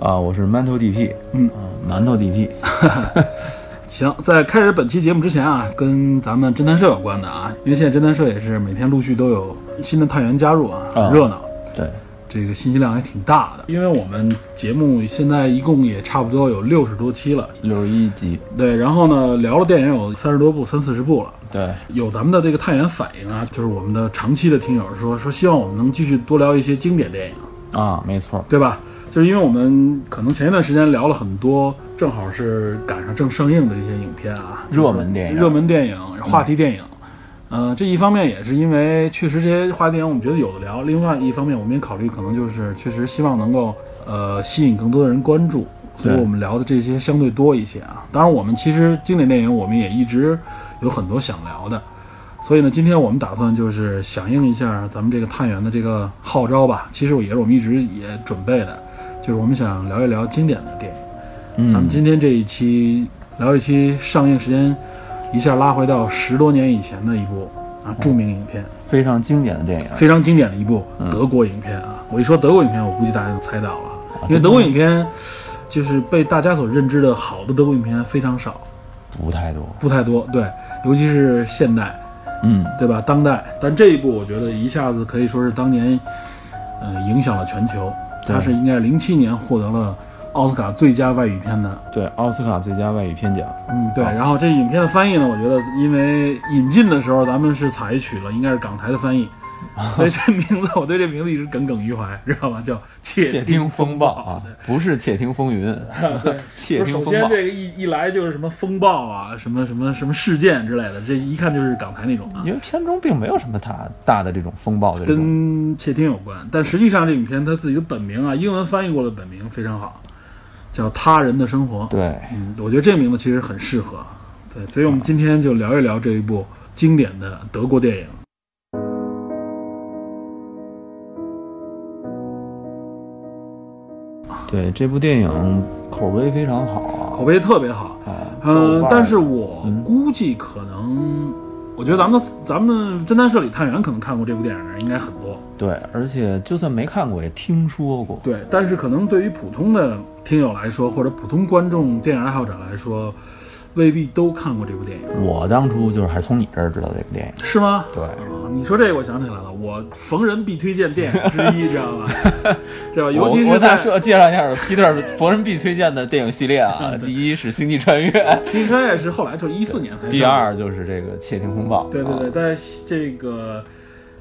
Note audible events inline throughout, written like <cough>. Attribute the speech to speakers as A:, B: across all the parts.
A: 啊，我是馒头 DP，
B: 嗯
A: 啊，馒头
B: <laughs>
A: DP，
B: 行，在开始本期节目之前啊，跟咱们侦探社有关的啊，因为现在侦探社也是每天陆续都有新的探员加入啊，很
A: 啊
B: 热闹，
A: 对，
B: 这个信息量还挺大的。因为我们节目现在一共也差不多有六十多期了，
A: 六十一集，
B: 对，然后呢，聊了电影有三十多部、三四十部了。
A: 对，
B: 有咱们的这个探员反映啊，就是我们的长期的听友说说，希望我们能继续多聊一些经典电影，
A: 啊，没错，
B: 对吧？就是因为我们可能前一段时间聊了很多，正好是赶上正上映的这些影片啊，
A: 热门电影嗯
B: 热门电影、话题电影。呃，这一方面也是因为确实这些话题电影我们觉得有的聊，另外一方面我们也考虑可能就是确实希望能够呃吸引更多的人关注，所以
A: 对
B: 我们聊的这些相对多一些啊。当然，我们其实经典电影我们也一直有很多想聊的，所以呢，今天我们打算就是响应一下咱们这个探员的这个号召吧。其实也是我们一直也准备的，就是我们想聊一聊经典的电影。咱们
A: 嗯，
B: 今天这一期聊一期上映时间一下拉回到十多年以前的一部
A: 哦
B: 啊著名影片，
A: 非常经典的电影，
B: 非常经典的一部
A: 嗯
B: 德国影片啊。我一说德国影片，我估计大家就猜到了，啊
A: 哦
B: 因为德国影片就是被大家所认知的好的德国影片非常少，
A: 不太多，
B: 不太多。对，尤其是现代，
A: 嗯，
B: 对吧？当代，但这一部我觉得一下子可以说是当年，呃，影响了全球。它
A: 对
B: 是应该零七年获得了奥斯卡最佳外语片的
A: 对，奥斯卡最佳外语片奖，
B: 嗯，对。然后这影片的翻译呢，我觉得因为引进的时候咱们是采取了应该是港台的翻译，
A: 啊
B: 所以这名字我对这名字一直耿耿于怀，知道吧？叫《窃
A: <laughs> 窃听风暴啊
B: 对，
A: 不是窃
B: <laughs>
A: 听风云，窃
B: 不是首
A: 听风
B: 先
A: 暴，
B: 这个一一来就是什么风暴啊，什么什么什么事件之类的，这一看就是港台那种啊，
A: 因为片中并没有什么大大的这种风暴的这种，
B: 跟窃听有关。但实际上这影片它自己的本名啊，英文翻译过的本名非常好，叫《他人的生活》。
A: 对，
B: 嗯，我觉得这名字其实很适合。对，所以我们今天就聊一聊这一部经典的德国电影。
A: 对，这部电影口碑非常好
B: 口碑特别好。
A: 啊，啊，豆
B: 嗯、
A: 瓣
B: 但是我
A: 嗯
B: 估计可能，我觉得咱们咱们侦探社里探员可能看过这部电影的人应该很多，
A: 对，而且就算没看过也听说过，
B: 对。但是可能对于普通的听友来说，或者普通观众、电影爱好者来说，未必都看过这部电影，
A: 我当初就是还是从你这儿知道这部电影，
B: 是吗？
A: 对
B: 啊，你说这个我想起来了，我逢人必推荐电影之一，知
A: <laughs>
B: 道吧？对吧？尤其
A: 我
B: 是
A: 我
B: 在
A: 再说介绍一下 Peter 博人必推荐的电影系
B: <laughs>
A: 列啊，第一是《星际穿越》，
B: 《新川》也是后来就一四年才上
A: 第二就是这个《窃听风暴》。
B: 对对对，
A: 啊，
B: 在这个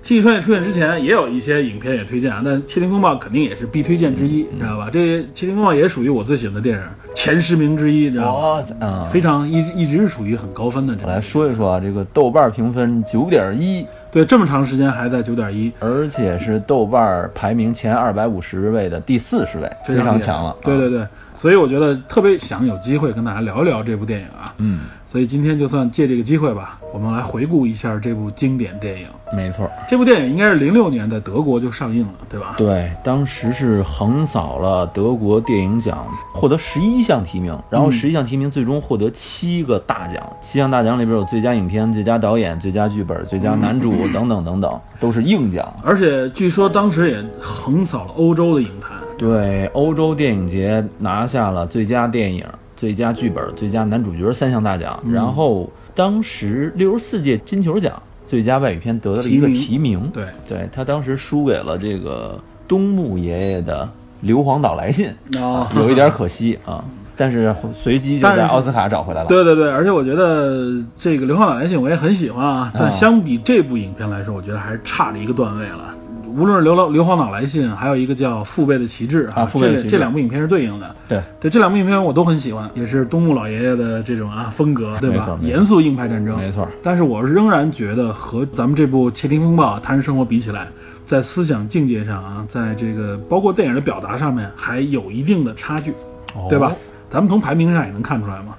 B: 《戏剧穿越》出现之前，也有一些影片也推荐啊，但《窃听风暴》肯定也是必推荐之一，
A: 嗯
B: 你知道吧？这《窃听风暴》也属于我最喜欢的电影前十名之一，知道吧？
A: 哇塞，嗯，
B: 非常一一直是属于很高分的这
A: 我
B: 种
A: 来，说一说啊，这个豆瓣评分九点一，
B: 对，这么长时间还在九点一，
A: 而且是豆瓣排名前二百五十位的第四十位，非
B: 常
A: 常
B: 厉害
A: 强了。
B: 对
A: 啊，
B: 对对，所以我觉得特别想有机会跟大家聊一聊这部电影啊，
A: 嗯，
B: 所以今天就算借这个机会吧，我们来回顾一下这部经典电影。
A: 没错，
B: 这部电影应该是零六年在德国就上映了，对吧？
A: 对，当时是横扫了德国电影奖，获得十一项提名，然后十一项提名最终获得七个大奖，七项大奖里边有最佳影片、最佳导演、最佳剧本、最佳男主等等等等，都是硬奖。
B: 而且据说当时也横扫了欧洲的影坛，
A: 对，欧洲电影节拿下了最佳电影、最佳剧本、最佳男主角三项大奖，然后当时六十四届金球奖最佳外语片得到了一个
B: 提名
A: 提名，
B: 对，
A: 对他当时输给了这个东木爷爷的《硫磺岛来信》。
B: 哦
A: 啊， <laughs> 有一点可惜啊，但是随即就
B: 但是
A: 在奥斯卡找回来了。
B: 对对对，而且我觉得这个《流放岛来信》我也很喜欢啊，但
A: 啊
B: 相比这部影片来说，我觉得还是差了一个段位了。无论是刘老刘皇脑来信，还有一个叫《父辈的旗帜》
A: 啊父辈的旗
B: 这
A: 帜
B: 这两部影片是对应的。
A: 对
B: 对，这两部影片我都很喜欢，也是东木老爷爷的这种啊风格，对
A: 没错
B: 吧？
A: 没错
B: 严肃硬派战争，
A: 没错。
B: 但是我仍然觉得和咱们这部《窃听风暴》《他人生活》比起来，在思想境界上啊，在这个包括电影的表达上面，还有一定的差距，
A: 哦
B: 对吧？咱们从排名上也能看出来嘛。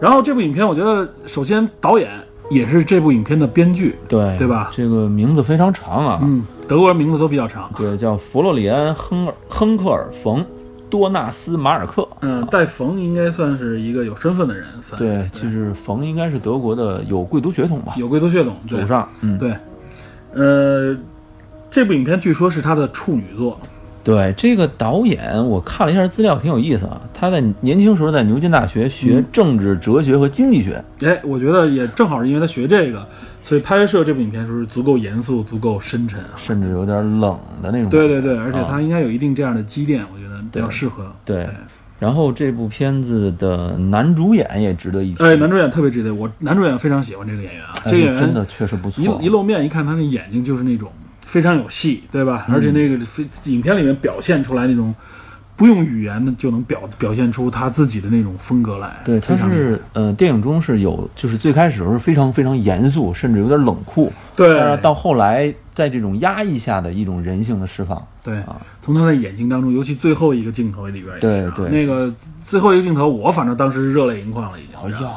B: 然后这部影片，我觉得首先导演也是这部影片的编剧，
A: 哦对
B: 对吧
A: 这个名字非常长啊，
B: 嗯，德国人名字都比较长，
A: 对，叫弗洛里安·亨尔亨克尔·冯·多纳斯马尔克。
B: 嗯，戴冯应该算是一个有身份的人，算
A: 对，就是冯应该是德国的，有贵族血统吧？
B: 有贵族血统，对
A: 祖上，嗯，
B: 对，呃，这部影片据说是他的处女作，
A: 对，这个导演我看了一下资料，挺有意思啊。他在年轻时候在牛津大学
B: 嗯
A: 学政治、哲学和经济学，
B: 哎，我觉得也正好是因为他学这个，所以拍摄这部影片的时候足够严肃、足够深沉啊。
A: 甚至有点冷的那种。
B: 对对对，而且
A: 啊
B: 他应该有一定这样的积淀，我觉得比较
A: 对
B: 适合。
A: 对然后这部片子的男主演也值得一提，
B: 哎，男主演特别值得，我男主演非常喜欢这个演员啊，
A: 哎
B: 这个演员
A: 真的确实不错。
B: 一一露面一看，他那眼睛就是那种非常有戏，对吧？而且那个非影片里面表现出来那种不用语言的就能表表现出他自己的那种风格来。
A: 对，
B: 非
A: 他
B: 常厉害
A: 是呃，电影中是有，就是最开始的时候是非常非常严肃，甚至有点冷酷，但是
B: 对
A: 到后来在这种压抑下的一种人性的释放。
B: 对
A: 啊，
B: 从他的眼睛当中，尤其最后一个镜头里边也是、啊、
A: 对对
B: 那个最后一个镜头，我反正当时热泪盈眶了，已经。
A: 哎呀，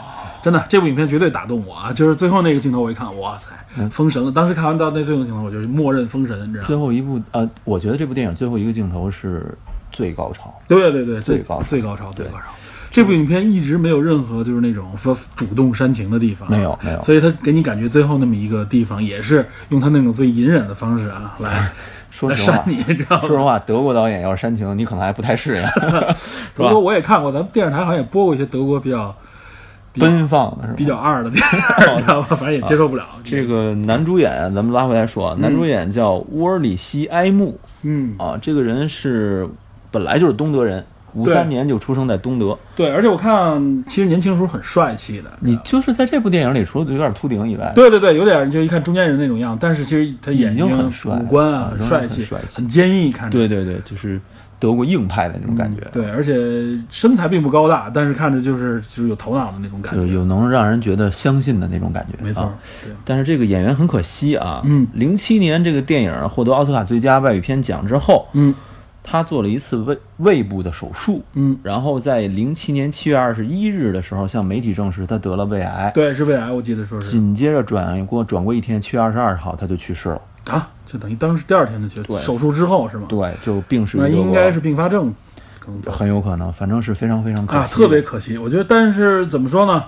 B: 真的，这部影片绝对打动我啊！就是最后那个镜头，我一看，哇塞，封神了！当时看完到那最后镜头，我就是默认封神，你知道
A: 嗯最
B: 吗？
A: 后一部呃，我觉得这部电影最后一个镜头是最高潮。
B: 对对对，
A: 最
B: 最
A: 高潮
B: 最高潮，最
A: 对
B: 高潮。这部影片一直没有任何就是那种说主动煽情的地方，啊
A: 没有没有
B: 所以他给你感觉最后那么一个地方，也是用他那种最隐忍的方式啊来
A: 说
B: 来
A: 实
B: 煽
A: 话，
B: 你，你知道
A: 说
B: 吗？
A: 实话，德国导演要是煽情，你可能还不太适应，
B: 不过我也看过，咱们电视台好像也播过一些德国 <laughs> 比较
A: 奔放的是吧？
B: 比较二的电 <laughs> 影，你知道吗？反正也接受不了
A: 这，个男主演，咱们拉回来说，啊，男主演叫沃尔里希·埃穆
B: 嗯，
A: 啊，这个人是本来就是东德人，五
B: 对
A: 三年就出生在东德。
B: 对，而且我看其实年轻时候很帅气的，
A: 你就是在这部电影里，除了有点秃顶以外，
B: 对对对，有点就一看中间人那种样，但是其实他眼
A: 已
B: 睛
A: 经很帅
B: 五官啊
A: 啊
B: 很
A: 仍然
B: 帅
A: 很
B: 气，
A: 帅气
B: 很坚毅，看着。
A: 对对对，就是德国硬派的那种感觉，
B: 对，而且身材并不高大，但是看着就是就是有头脑的那种感
A: 有
B: 觉。
A: 有能让人觉得相信的那种感觉，
B: 没错
A: 啊。，
B: 对，
A: 但是这个演员很可惜啊，
B: 嗯
A: 零七年这个电影获得奥斯卡最佳外语片奖之后，
B: 嗯
A: 他做了一次胃胃部的手术，
B: 嗯，
A: 然后在零七年七月二十一日的时候向媒体证实他得了胃癌，
B: 对，是胃癌，我记得说是
A: 紧接着转过转过一天，七月二十二号他就去世了，
B: 啊，就等于当时第二天就去
A: 对
B: 手术之后是吗？
A: 对，就病逝于
B: 那
A: 德国
B: 应该是并发症，可能
A: 很有可能，反正是非常非常可
B: 啊，
A: 惜，
B: 特别可惜。我觉得，但是怎么说呢？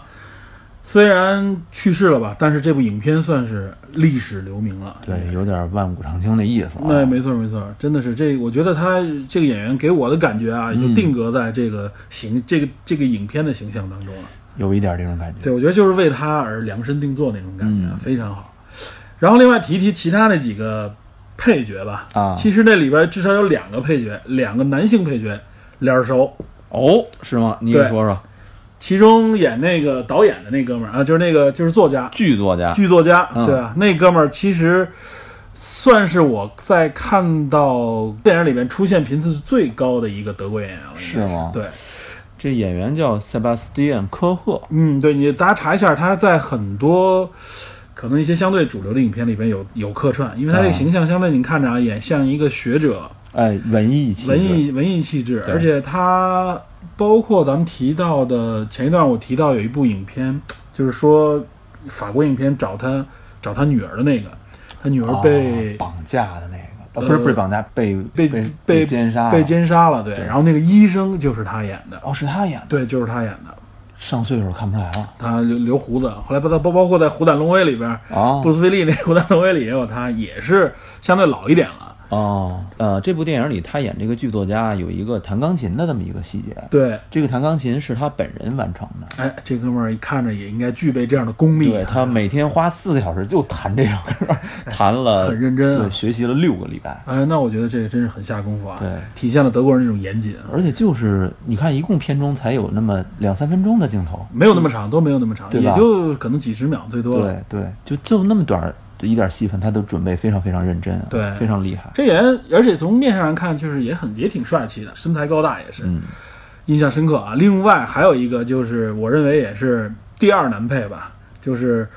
B: 虽然去世了吧，但是这部影片算是历史留名了。
A: 对，有点万古长青的意思啊，
B: 那没错没错，真的是这，我觉得他这个演员给我的感觉啊，已
A: 嗯
B: 经定格在这个形、这个这个影片的形象当中了。
A: 有一点这种感觉。
B: 对，我觉得就是为他而量身定做那种感觉啊，
A: 嗯
B: 非常好。然后另外提一提其他那几个配角吧，
A: 啊
B: 其实那里边至少有两个配角，两个男性配角脸熟，
A: 哦，是吗？你也
B: 对
A: 说说，
B: 其中演那个导演的那哥们儿啊，就是那个就是作家，
A: 剧作家
B: 剧作家，
A: 嗯
B: 对啊，那哥们儿其实算是我在看到电影里面出现频次最高的一个德国演员了，应该
A: 是吗
B: 对，
A: 这演员叫塞巴斯蒂安·科赫，
B: 嗯，对你大家查一下，他在很多。可能一些相对主流的影片里边有有客串，因为他这个
A: 嗯
B: 形象相对你看着啊，也像一个学者，
A: 哎，文艺气质
B: 文艺文艺气质，
A: 对
B: 而且他包括咱们提到的前一段我提到有一部影片，就是说法国影片找他找他女儿的那个，他女儿
A: 哦
B: 被、
A: 绑架的那
B: 呃
A: 个，哦不是不是绑架，被
B: 被
A: 被
B: 被
A: 奸杀了，
B: 被奸杀了，对。
A: 哦对
B: 然后那个医生就是他演的，
A: 哦，是他演的，
B: 对，就是他演的。
A: 上岁数看不出来了
B: 他留留胡子，后来包包包括在《虎胆龙威》里边，
A: 啊
B: 布鲁斯威利那《虎胆龙威》里也有他，也是相对老一点了。
A: 哦，呃，这部电影里他演这个剧作家有一个弹钢琴的这么一个细节，
B: 对，
A: 这个弹钢琴是他本人完成的。
B: 哎，这哥们儿一看着也应该具备这样的功力啊
A: 对，他每天花四个小时就弹这首
B: <laughs>
A: 歌，弹了
B: 哎很认真啊
A: 对，学习了六个礼拜。
B: 哎，那我觉得这个真是很下功夫啊，
A: 对
B: 体现了德国人这种严谨啊，
A: 而且就是你看，一共片中才有那么两三分钟的镜头，
B: 没有那么长，都没有那么长，
A: 对吧
B: 也就可能几十秒最多了。
A: 对对，就就那么短儿一点戏份他都准备非常非常认真、啊，
B: 对
A: 非常厉害。
B: 这人，而且从面上看，就是也很也挺帅气的，身材高大也是，
A: 嗯
B: 印象深刻啊。另外还有一个就是，我认为也是第二男配吧，就是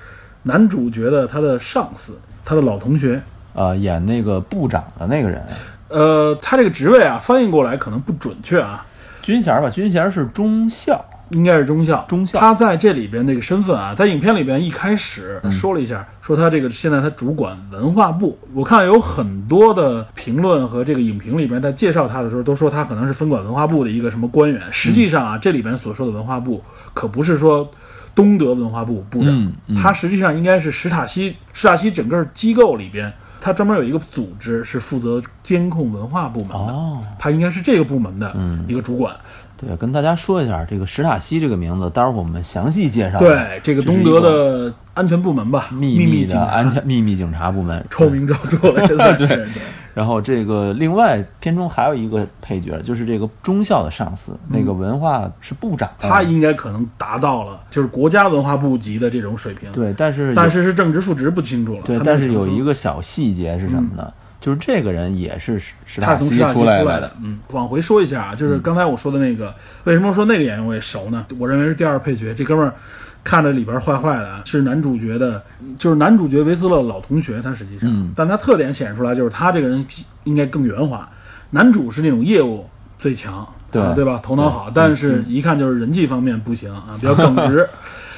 B: 男主角的他的上司，他的老同学。
A: 呃，演那个部长的那个人，
B: 呃，他这个职位啊，翻译过来可能不准确啊，
A: 军衔儿吧，军衔儿是中校，
B: 应该是中校。
A: 中校
B: 他在这里边那个身份啊，在影片里边一开始
A: 嗯
B: 说了一下，说他这个现在他主管文化部。我看有很多的评论和这个影评里边在介绍他的时候，都说他可能是分管文化部的一个什么官员。实际上啊，
A: 嗯
B: 这里边所说的文化部可不是说。东德文化部部长，
A: 嗯嗯
B: 他实际上应该是史塔西，史塔西整个机构里边，他专门有一个组织是负责监控文化部门的，
A: 哦
B: 他应该是这个部门的
A: 嗯
B: 一个主管。
A: 对，跟大家说一下这个史塔西这个名字，待会儿我们详细介绍。
B: 对，这个东德的安全部门吧，
A: 秘
B: 密警
A: 的
B: 察
A: 安全秘密警察部门
B: 臭名昭著
A: <laughs>
B: 了，也算是对
A: 然后这个另外片中还有一个配角，就是这个中校的上司，那个文化是部长，
B: 嗯他应该可能达到了就是国家文化部级的这种水平，
A: 对，但是有
B: 但是是正职副职不清楚了。
A: 对，
B: 他没
A: 但是有
B: 详说
A: 一个小细节是什么呢？就是这个人也是史史
B: 嗯他
A: 塔
B: 是从
A: 西
B: 史塔西出
A: 来
B: 来
A: 的，，
B: 嗯，往回说一下啊，就是刚才我说的那个，为什么说那个演员我也熟呢？我认为是第二配角，这哥们儿看着里边坏坏的啊，是男主角的，就是男主角维斯勒老同学，他实际上，
A: 嗯
B: 但他特点显示出来就是他这个人应该更圆滑，男主是那种业务最强。
A: 对
B: 啊对吧？头脑好，但是一看就是人际方面不行啊，比较耿
A: <laughs>
B: 直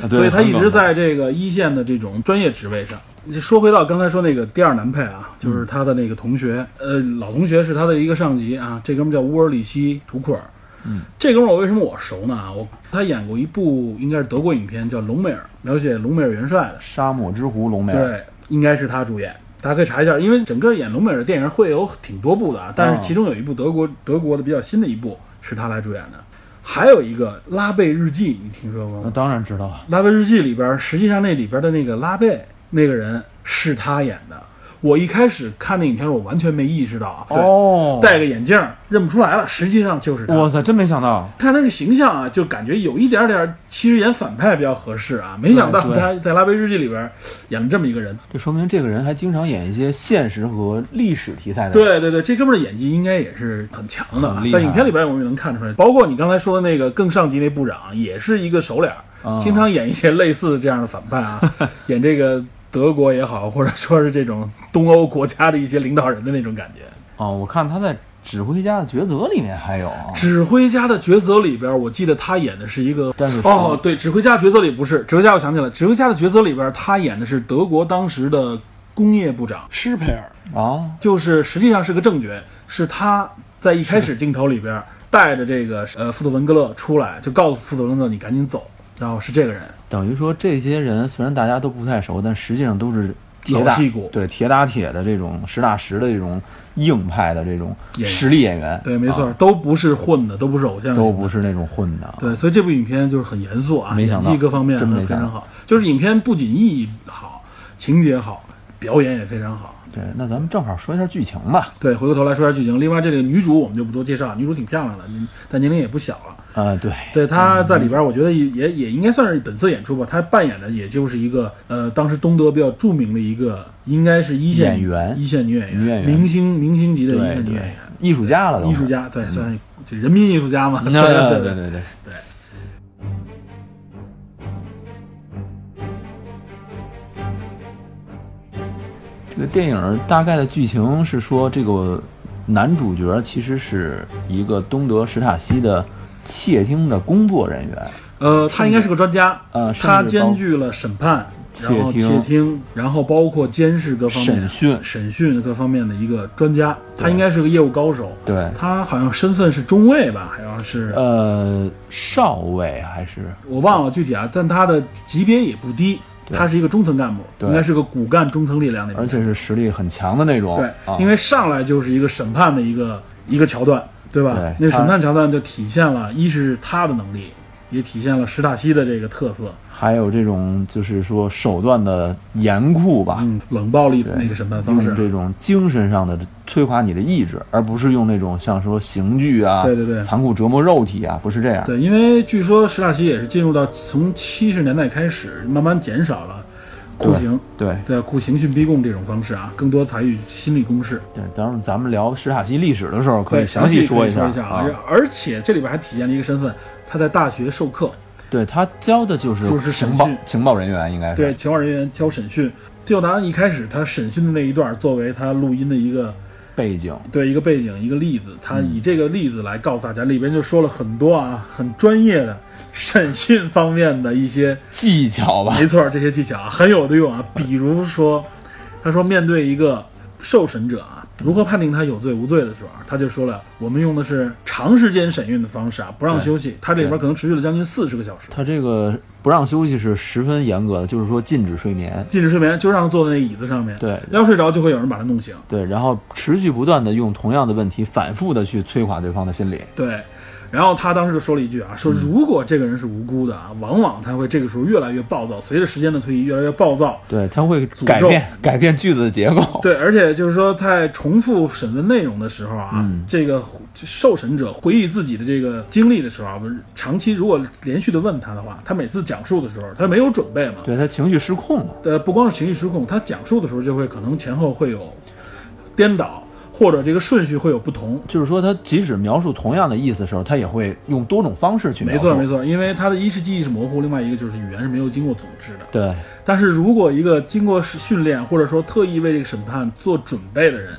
A: 啊，对
B: 所以他一
A: 很耿
B: 直
A: 直
B: 在这个一线的这种专业职位上。说回到刚才说那个第二男配
A: 嗯
B: 啊，就是他的那个同学，呃，老同学是他的一个上级啊，这哥们叫乌尔里希·图库尔。
A: 嗯，
B: 这哥们儿我为什么我熟呢？啊，我他演过一部应该是德国影片叫《隆美尔》，描写隆美尔元帅的。
A: 沙漠之狐隆美尔，
B: 对，应该是他主演。大家可以查一下，因为整个演隆美尔的电影会有挺多部的啊，
A: 哦
B: 但是其中有一部德国德国的比较新的一部是他来主演的，还有一个《拉贝日记》，你听说过
A: 那
B: 吗？
A: 当然知道了。
B: 《拉贝日记》里边，实际上那里边的那个拉贝那个人是他演的。我一开始看那影片，我完全没意识到啊，对，
A: 哦，
B: 戴个眼镜儿认不出来了，实际上就是他。
A: 哇塞，真没想到，
B: 看他那个形象啊，就感觉有一点点儿，其实演反派比较合适啊。没想到
A: 对对
B: 他在《拉贝日记》里边演了这么一个人，
A: 这说明这个人还经常演一些现实和历史题材的。，
B: 对对对，这哥们儿的演技应该也是很强的啊
A: 很，厉害
B: 在影片里边我们也能看出来，包括你刚才说的那个更上级那部长，也是一个熟脸儿，
A: 嗯
B: 经常演一些类似这样的反派
A: <laughs>
B: 啊，演这个德国也好，或者说是这种东欧国家的一些领导人的那种感觉。
A: 哦，我看他在《指挥家的抉择》里面还有啊
B: 指挥家的抉择里边，我记得他演的是一个
A: 但是
B: 哦，对，指挥家抉择里不是指挥家，我想起来了，指挥家的抉择里边，他演的是德国当时的工业部长施佩尔。
A: 啊，
B: 就是实际上是个正觉，是他在一开始镜头里边带着这个呃富特文格勒出来，就告诉富特文格勒你赶紧走，然后是这个人，
A: 等于说这些人虽然大家都不太熟，但实际上都是铁
B: 老
A: 打
B: 戏骨
A: 对铁打铁的这种实打实的这种硬派的这种
B: 演员
A: 实力演员。
B: 对，没错，
A: 啊
B: 都不是混的，都不是偶像型的，
A: 都不是那种混的。
B: 对，所以这部影片就是很严肃啊，
A: 没
B: 演
A: 想到
B: 技各方面
A: 真没
B: 非
A: 想到
B: 常好，就是影片不仅意义好，情节好，表演也非常好。
A: 对，那咱们正好说一下剧情吧。
B: 对，回过头来说一下剧情。另外，这个女主我们就不多介绍，女主挺漂亮的，嗯但年龄也不小了。
A: 啊，对，
B: 对，他在里边，我觉得也也也应该算是本色演出吧。他扮演的也就是一个呃，当时东德比较著名的一个，应该是一线
A: 演员
B: 一线女演员、
A: 女演员
B: 明星、明星级的
A: 对
B: 一线女
A: 对
B: 演员、
A: 艺术家了都是，
B: 艺术家，对，算是这人民艺术家嘛。
A: <laughs>
B: <laughs>
A: 嗯。
B: 对
A: 对对对对，
B: 对。
A: 这个电影大概的剧情是说，这个男主角其实是一个东德史塔西的窃听的工作人员，
B: 呃，他应该是个专家，
A: 呃甚至
B: 他兼具了审判。然后
A: 窃
B: 窃
A: 听
B: 听，然后包括监视各方面、
A: 审讯
B: 审讯各方面的一个专家，他
A: 对
B: 应该是个业务高手。
A: 对，
B: 他好像身份是中尉吧，好像是
A: 呃，少尉还是
B: 我忘了具体啊，但他的级别也不低，
A: 对
B: 他是一个中层干部，
A: 对
B: 应该是个骨干中层力量那种。
A: 而且是实力很强的那种，
B: 对，
A: 啊、
B: 因为上来就是一个审判的一个一个桥段，对吧？
A: 对
B: 那个审
A: 他
B: 判桥段就体现了，一是他的能力，也体现了史塔西的这个特色，
A: 还有这种就是说手段的严酷吧，
B: 嗯，冷暴力的
A: 啊对
B: 那个审判方
A: 用
B: 式。
A: 这种精神上的摧垮你的意志，而不是用那种像说刑具啊、
B: 对对对
A: 残酷折磨肉体啊，不是这样。
B: 对，因为据说史塔西也是进入到从七十年代开始慢慢减少了酷刑，
A: 对
B: 对，酷刑讯逼供这种方式啊，更多采取心理攻势。
A: 对，当然咱们聊史塔西历史的时候可
B: 对，
A: 以
B: 详
A: 细
B: 说
A: 一
B: 下
A: 啊。
B: 而且这里边还体现了一个身份，他在大学授课，
A: 对他教的就是
B: 就是
A: 情
B: 审
A: 报
B: 讯
A: 情报人员应该是
B: 对情报人员教审讯。tiêu 达一开始他审讯的那一段，作为他录音的一个
A: 背景，
B: 对一个背景一个例子，他
A: 嗯
B: 以这个例子来告诉大家，里边就说了很多啊，很专业的审讯方面的一些
A: 技巧吧
B: <laughs> 没。错，这些技巧啊很有的用啊。比如说，他说面对一个受审者啊，如何判定他有罪无罪的时候啊，他就说了，我们用的是长时间审讯的方式啊，不让
A: 对
B: 休息。他这里边可能持续了将近四十个小时，
A: 他这个不让休息是十分严格的，就是说禁止睡眠。
B: 禁止睡眠，就让他坐在那椅子上面，
A: 对
B: 要睡着就会有人把他弄醒。
A: 对，然后持续不断的用同样的问题反复的去摧垮对方的心理。
B: 对，然后他当时就说了一句啊，
A: 嗯
B: 说如果这个人是无辜的啊，往往他会这个时候越来越暴躁，随着时间的推移越来越暴躁，
A: 对，他会
B: 诅
A: 改
B: 咒
A: 变改变句子的结构。
B: 对，而且就是说，在重复审问内容的时候啊，这个受审者回忆自己的这个经历的时候啊，长期如果连续的问他的话，他每次讲述的时候，他没有准备嘛，
A: 对他情绪失控了。
B: 呃，不光是情绪失控，他讲述的时候就会可能前后会有颠倒，或者这个顺序会有不同。
A: 就是说，他即使描述同样的意思的时候，他也会用多种方式去描
B: 没
A: 述。
B: 错，没错，因为他的一是记忆是模糊，另外一个就是语言是没有经过组织的。
A: 对，
B: 但是如果一个经过训练或者说特意为这个审判做准备的人，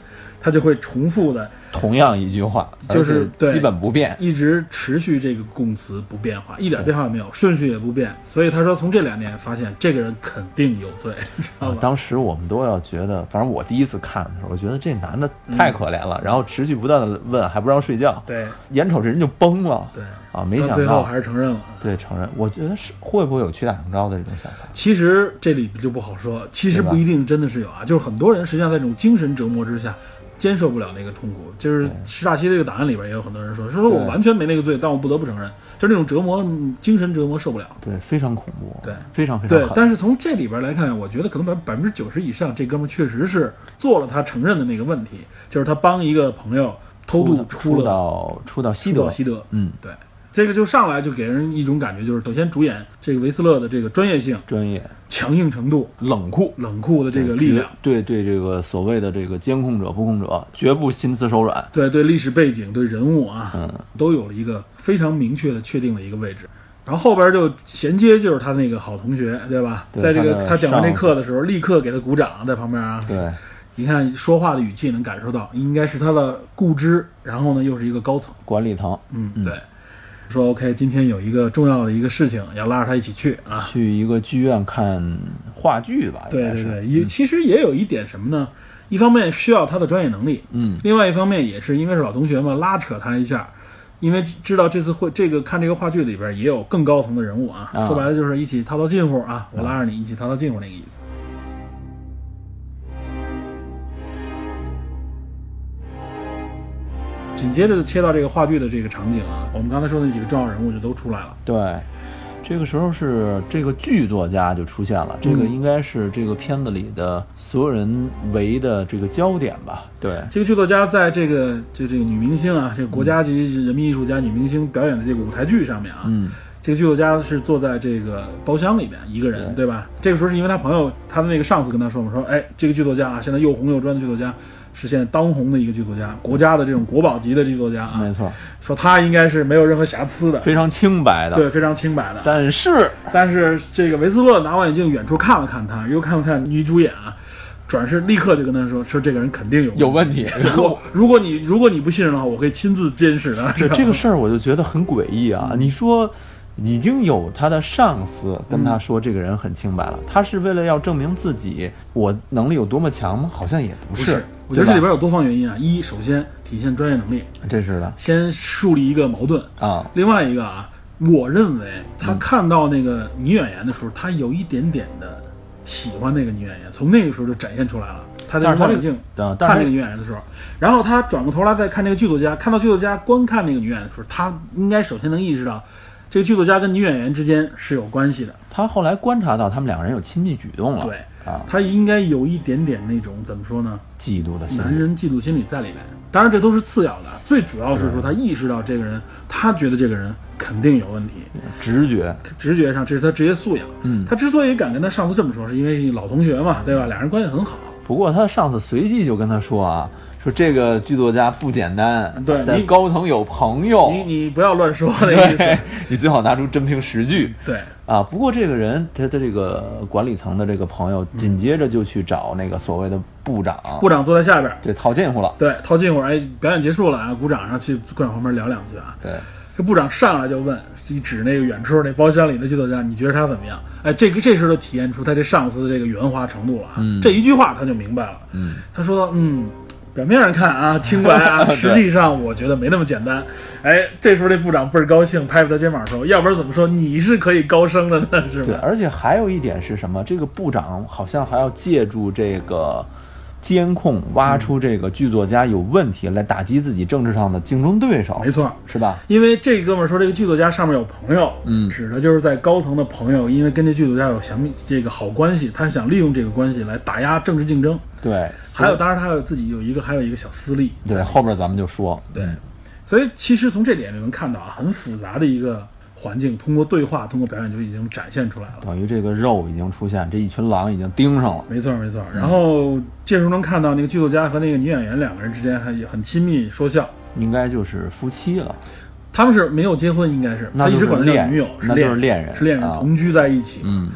B: 他就会重复的
A: 同样一句话，
B: 就是
A: 而且
B: 对
A: 基本不变。
B: 一直持续这个供词不变化，一点变化也没有，顺序也不变。所以他说，从这两点发现，这个人肯定有罪，知道
A: 啊
B: 吧？
A: 当时我们都要觉得，反正我第一次看的时候，我觉得这男的太可怜了，然后持续不断的问，还不让睡觉，
B: 嗯对
A: 眼瞅着人就崩了。
B: 对，
A: 啊，没
B: 到
A: 想
B: 最后
A: 到
B: 还，是承认了。
A: 对承认，我觉得是会不会有屈打成招的这种想法？
B: 其实这里就不好说，其实
A: 对吧
B: 不一定真的是有啊，就是很多人实际上在这种精神折磨之下。坚受不了那个痛苦，就是石大西这个档案里边也有很多人说，说我
A: 对
B: 完全没那个罪，但我不得不承认，就是那种折磨，嗯精神折磨受不了。
A: 对，非常恐怖，
B: 对
A: 非常非常
B: 对，
A: 狠。
B: 但是从这里边来看，我觉得可能百百分之九十以上，这哥们儿确实是做了他承认的那个问题，就是他帮一个朋友偷渡出
A: 出
B: 了
A: 到出到西
B: 出
A: 德
B: 到，西德，
A: 嗯，
B: 对，这个就上来就给人一种感觉，就是首先主演这个维斯勒的这个专业性、
A: 专业
B: 强硬程度、
A: 冷酷
B: 冷酷的这个力量，
A: 对对这个所谓的这个监控者、布控者，绝不心慈手软。
B: 对对历史背景、对人物啊，
A: 嗯
B: 都有了一个非常明确的、确定的一个位置。然后后边就衔接就是他那个好同学，对吧？
A: 对
B: 在这
A: 他
B: 个
A: 的
B: 他讲完这
A: 上司
B: 课的时候，立刻给他鼓掌，在旁边啊，
A: 对，
B: 你看说话的语气能感受到，应该是他的固知，然后呢又是一个高层，
A: 管理层
B: 嗯，
A: 嗯
B: 对，说 OK，今天有一个重要的一个事情要拉着他一起去啊，
A: 去一个剧院看话剧吧，应
B: 对
A: 该
B: 对
A: 是。嗯
B: 对，也其实也有一点什么呢？一方面需要他的专业能力，
A: 嗯，
B: 另外一方面也是因为是老同学嘛，拉扯他一下，因为知道这次会这个看这个话剧里边也有更高层的人物啊，
A: 啊
B: 说白了就是一起套套近乎啊，我拉着你一起套套近乎那个意思。紧接着就切到这个话剧的这个场景啊，我们刚才说的那几个重要人物就都出来了。
A: 对，这个时候是这个剧作家就出现
B: 嗯
A: 了，这个应该是这个片子里的所有人围的这个焦点吧？对，
B: 这个剧作家在这个就这个女明星啊，这个国家级人民艺术家女明星表演的这个舞台剧上面啊，
A: 嗯，
B: 这个剧作家是坐在这个包厢里面一个人，对吧？这个时候是因为他朋友他的那个上司跟他说嘛，说哎，这个剧作家啊，现在又红又专的剧作家，是现在当红的一个剧作家，国家的这种国宝级的剧作家啊，
A: 嗯没错，
B: 说他应该是没有任何瑕疵的，
A: 非常清白的。
B: 对，非常清白的。
A: 但是，
B: 但是这个维斯勒拿望远镜远处看了看他，又看了看女主演啊，转身立刻就跟他说，说这个人肯定有
A: 有问题然
B: 然
A: 后
B: 后如果你如果你不信任的话，我可以亲自监视
A: <laughs>
B: 的。
A: 对
B: 吧嗯
A: 这个事儿，我就觉得很诡异啊！你说，已经有他的上司跟
B: 嗯
A: 他说这个人很清白了，他是为了要证明自己我能力有多么强吗？好像也
B: 不
A: 不是。
B: 是，我觉得
A: 对吧
B: 这里边有多方原因啊。一，首先体现专业能力，
A: 这是的
B: 先树立一个矛盾；
A: 啊，
B: 另外一个啊，我认为
A: 嗯
B: 他看到那个女演员的时候，他有一点点的喜欢那个女演员，从那个时候就展现出来了。他在
A: 但是他
B: 望
A: 这
B: 远
A: 个
B: 镜
A: 啊，但
B: 看这
A: 是
B: 个女演员的时候，然后他转过头来再看这个剧作家，看到剧作家观看那个女演员的时候，他应该首先能意识到，这个剧作家跟女演员之间是有关系的。
A: 他后来观察到他们两个人有亲密举动了，
B: 对，
A: 啊，
B: 他应该有一点点那种怎么说呢？
A: 嫉妒的心
B: 男
A: 理。
B: 人嫉妒
A: 嗯
B: 心理在里面。当然，这都是次要的，最主要是说他意识到这个人，他觉得这个人肯定有问题。
A: 直觉，
B: 直觉上这是他职业素养。
A: 嗯
B: 他之所以敢跟他上司这么说，是因为老同学嘛，对吧？俩人关系很好。
A: 不过他上次随即就跟他说啊，说这个剧作家不简单，
B: 对
A: 在
B: 你
A: 高层有朋友，
B: 你你不要乱说
A: <laughs>
B: 的意
A: 哦对
B: 思。，
A: 你最好拿出真凭实据
B: 对，
A: 啊。不过这个人他的这个管理层的这个朋友，
B: 嗯
A: 紧接着就去找那个所谓的部长，
B: 部长坐在下边儿，
A: 对套近乎了，
B: 对，套近乎。哎，表演结束了啊，鼓掌，然后去鼓掌旁边聊两句啊。
A: 对，
B: 这部长上来就问，一指那个远处那包厢里的剧作家，你觉得他怎么样？哎，这个这时候就体现出他这上司的这个圆滑程度了啊。
A: 嗯
B: 这一句话他就明白了。
A: 嗯，
B: 他说，嗯。表面上看啊，清白
A: <laughs>
B: 啊，实际上我觉得没那么简单。哎，这时候这部长倍儿高兴，拍拍他肩膀说：“要不然怎么说你是可以高升的呢？是吧？”
A: 对，而且还有一点是什么？这个部长好像还要借助这个监控挖
B: 嗯
A: 出这个剧作家有问题，来打击自己政治上的竞争对手，
B: 没错，
A: 是吧？
B: 因为这哥们儿说这个剧作家上面有朋友，
A: 嗯
B: 指的就是在高层的朋友，因为跟这剧作家有详密这个好关系，他想利用这个关系来打压政治竞争。
A: 对，所
B: 还
A: 以
B: 有，当然他有自己有一个，还有一个小私利。
A: 对后边咱们就说，
B: 对，所以其实从这点就能看到啊，很复杂的一个环境，通过对话，通过表演就已经展现出来了。
A: 等于这个肉已经出现，这一群狼已经盯上了。
B: 没错没
A: 嗯
B: 错。然后这时候能看到那个剧作家和那个女演员两个人之间还也很亲密说笑。
A: 应该就是夫妻了，
B: 他们是没有结婚，应该是
A: 那
B: 他一
A: 就
B: 直
A: 是
B: 管她叫
A: 恋
B: 女友，是
A: 那就是
B: 恋
A: 恋人
B: 是恋人
A: 啊
B: 同居在一起。
A: 嗯，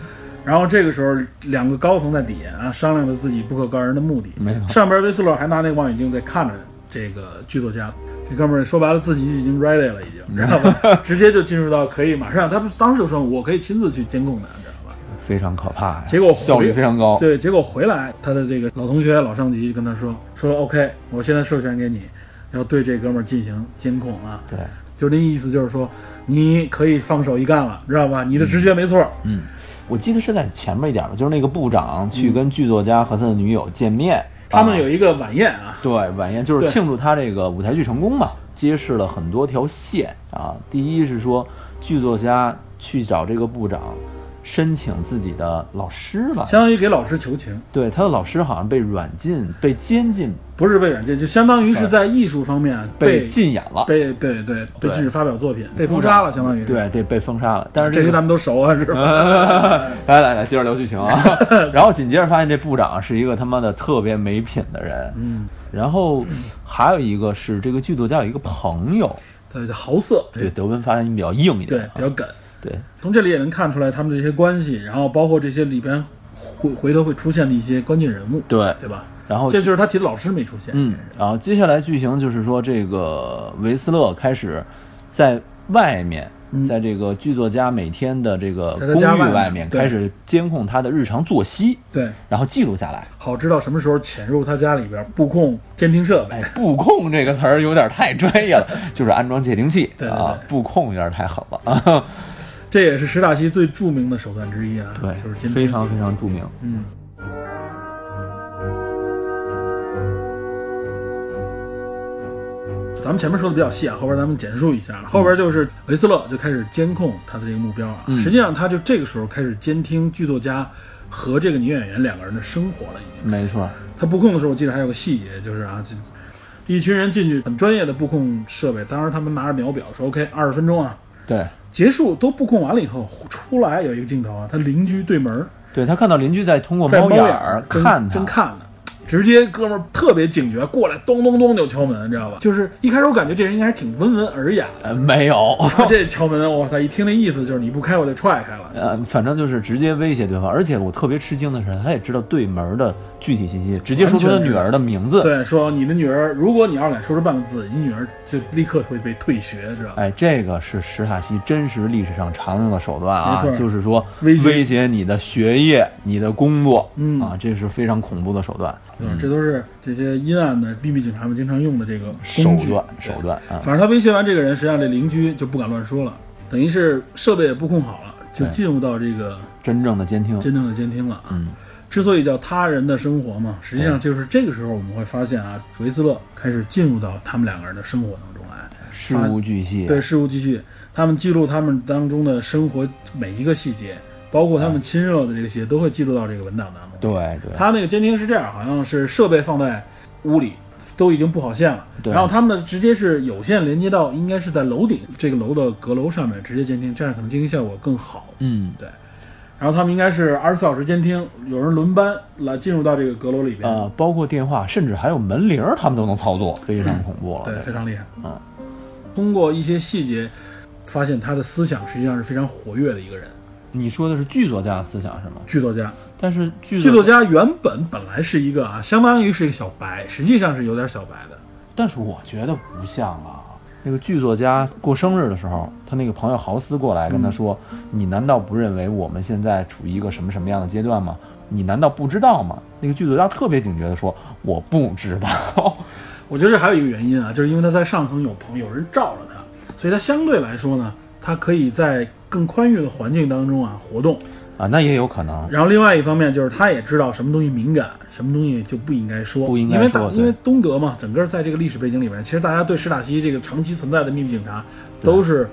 B: 然后这个时候，两个高层在底下啊商量着自己不可告人的目的。
A: 没错
B: 上边威斯勒还拿那望远镜在看着这个剧作家。这哥们儿说白了，自己已经 ready 了，已经知道
A: <laughs>
B: 吧？直接就进入到可以马上，他不是当时就说我可以亲自去监控他，知道吧？
A: 非常可怕呀，
B: 结果回
A: 哎效率非常高，
B: 对，结果回来他的这个老同学老上级就跟他说说 OK，我现在授权给你，要对这哥们儿进行监控啊，
A: 对，
B: 就是那意思就是说你可以放手一干了，知道吧？你的直觉没错，
A: 嗯，我记得是在前面一点吧，就是那个部长去跟剧作家和他的女友见面，
B: 嗯他们
A: 啊
B: 有一个晚宴啊，
A: 对，晚宴就是
B: 对
A: 庆祝他这个舞台剧成功嘛，揭示了很多条线啊。第一是说，剧作家去找这个部长申请自己的老师吧，
B: 相当于给老师求情，
A: 对，他的老师好像被软禁、被监禁、
B: 不是被软禁，就相当于是在艺术方面啊
A: 被
B: 被
A: 禁演了，
B: 被被对被
A: 对
B: 禁止发表作品，被封杀了，相当于是。
A: 对，这被封杀了。但是
B: 这
A: 这
B: 些
A: 个
B: 咱们都熟啊，是吧？
A: 来来来，接着聊剧情
B: <laughs>
A: 啊。然后紧接着发现这部长是一个他妈的特别没品的人。
B: 嗯，
A: 然后还有一个是这个剧作家有一个朋友，
B: 嗯对，就豪色，
A: 对德文发音比较硬一
B: 对
A: 点，
B: 比较梗。
A: 对对
B: 从这里也能看出来他们这些关系，然后包括这些里边回回头会出现的一些关键人物，
A: 对。
B: 对吧？
A: 然后
B: 这就是他提的老师没出现，
A: 嗯，然后接下来剧情就是说，这个维斯勒开始在外面，
B: 嗯
A: 在这个剧作家每天的这个
B: 在
A: 公
B: 他家
A: 寓
B: 外面
A: 外面
B: 对
A: 开始监控他的日常作息，
B: 对，
A: 然后记录下来。
B: 好知道什么时候潜入他家里边布控监听设备
A: 哎。，布控这个词儿有点太专业了，
B: <laughs>
A: 就是安装窃听器
B: 对对
A: 啊，
B: 对
A: 布控有点太狠了啊，
B: 这也是石大西最著名的手段之一啊，
A: <laughs> 对，
B: 就是监听，
A: 非常非常著名。
B: 嗯。咱们前面说的比较细啊，后边咱们简述一下。啊后边就是维斯勒就开始监控他的这个目标啊，
A: 嗯
B: 实际上他就这个时候开始监听剧作家和这个女演员两个人的生活了，已经。
A: 没错，
B: 他布控的时候，我记得还有个细节，就是啊，这这一群人进去很专业的布控设备，当时他们拿着秒表说 OK 二十分钟啊，
A: 对，
B: 结束都布控完了以后，出来有一个镜头啊，他邻居对门儿
A: 对他看到邻居在通过
B: 在
A: 猫
B: 猫眼
A: 儿
B: 正
A: 看他
B: 正，看呢，直接哥们儿特别警觉，过来咚咚咚就敲门，你知道吧？就是一开始我感觉这人应该是挺温文尔雅的，
A: 呃，没有， <laughs>
B: 他这敲门，哇塞，一听那意思就是你不开我就踹开了。
A: 呃，反正就是直接威胁对方，而且我特别吃惊的是，他也知道对门的具体信息，直接说出他女儿的名字。
B: 对，说你的女儿，如果你要是敢说出半个字，你女儿就立刻会被退学，知道吧？
A: 哎，这个是史塔西真实历史上常用的手段啊
B: 没，错
A: 就是说
B: 威胁
A: 威胁你的学业、你的工作，
B: 嗯
A: 啊，这是非常恐怖的手段，
B: 对吧，这都是这些阴暗的秘密警察们经常用的这个
A: 手
B: 工具
A: 段
B: 对
A: 手段啊，
B: 反正他威胁完这个人，实际上这邻居就不敢乱说了，等于是设备也布控好了，就
A: 对
B: 进入到这个
A: 真正的监听。
B: 真正的监听了啊。
A: 嗯
B: 之所以叫他人的生活嘛，实际上就是这个时候我们会发现啊，维斯勒开始进入到他们两个人的生活当中来，
A: 事无巨细，
B: 对事无巨细，他们记录他们当中的生活每一个细节，包括他们亲热的这个细节，都会记录到这个文档当中。
A: 对对
B: 他那个监听是这样，好像是设备放在屋里，都已经布好线了，
A: 对
B: 然后他们呢直接是有线连接到，应该是在楼顶这个楼的阁楼上面直接监听，这样可能监听效果更好。
A: 嗯，
B: 然后他们应该是二十四小时监听，有人轮班来进入到这个阁楼里边，
A: 呃，包括电话，甚至还有门铃儿，他们都能操作，非常恐怖了。
B: 嗯对，非常厉害。
A: 嗯，
B: 通过一些细节，发现他的思想实际上是非常活跃的一个人，
A: 你说的是剧作家的思想是吗？
B: 剧作家。
A: 但是剧
B: 剧作家原本本来是一个啊，相当于是一个小白，实际上是有点小白的。
A: 但是我觉得不像啊。那个剧作家过生日的时候，他那个朋友豪斯过来跟
B: 嗯
A: 他说：“你难道不认为我们现在处于一个什么什么样的阶段吗？你难道不知道吗？”那个剧作家特别警觉地说：“我不知道。 <laughs>
B: 我觉得这还有一个原因啊，就是因为他在上层有朋友有人罩着他，所以他相对来说呢，他可以在更宽裕的环境当中啊活动。”
A: 啊，那也有可能。
B: 然后另外一方面就是他也知道什么东西敏感，什么东西就不应该说，
A: 不应该
B: 因为
A: 说
B: 大
A: 对
B: 因为东德嘛，整个在这个历史背景里面，其实大家对史塔西这个长期存在的秘密警察都是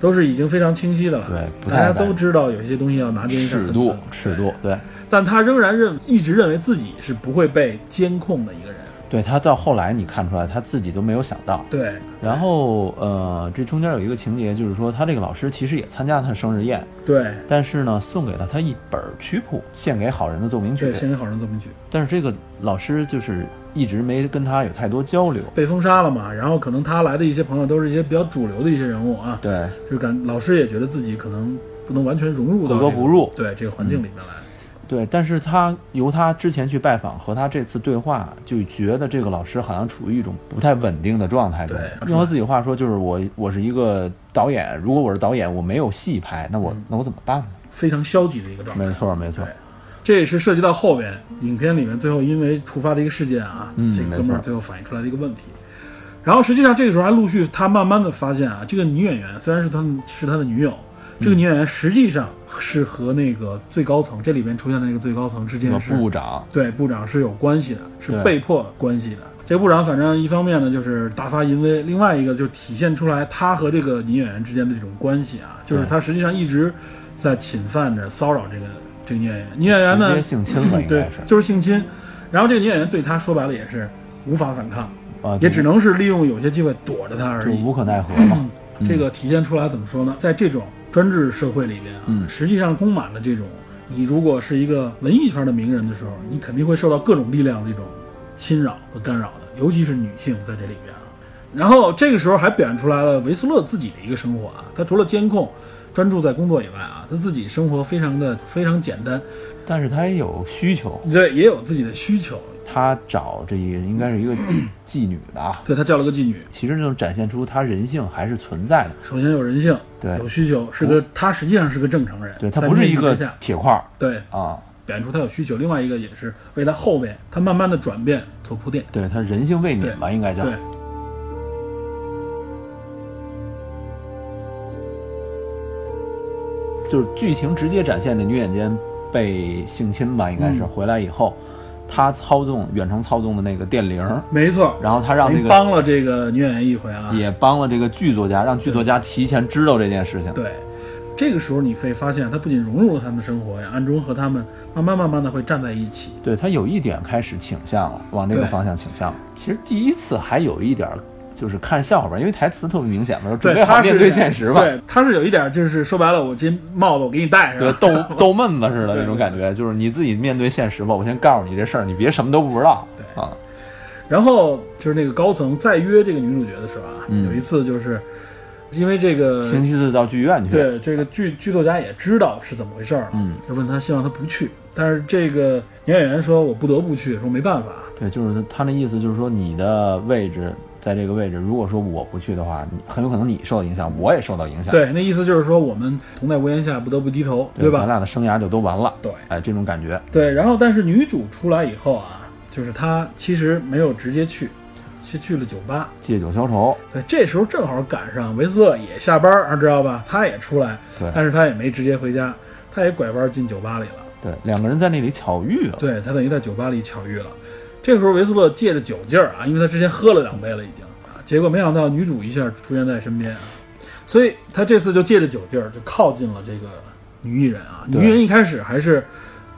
B: 都是已经非常清晰的了，
A: 对不
B: 大
A: 太
B: 家
A: 敢
B: 都知道有些东西要拿捏一下
A: 尺
B: 分
A: 度
B: 寸，
A: 尺度，对，
B: 但他仍然认一直认为自己是不会被监控的一个人。
A: 对他到后来你看出来他自己都没有想到。
B: 对，
A: 然后呃，这中间有一个情节，就是说他这个老师其实也参加他的生日宴，
B: 对，
A: 但是呢，送给了他一本曲谱，献给好人的奏鸣曲
B: 对，。先给好人这么去，
A: 但是这个老师就是一直没跟他有太多交流。
B: 被封杀了嘛，然后可能他来的一些朋友都是一些比较主流的一些人物啊，
A: 对，
B: 就是感老师也觉得自己可能不能完全融入到、这
A: 格
B: 个、
A: 格不入嗯
B: 对这个环境里面来。
A: 对，但是他由他之前去拜访和他这次对话，就觉得这个老师好像处于一种不太稳定的状态中
B: 对。
A: 用他自己话说，就是我我是一个导演，如果我是导演，我没有戏拍，那我
B: 嗯
A: 那我怎么办呢？
B: 非常消极的一个状态。
A: 没错，没错
B: 对，这也是涉及到后边影片里面最后因为触发的一个事件啊，
A: 嗯
B: 这个哥们
A: 没
B: 儿
A: 错
B: 最后反映出来的一个问题。然后实际上这个时候还陆续他慢慢的发现啊，这个女演员虽然是他们是他的女友，
A: 嗯
B: 这个女演员实际上是和那个最高层这里边出现的那个最高层之
A: 那
B: 间
A: 个
B: 是
A: 部长，
B: 对部长是有关系的，是
A: 对
B: 被迫关系的。这个部长反正一方面呢就是大发淫威，另外一个就体现出来他和这个女演员之间的这种关系啊，就是他实际上一直在侵犯着、骚扰这个这个女演员。女演员
A: 直
B: 呢
A: 接，
B: <laughs>
A: 性侵了，应
B: 对
A: 该是，
B: 就是性侵，然后这个女演员对他说白了也是无法反抗，
A: 啊，
B: 也只能是利用有些机会躲着他
A: 就
B: 而已。
A: 无可奈何嘛。
B: 这个体现出来怎么说呢？在这种专制社会里边啊，
A: 嗯
B: 实际上充满了这种，你如果是一个文艺圈的名人的时候，你肯定会受到各种力量的这种侵扰和干扰的，尤其是女性在这里边啊。然后这个时候还表现出来了维斯勒自己的一个生活啊，他除了监控、专注在工作以外啊，他自己生活非常的非常简单，
A: 但是他也有需求，
B: 对，也有自己的需求，
A: 他找这一个应该是一个 <coughs> 妓女吧，
B: 对他叫了个妓女。
A: 其实能展现出他人性还是存在的。
B: 首先有人性，
A: 对
B: 有需求，是个他实际上是个正常人，
A: 对他
B: 在
A: 不是
B: 命
A: 一
B: 运
A: 个
B: 之下
A: 铁块儿
B: 对
A: 啊，
B: 表现出他有需求，另外一个也是为他后面他慢慢的转变做铺垫。
A: 对他人性未泯吧，应该叫
B: 对。
A: 就是剧情直接展现的女演员被性侵吧，应该是
B: 嗯
A: 回来以后，他操纵远程操纵的那个电铃儿，
B: 没错，
A: 然后他让这
B: 您嗯
A: 个
B: 哎帮了这个女演员一回啊。
A: 也帮了这个剧作家，让剧作家提前知道这件事情。
B: 对，这个时候你会发现，他不仅融入了他们的生活，也暗中和他们慢慢慢慢的会站在一起。
A: 对他有一点开始倾向了，往这个
B: 对
A: 方向倾向了。其实第一次还有一点儿就是看笑话吧，因为台词特别明显嘛，说准备好
B: 他是
A: 面对现实吧。
B: 对，他是有一点就是说白了，我这帽子我给你戴
A: 对
B: 上，，
A: 逗逗闷子似的
B: 对
A: 那种感觉，就是你自己面对现实吧。我先告诉你这事儿，你别什么都不知道。
B: 对
A: 啊，
B: 然后就是那个高层再约这个女主角的时候啊，
A: 嗯
B: 有一次就是因为这个
A: 星期四到剧院去。，
B: 对，这个剧剧作家也知道是怎么回事儿了，
A: 嗯，
B: 就问他，希望他不去。但是这个女演员说：“我不得不去，说没办法。
A: 对，就是他那意思，就是说你的位置在这个位置，如果说我不去的话，你很有可能你受到影响，我也受到影”响，
B: 对，那意思就是说我们同在屋檐下，不得不低头，对
A: 咱
B: 吧？
A: 俩的生涯就都完了。
B: 对
A: 哎，这种感觉，
B: 对。然后，但是女主出来以后啊，就是她其实没有直接去，是去了酒吧。
A: 借酒消愁。
B: 对，这时候正好赶上维斯勒也下班儿，知道吧？他也出来，
A: 对
B: 但是他也没直接回家，他也拐弯进酒吧里了。
A: 对，两个人在那里巧遇了。
B: 对他等于在酒吧里巧遇了。这个时候，维斯勒借着酒劲儿啊，因为他之前喝了两杯了已经啊，结果没想到女主一下出现在身边啊，所以他这次就借着酒劲儿就靠近了这个女艺人啊。
A: 对
B: 女艺人一开始还是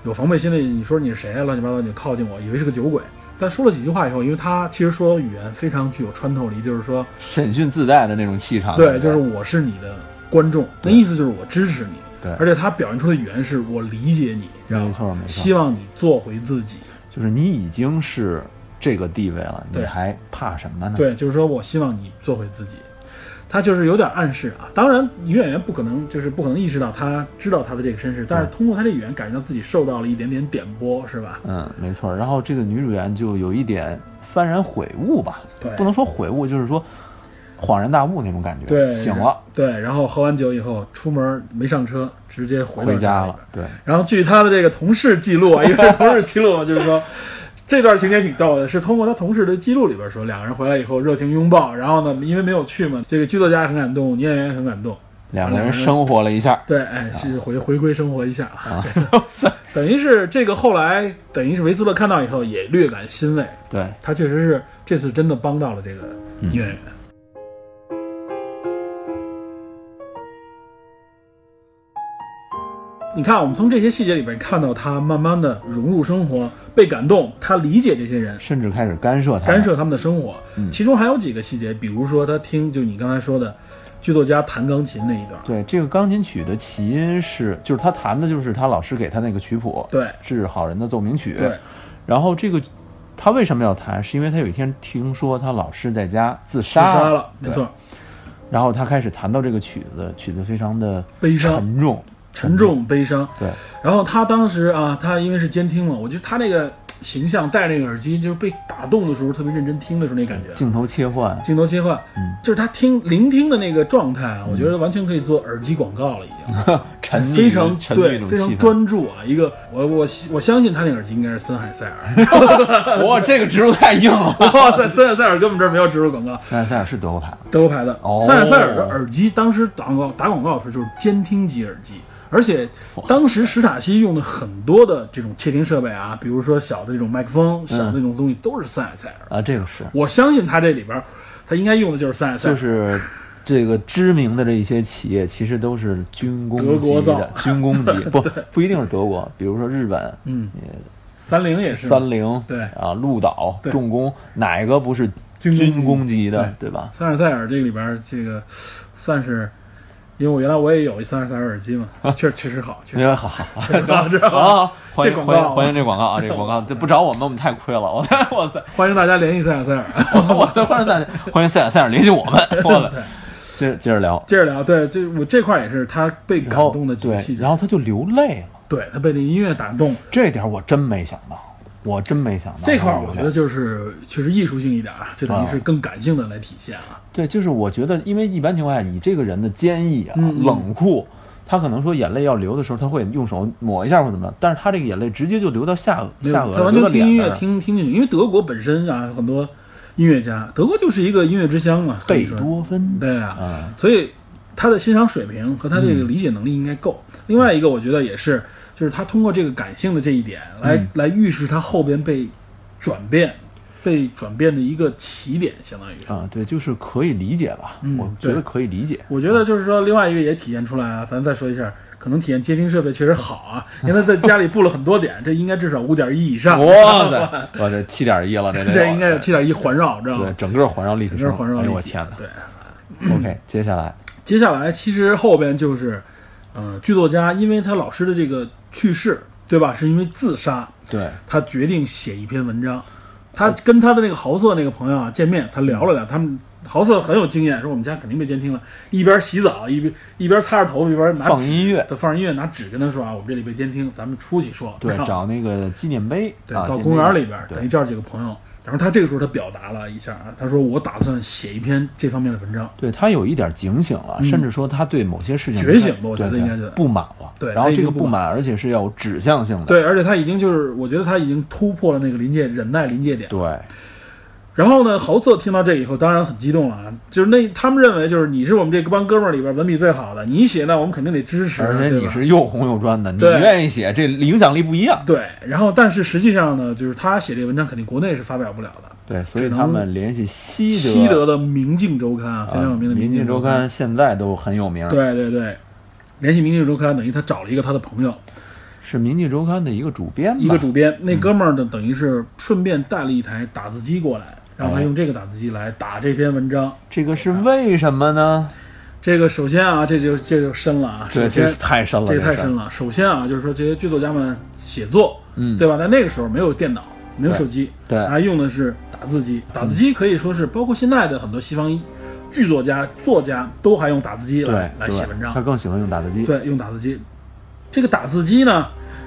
B: 有防备心理，你说你是谁啊，乱七八糟，你就靠近我，以为是个酒鬼。但说了几句话以后，因为他其实说语言非常具有穿透力，就是说，
A: 审讯自带的那种气场。
B: 对，就是我是你的观众，那意思就是我支持你，
A: 对
B: 而且他表现出的语言是我理解你，知道
A: 没
B: 吗？
A: 错没错，
B: 希望你做回自己。
A: 就是你已经是这个地位了，你
B: 对
A: 还怕什么呢？，
B: 对，就是说我希望你做回自己。他就是有点暗示啊，当然女演员不可能就是不可能意识到他知道他的这个身世，但是通过他这语言感觉到自己受到了一点点点拨，是吧？
A: 嗯，没错。然后这个女主演就有一点幡然悔悟吧，
B: 对
A: 不能说悔悟，就是说恍然大悟那种感觉，
B: 对，
A: 醒了，，
B: 对，然后喝完酒以后出门没上车，直接回到
A: 回家
B: 里边
A: 了。。对，
B: 然后据他的这个同事记录啊，因为同事记录 <laughs> 嘛，就是说这段情节挺逗的，是通过他同事的记录里边说，两个人回来以后热情拥抱，然后呢，因为没有去嘛，这个剧作家也很感动，女演员也很感动。
A: 两
B: 嗯
A: 个人生活了
B: <laughs>
A: 一下，
B: 对，哎，是回回归生活一下啊！等于是这个后来，等于是维斯勒看到以后也略感欣慰，
A: 对，
B: 他确实是这次真的帮到了这个女演员。
A: 嗯
B: 你看，我们从这些细节里边看到他慢慢的融入生活，被感动，他理解这些人，
A: 甚至开始干涉他，
B: 干，涉他们的生活。
A: 嗯
B: 其中还有几个细节，比如说他听就你刚才说的剧作家弹钢琴那一段，
A: 对，这个钢琴曲的起因是，就是他弹的就是他老师给他那个曲谱，
B: 对
A: 是好人的奏鸣曲。
B: 对，
A: 然后这个他为什么要弹？是因为他有一天听说他老师在家自
B: 自
A: 杀了，
B: 杀了，没错。
A: 然后他开始弹到这个曲子，曲子非常的
B: 悲伤、
A: 沉重，
B: 沉重、悲伤。
A: 对，
B: 然后他当时啊，他因为是监听嘛，我觉得他那个形象戴那个耳机，就是被打动的时候，特别认真听的时候那感觉。
A: 镜头切换，
B: 镜头切换，
A: 嗯
B: 就是他听聆听的那个状态啊，我觉得完全可以做耳机广告了，已经
A: <laughs> 沉溺于
B: 非常
A: 沉溺于
B: 对
A: 一，种
B: 非常
A: 气氛
B: 专注啊。一个我我我相信他那耳机应该是森海塞尔，
A: <laughs> 哇，这个植入太硬了。
B: 哇塞，森海塞尔跟我们这儿没有植入广告，
A: <laughs> 塞尔塞尔是德国牌子，
B: 德国牌的。
A: 哦
B: 塞尔塞尔的耳机当时打广告打广告的时候就是监听级耳机，而且当时史塔西用的很多的这种窃听设备啊，比如说小的这种麦克风、小
A: 嗯
B: 的那种东西都是塞尔塞尔。
A: 啊，这个是，
B: 我相信他这里边儿，他应该用的就是塞尔塞尔。
A: 就是这个知名的这一些企业，其实都是军工
B: 德国
A: 级
B: 造
A: 的，军工级不不一定是德国，比如说日本，
B: 嗯，三菱也是嘛
A: 三菱，
B: 对
A: 啊，鹿岛
B: 对
A: 重工，哪个不是
B: 军工
A: 军工级的，对吧？
B: 塞尔塞尔这个里边儿这个算是。因为我原来我也有一塞尔塞尔耳
A: <laughs>
B: 机嘛，确确实好，确
A: 明
B: 实
A: 白，好好好，
B: 确实好，知道
A: 好
B: 吧？
A: 好欢
B: 这
A: 迎
B: 广
A: 欢迎
B: 告
A: 欢迎这广告啊！这个广告这不找我们，我们太亏了。我 <laughs> 哇塞，
B: 欢迎大家联系塞尔塞尔。 <laughs>
A: 我在欢迎大家， <laughs> 欢迎塞尔塞尔联系我们。我了，接着接着聊，
B: 接着聊，对，这我这块儿也是他被感
A: 然后
B: 动的几个
A: 对
B: 细，节，
A: 然后他就流泪了，
B: 对他被那音乐打动，
A: 这点我真没想到，我真没想到
B: 这块儿我
A: 他流
B: 觉
A: 泪
B: 得就是确实艺术性一点啊，就等于是更感性的来体现啊。
A: 对，就是我觉得，因为一般情况下，以这个人的坚毅啊、
B: 嗯嗯
A: 冷酷，他可能说眼泪要流的时候，他会用手抹一下或怎么样，但是他这个眼泪直接就流到下颚，
B: 没
A: 下
B: 有，他
A: 颚
B: 完
A: 流
B: 全
A: 到
B: 听
A: 脸
B: 音
A: 那
B: 乐
A: 儿，
B: 听听进去，因为德国本身啊很多音乐家，德国就是一个音乐之乡嘛，可以
A: 贝
B: 说
A: 多芬
B: 对啊，
A: 啊，
B: 所以他的欣赏水平和他这
A: 嗯
B: 个理解能力应该够。另外一个，我觉得也是，就是他通过这个感性的这一点来、
A: 嗯
B: 来预示他后边被转变、被转变的一个起点，相当于是。
A: 啊，对，就是可以理解吧，
B: 嗯
A: 我觉得
B: 对
A: 可以理解。
B: 我觉得就是说，另外一个也体现出来啊，咱再说一下，可能体现监听设备确实好啊，因为
A: <laughs>
B: 他在家里布了很多点，这应该至少五点一以上，<laughs>
A: 哇塞，哇这七点一了，这
B: 这应该有七点一环绕，知道
A: 哎对
B: 吗？
A: 整个环绕立体
B: 嗯整
A: 声，
B: 个环绕
A: 哎
B: 立
A: 呦
B: 体。
A: 我天哪
B: 对，
A: ！OK，接下来
B: 接下来其实后边就是，呃，剧作家因为他老师的这个去世，对吧？是因为自杀，
A: 对
B: 他决定写一篇文章。他跟他的那个豪瑟那个朋友啊见面，他聊了聊，他们豪瑟很有经验，说我们家肯定被监听了，一边洗澡一边一边擦着头发一边拿
A: 放
B: 纸
A: 音乐，
B: 他放着音乐，拿纸跟他说啊，我们这里被监听，咱们出去说。
A: 对
B: 然后
A: 找那个纪念碑
B: 对，
A: 啊，
B: 到
A: 纪
B: 公
A: 念
B: 园
A: 碑
B: 里边儿，等于
A: 对
B: 叫几个朋友。然后他这个时候他表达了一下啊，他说我打算写一篇这方面的文章。
A: 对他有一点警醒了，
B: 嗯
A: 甚至说他对某些事情
B: 觉醒吧
A: 对
B: 我觉得
A: 对
B: 应该是
A: 不满了。
B: 对
A: 然
B: 他
A: 后
B: 已
A: 这
B: 经
A: 个
B: 不
A: 满，而且是要有指向性的。
B: 对，而且他已经就是，我觉得他已经突破了那个临界忍耐临界点。
A: 对
B: 然后呢，豪瑟听到这以后，当然很激动了啊，就是那他们认为就是你是我们这帮哥们儿里边文笔最好的，你写呢我们肯定得支持，啊
A: 而且
B: 对
A: 你
B: 吧？
A: 是又红又专的，你
B: 对
A: 愿意写，这影响力不一样。
B: 对，然后但是实际上呢，就是他写这个文章肯定国内是发表不了的。
A: 对，所以
B: 只能
A: 他们联系西德，
B: 西德的《明镜周刊》啊，
A: 啊
B: 非常有名的《
A: 明
B: 镜
A: 镜周
B: 刊》
A: 刊》，现在都很有名。，
B: 对对对，联系《明镜周刊》，等于他找了一个他的朋友，
A: 是《明镜周刊》的一个主编吧，
B: 一个主编，
A: 嗯
B: 那哥们儿呢，等于是顺便带了一台打字机过来，然后他用这个打字机来打这篇文章。
A: 这个是为什么呢？
B: 这个首先啊，这就这就深了啊。首
A: 对，
B: 先
A: 这是太深了，
B: 这个太
A: 事儿
B: 深了。首先啊，就是说这些剧作家们写作，
A: 嗯
B: 对吧？在那个时候没有电脑，没有
A: 对
B: 手机，
A: 对
B: 还用的是打字机。打字机可以说是包括现在的很多西方剧作家、作家都还用打字机
A: 对
B: 来来
A: 对
B: 写文章
A: 他。更喜欢用打字机。
B: 对，用打字机。这个打字机呢，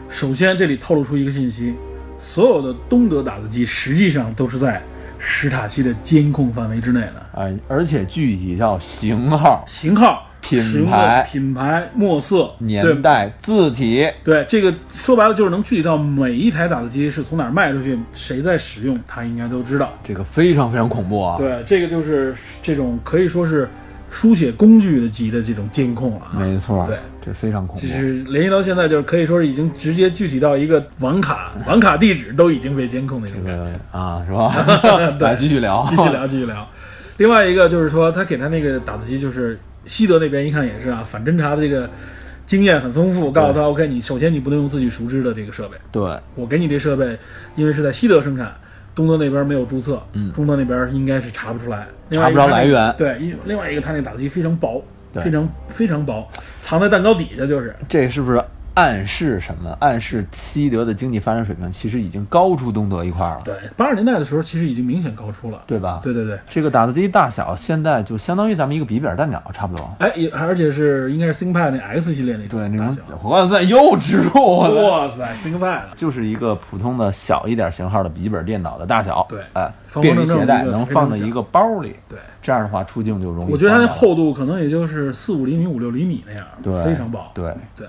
B: 首先这里透露出一个信息：所有的东德打字机实际上都是在史塔西的监控范围之内的，
A: 哎，而且具体叫型号、
B: 型号、
A: 品
B: 使用的
A: 牌
B: 品牌、墨色、
A: 年代、字体，
B: 对。对，这个说白了就是能具体到每一台打字机是从哪儿卖出去，谁在使用，他应该都知道。
A: 这个非常非常恐怖啊！
B: 对，这个就是这种可以说是书写工具的级的这种监控了啊。
A: 没错，
B: 对，
A: 这非常恐怖
B: 就。是联系到现在，就是可以说是已经直接具体到一个网卡、网卡地址都已经被监控那
A: 这
B: 种感
A: 个啊，
B: <laughs>
A: 是吧？
B: 对
A: 来继续聊，
B: 觉。继续聊，继续聊。另外一个就是说，他给他那个打字机，就是西德那边一看也是啊，反侦查的这个经验很丰富，告诉他，OK，你首先你不能用自己熟知的这个设备，
A: 对，
B: 我给你这设备，因为是在西德生产，东德那边没有注册，
A: 嗯
B: 中德那边应该是查不出来，另
A: 查
B: 外一
A: 不
B: 个
A: 着
B: 他那
A: 来源
B: 对，因另外一个他那打字机非常薄，
A: 对
B: 非常非常薄，藏在蛋糕底下就是。
A: 这是不是暗示什么？暗示西德的经济发展水平其实已经高出东德一块儿了，
B: 对，八十年代的时候其实已经明显高出了。
A: 对啊吧？
B: 对对对，
A: 这个打字机大小现在就相当于咱们一个笔记本电脑差不多。
B: 哎，也而且是应该是 ThinkPad 那 X 系列那
A: 对，
B: 种
A: 那
B: 大
A: 种
B: 小。
A: 哇塞，又植入我了，
B: 哇塞，ThinkPad
A: 就是一个普通的小一点型号的笔记本电脑的大小，
B: 对
A: 哎，
B: 方方
A: 便于
B: 正正
A: 携带，
B: 一个
A: 能
B: 非
A: 放
B: 常
A: 在
B: 小
A: 一个包里，
B: 对，
A: 这样的话出镜就容易放大。
B: 我觉得它那厚度可能也就是四五厘米、五六厘米那样，
A: 对
B: 非常薄。
A: 对，
B: 对，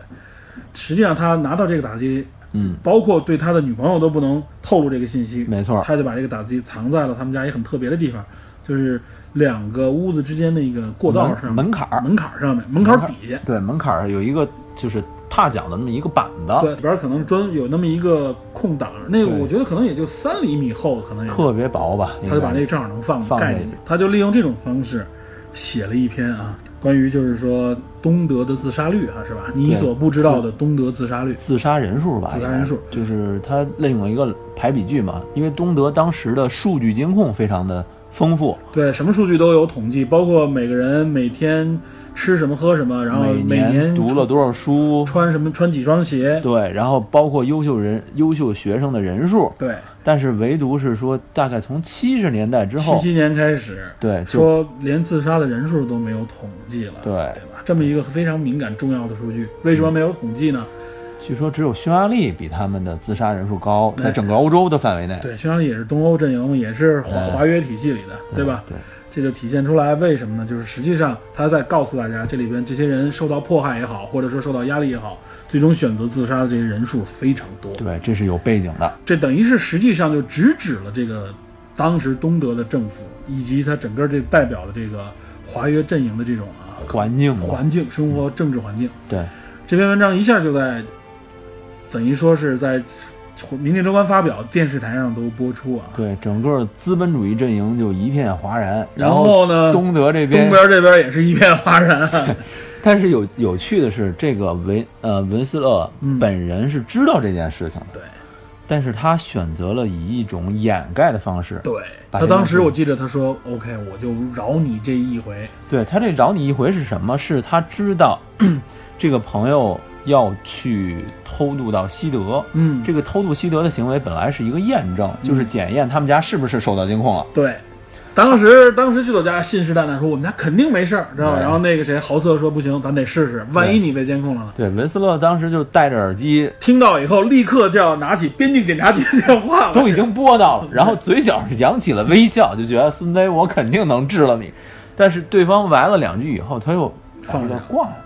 B: 实际上他拿到这个打击，
A: 嗯，
B: 包括对他的女朋友都不能透露这个信息，
A: 没错
B: 他就把这个打击藏在了他们家一个很特别的地方，就是两个屋子之间那个过道上
A: 门门槛儿
B: 门槛儿上面，门槛
A: 门
B: 儿
A: 槛
B: 底下。
A: 对，门槛儿有一个就是踏脚的那么一个板子，
B: 对，里边儿可能专有那么一个空档，那个
A: 对
B: 我觉得可能也就三厘米厚，可能也
A: 特别薄吧，
B: 他就把那
A: 应该
B: 个正好能放
A: 放
B: 盖
A: 那
B: 进去
A: 边，
B: 他就利用这种方式写了一篇啊，关于就是说东德的自杀率啊，是吧？你
A: 对
B: 所不知道的东德自杀率，
A: 自杀人数吧，
B: 自杀人数
A: 应该就是他利用了一个排比句嘛，因为东德当时的数据监控非常的丰富，
B: 对，什么数据都有统计，包括每个人每天吃什么喝什么，然后每
A: 年读了
B: 穿
A: 多少书，
B: 穿什么穿几双鞋，
A: 对，然后包括优秀人、优秀学生的人数，
B: 对，
A: 但是唯独是说，大概从七十年代之
B: 七
A: 后，
B: 七年开始。
A: 对，就
B: 说连自杀的人数都没有统计了，
A: 对嗯
B: 对吧？这么一个非常敏感重要的数据，为什么没有统计呢？
A: 据说只有匈牙利比他们的自杀人数高，
B: 哎
A: 在整个欧洲的范围内，
B: 对，匈牙利也是东欧阵营，也是华
A: 哎
B: 华约体系里的，对吧？
A: 对，
B: 这就体现出来为什么呢？就是实际上他在告诉大家，这里边这些人受到迫害也好，或者说受到压力也好，最终选择自杀的这些人数非常多。
A: 对，这是有背景的，
B: 这等于是实际上就直指了这个当时东德的政府以及他整个这代表的这个华约阵营的这种啊
A: 环境嘛，
B: 环境、生活、政治环境。
A: 对，
B: 这篇文章一下就在等于说是在《明镜周刊》发表，电视台上都播出啊。
A: 对，整个资本主义阵营就一片哗然，
B: 然
A: 后
B: 后呢，东
A: 东德这边，
B: 边这边也是一片哗然。啊
A: 但是有有趣的是，这个维呃文斯勒
B: 嗯
A: 本人是知道这件事情的，
B: <laughs> 对。
A: 但是他选择了以一种掩盖的方式，
B: 对
A: 把
B: 他
A: 这件
B: 当时
A: 事
B: 我记得他说 OK，我就饶你这一回。
A: 对他这饶你一回是什么？是他知道这个朋友要去偷渡到西德，
B: 嗯
A: 这个偷渡西德的行为本来是一个验证，就是检验他们家是不是受到监控了。
B: 对，当时当时剧作家信誓旦旦说我们家肯定没事儿，知道吧？
A: 对
B: 然后那个谁豪瑟说不行，咱得试试，万一你被监控了呢？
A: 对，文斯勒当时就戴着
B: <laughs>
A: 耳机，
B: 听到以后立刻就要拿起边境检察局的电话了，
A: 都已经拨到了，然后嘴角扬起了微笑，就觉得孙贼我肯定能治了你。但是对方来了两句以后，他又把这
B: 放
A: 个
B: 下
A: 挂了。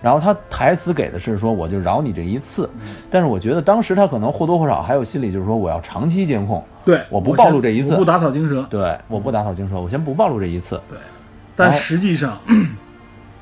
A: 然后他台词给的是说我就饶你这一次，
B: 嗯
A: 但是我觉得当时他可能或多或少还有心理，就是说我要长期监控，
B: 对，
A: 我
B: 我
A: 不
B: 先
A: 暴露这一次
B: 我不打草惊蛇。
A: 对，我不打草
B: 嗯
A: 惊蛇，我先不暴露这一次。
B: 对，但
A: 然后
B: 实际上、 <clears throat>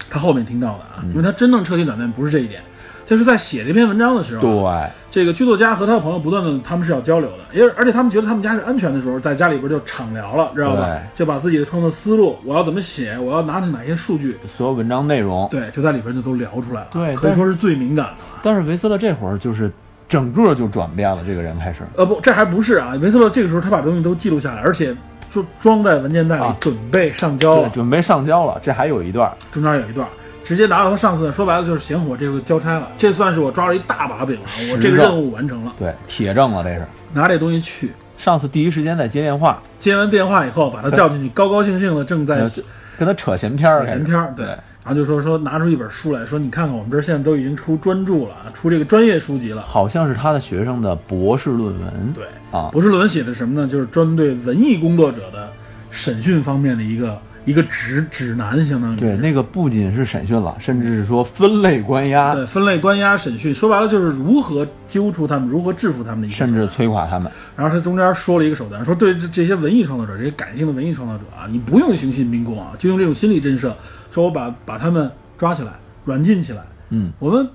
B: 他后面听到的啊，
A: 嗯
B: 因为他真正彻底转变不是这一点，就是在写这篇文章的时候啊、
A: 对，
B: 这个剧作家和他的朋友不断的，他们是要交流的，因为而且他们觉得他们家是安全的时候，在家里边就敞聊了，知道吧
A: 对？
B: 就把自己的创作思路，我要怎么写，我要拿着哪些数据，
A: 所有文章内容。
B: 对，就在里边就都聊出来了，
A: 对
B: 可以说是最敏感的了。
A: 但是维斯勒这会儿就是整个就转变了，这个人开始。
B: 呃，不，这还不是啊，维特勒这个时候他把东西都记录下来，而且就装在文件袋里
A: 啊，
B: 准备上交了。
A: 对，准备上交了，这还有一段儿。
B: 中间有一段，直接拿到他上司，说白了就是闲火，这个交差了，这算是我抓了一大把柄了，我这个
A: 实战
B: 任务完成了。
A: 对，铁证了，这是。
B: 拿这东西去，
A: 上次第一时间在接电话，
B: 接完电话以后，把他叫进去，高高兴兴的正在
A: 呃就跟他扯闲篇儿，开
B: 哎闲
A: 始。
B: 篇儿，对。然后就说说拿出一本书来说，你看看我们这儿现在都已经出专著了啊，出这个专业书籍了。
A: 好像是他的学生的博士论文。
B: 对，
A: 啊，
B: 博士论文写的什么呢？就是专对文艺工作者的审讯方面的一个一个指指南，相当于
A: 对，那个不仅是审讯了，甚至是说分类关押，
B: 对呃分类、关押、审讯，说白了就是如何揪出他们，如何制服他们的一个
A: 甚
B: 手
A: 至
B: 段
A: 摧垮他们。
B: 然后他中间说了一个手段，说对这这些文艺创作者，这些感性的文艺创作者啊，你不用刑信逼供啊，就用这种心理震慑，说我把把他们抓起来，软禁起来，
A: 嗯，
B: 我们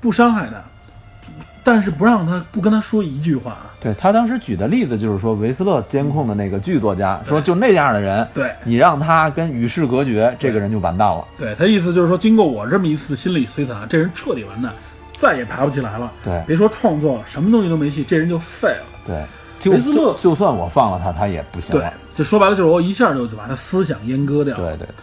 B: 不伤害他，但是不让他不跟他说一句话啊。
A: 对他当时举的例子就是说，维斯勒监控的那个剧作家，说就那样的人，
B: 对
A: 你让他跟与世隔绝，这个人就完蛋了。
B: 对，他意思就是说，经过我这么一次心理摧残，这人彻底完蛋，再也爬不起来了。
A: 对
B: 别说创作了，什么东西都没戏，这人就废了。
A: 对，就
B: 维斯勒
A: 就就算我放了他，他也不行
B: 对
A: 了。，
B: 就说白了就是我一下就把他思想阉割掉了。
A: 对对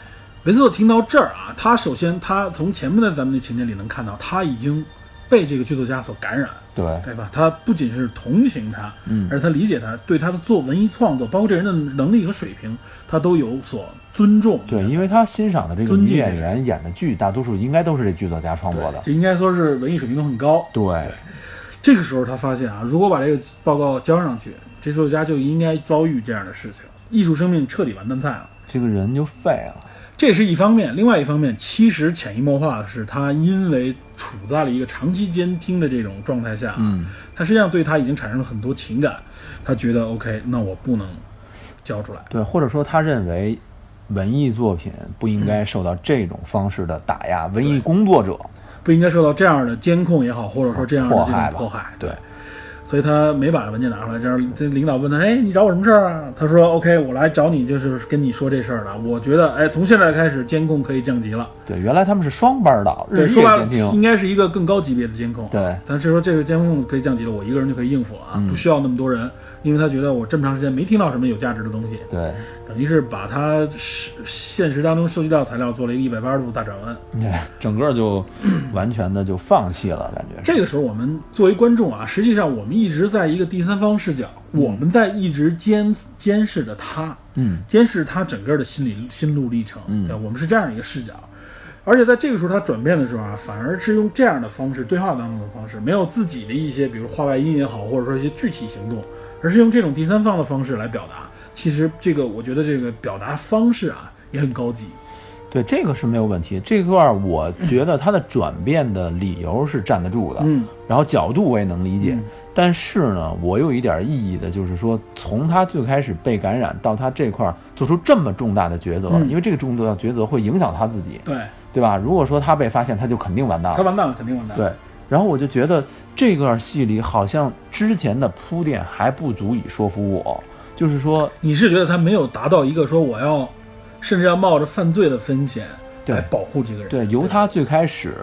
B: 维斯特听到这儿啊，他首先他从前面的咱们的情节里能看到，他已经被这个剧作家所感染，
A: 对，
B: 对吧？他不仅是同情他，
A: 嗯
B: 而他理解他，对他的做文艺创作，包括这人的能力和水平，他都有所尊重。
A: 对，因为他欣赏的这个
B: 尊
A: 女
B: 敬
A: 演员演的剧，大多数应该都是这剧作家创作的。
B: 这应该说是文艺水平都很高。
A: 对，
B: 这个时候他发现啊，如果把这个报告交上去，这作家就应该遭遇这样的事情，艺术生命彻底完蛋菜了。
A: 这个人就废了。
B: 这是一方面，另外一方面，其实潜移默化的是，他因为处在了一个长期监听的这种状态下，
A: 嗯，
B: 他实际上对他已经产生了很多情感，他觉得 OK，那我不能交出来，
A: 对，或者说他认为文艺作品不应该受到这种方式的打压，文艺工作者
B: 不应该受到这样的监控也好，或者说这样的
A: 迫
B: 这
A: 害
B: 种
A: 吧
B: 迫害，
A: 对，
B: 所以他没把文件拿出来。这样，这领导问他，哎，你找我什么事儿啊？他说 OK，我来找你就是跟你说这事儿了。我觉得，哎，从现在开始监控可以降级了。
A: 对，原来他们是双班倒，
B: 对，
A: 日
B: 说白
A: 夜
B: 了
A: 嗯
B: 嗯
A: 监
B: 应
A: 听。
B: 该是一个更高级别的监控。
A: 对，嗯
B: 但是说这个监控可以降级了，我一个人就可以应付了啊，不需要那么多人，因为他觉得我这么长时间没听到什么有价值的东西，
A: 对，
B: 等于是把他是现实当中收集到的材料做了一个一百八十度大转弯。
A: 对，整个就完全的就放弃了，感觉是。
B: 这个时候，我们作为观众啊，实际上我们一直在一个第三方视角，我们在一直监监视着他，
A: 嗯，
B: 监视他整个的心理心路历程。
A: 嗯
B: 对我们是这样一个视角。而且在这个时候，他转变的时候啊，反而是用这样的方式对话当中的方式，没有自己的一些，比如话外音也好，或者说一些具体行动，而是用这种第三方的方式来表达。其实这个，我觉得这个表达方式啊也很高级。
A: 对，这个是没有问题。这块儿我觉得他的转变的理由是站得住的，
B: 嗯，
A: 然后角度我也能理解。
B: 嗯
A: 但是呢，我有一点异议的，就是说，从他最开始被感染到他这块儿做出这么重大的抉择，
B: 嗯
A: 因为这个重大的抉择会影响他自己，
B: 对
A: 对吧？如果说他被发现，他就肯定完蛋
B: 他
A: 了。
B: 完蛋了，肯定完蛋了。
A: 对，然后我就觉得这段戏里好像之前的铺垫还不足以说服我，就是说，
B: 你是觉得他没有达到一个说我要，甚至要冒着犯罪的风险
A: 对
B: 来保护这个人？
A: 对，由他最开始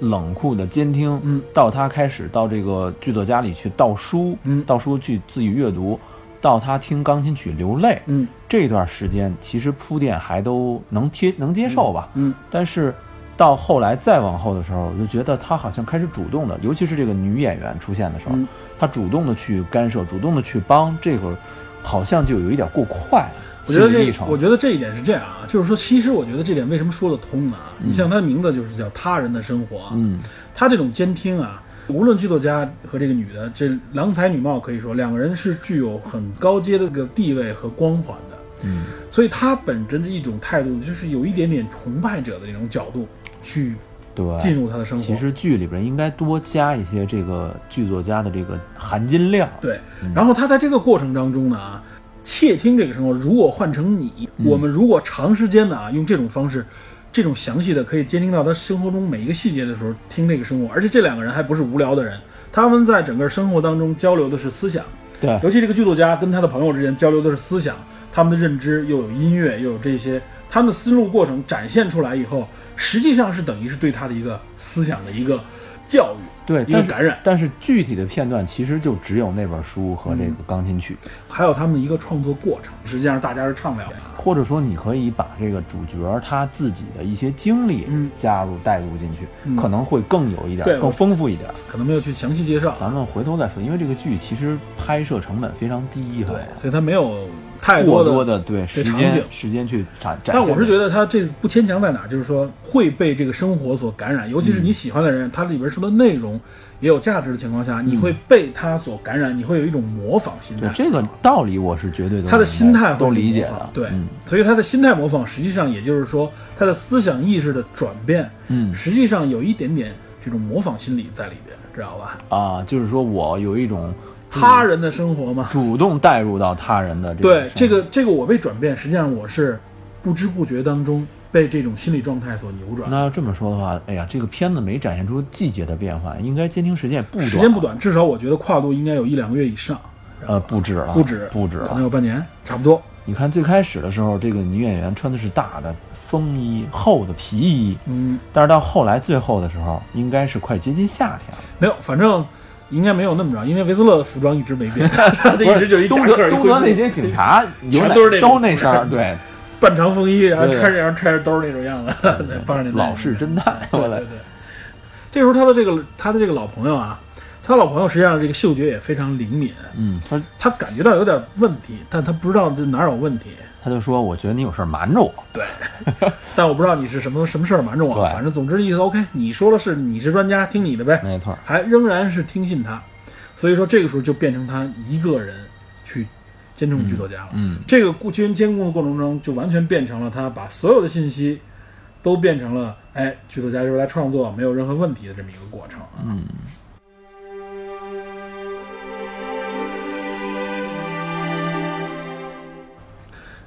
A: 冷酷的监听，
B: 嗯，
A: 到他开始到这个剧作家里去盗书，
B: 嗯
A: 盗书去自己阅读，到他听钢琴曲流泪，
B: 嗯
A: 这段时间其实铺垫还都能贴能接受吧，
B: 嗯，
A: 但是到后来再往后的时候，我就觉得他好像开始主动的，尤其是这个女演员出现的时候，
B: 嗯
A: 他主动的去干涉，主动的去帮，这个好像就有一点过快了。
B: 我觉得
A: 心理历
B: 这，
A: 程
B: 我觉得这一点是这样啊，就是说，其实我觉得这点为什么说得通呢？你像他的名字就是叫《他人的生活》，啊
A: 嗯，
B: 他这种监听啊，无论剧作家和这个女的，这郎才女貌，可以说两个人是具有很高阶的这个地位和光环的。
A: 嗯，
B: 所以他本着的一种态度，就是有一点点崇拜者的这种角度去
A: 对。
B: 进入他的生活。
A: 其实剧里边应该多加一些这个剧作家的这个含金量。
B: 对，然后他在这个过程当中呢啊，窃听这个生活，如果换成你，
A: 嗯
B: 我们如果长时间的啊用这种方式，这种详细的可以监听到他生活中每一个细节的时候，听这个生活，而且这两个人还不是无聊的人，他们在整个生活当中交流的是思想，
A: 对
B: 尤其这个剧作家跟他的朋友之间交流的是思想，他们的认知又有音乐，又有这些，他们的思路过程展现出来以后，实际上是等于是对他的一个思想的一个教育，
A: 对，
B: 一个
A: 但是
B: 感染
A: 但是具体的片段其实就只有那本书和这个
B: 嗯
A: 钢琴曲，
B: 还有他们的一个创作过程。实际上，大家是畅聊的。
A: 或者说你可以把这个主角他自己的一些经历
B: 嗯
A: 加入带入进去，
B: 嗯
A: 可能会更有一点
B: 对，
A: 更丰富一点。
B: 可能没有去详细介绍，
A: 咱们回头再说，因为这个剧其实拍摄成本非常低哈，
B: 对，所以他没有太
A: 过
B: 的。
A: 多的对时
B: 场景
A: 间时间去展展现这个。
B: 但我是觉得他这不牵强在哪，就是说会被这个生活所感染，尤其是你喜欢的人，他里边说的内容也有价值的情况下，你会被他所感染，你会有一种模仿心
A: 嗯对
B: 态。
A: 这个道理我是绝对都
B: 他的
A: 明白
B: 心态会
A: 都理解
B: 模
A: 的
B: 仿，对
A: 嗯，
B: 所以他的心态模仿，实际上也就是说他的思想意识的转变，
A: 嗯
B: 实际上有一点点这种模仿心理在里边，知道吧？
A: 啊，就是说我有一种
B: 他人的生活嘛，
A: 主动带入到他人的这个
B: 对
A: 生
B: 这个这个我被转变，实际上我是不知不觉当中被这种心理状态所扭转。
A: 那要这么说的话，哎呀，这个片子没展现出季节的变换，应该监听时间也不短，
B: 时间不，短，至少我觉得跨度应该有一两个月以上，
A: 呃，不止了，
B: 啊不止，嗯
A: 不止
B: 可能
A: 了。
B: 有半年，差不多。
A: 你看最开始的时候，这个女演员穿的是大的风衣、厚的皮衣，
B: 嗯，
A: 但是到后来最后的时候，应该是快接近夏天了。
B: 没有，反正应该没有那么着，因为维斯勒的服装一直没变， <laughs> 他一直就是一夹
A: 东
B: 克
A: 德
B: 一
A: 东
B: 灰
A: 德
B: 裤
A: 那
B: 子 <laughs>
A: 些警察有
B: 全
A: 哪
B: 都是那种
A: 都那身儿，对，
B: 半长风衣，然后
A: 对
B: 揣着然后揣着兜儿那种样子， <laughs> 对，八十年代
A: 老式侦探，
B: 对
A: 我
B: 对
A: 来
B: 对。这时候他的这个他的这个老朋友啊，他老朋友实际上这个嗅觉也非常灵敏，
A: 嗯，他
B: 他感觉到有点问题，但他不知道这哪儿有问题。
A: 他就说，我觉得你有事儿瞒着我，
B: 但我不知道你是什么什么事儿瞒着我，
A: 对嗯
B: 反正总之意思 OK，你说了是你是专家，听你的呗，
A: 没错儿，
B: 还仍然是听信他，所以说这个时候就变成他一个人去监控剧作家了。
A: 嗯，
B: 这个过监监控的过程中，就完全变成了他把所有的信息都变成了哎，剧作家就是在创作，没有任何问题的这么一个过程。啊
A: 嗯，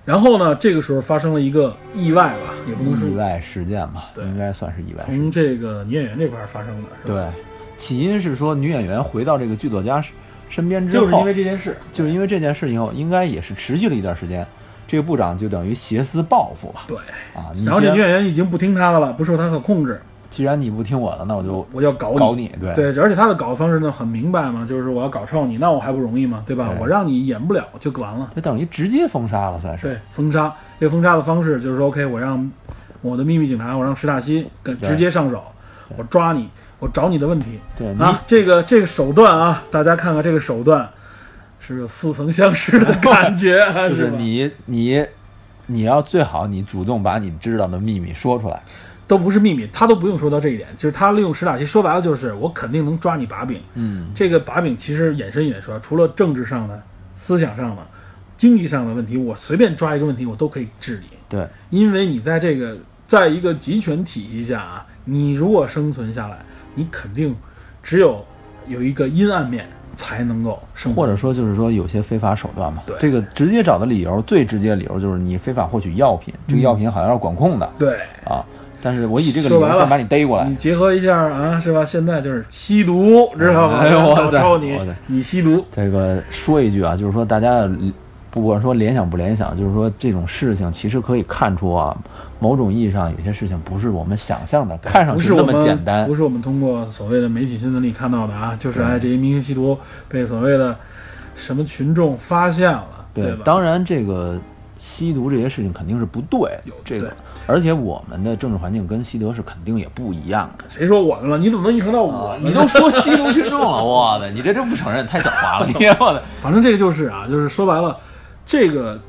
B: 然后呢，这个时候发生了一个意外吧，也不能说
A: 嗯意外事件吧，
B: 对
A: 应该算是意外事件。
B: 从这个女演员这块儿发生的，是吧？
A: 对，起因是说女演员回到这个剧作家身身边之后，
B: 就是因为这件事，
A: 就是因为这件事以后，应该也是持续了一段时间。这个部长就等于挟私报复吧，
B: 对。
A: 啊，你
B: 然后
A: 既
B: 这
A: 然
B: 女演员已经不听他的了，不受他的控制，
A: 既然你不听我的，那我就
B: 我要搞你。
A: 搞你，对
B: 对，而且他的搞的方式呢很明白嘛，就是我要搞臭你，那我还不容易吗？对吧？
A: 对
B: 我让你演不了就完了。
A: 就等于直接封杀了，算是。
B: 对，封杀这个封杀的方式就是说，OK，我让我的秘密警察，我让石大西跟
A: 对
B: 直接上手，我抓你，我找你的问题
A: 对，你
B: 啊，这个这个手段啊，大家看看这个手段，是有似曾相识的感
A: <laughs>
B: 觉，
A: 就是是
B: 吧
A: 你你你要最好你主动把你知道的秘密说出来，
B: 都不是秘密，他都不用说到这一点，就是他利用石大西，说白了就是我肯定能抓你把柄，
A: 嗯，
B: 这个把柄其实延伸一点说，除了政治上的、思想上的、经济上的问题，我随便抓一个问题，我都可以治理。
A: 对，
B: 因为你在这个在一个集权体系下啊，你如果生存下来，你肯定只有有一个阴暗面才能够生
A: 或
B: 存。
A: 者说就是说有些非法手段嘛，
B: 对
A: 这个直接找的理由，最直接的理由就是你非法获取药品，这
B: 嗯
A: 个药品好像是管控的、
B: 对
A: 啊，但是我以这个理
B: 说白
A: 由
B: 了
A: 先把你逮过来
B: 你，结合一下啊，是吧？现在就是吸毒，知道吧？
A: 哎呦我的
B: 抽你
A: 我的，
B: 你吸毒，
A: 这个说一句啊，就是说大家嗯不管说联想不联想，就是说这种事情其实可以看出啊，某种意义上有些事情不是我们想象的，看上
B: 不
A: 去
B: 是
A: 那
B: 我
A: 么
B: 们
A: 简单
B: 不，是我们通过所谓的媒体新闻里看到的啊，就是
A: 对
B: 哎，这些明星吸毒被所谓的什么群众发现了，对吧？
A: 当然这个吸毒这些事情肯定是不对，
B: 有
A: 这
B: 对
A: 个，而且我们的政治环境跟西德是肯定也不一样的。
B: 谁说我们了？你怎么能影响到我呢？
A: 你都说吸毒群众了，我的，你这真不承认，太狡猾了，你 <laughs> 我的。
B: 反正这个就是啊，就是说白了，这个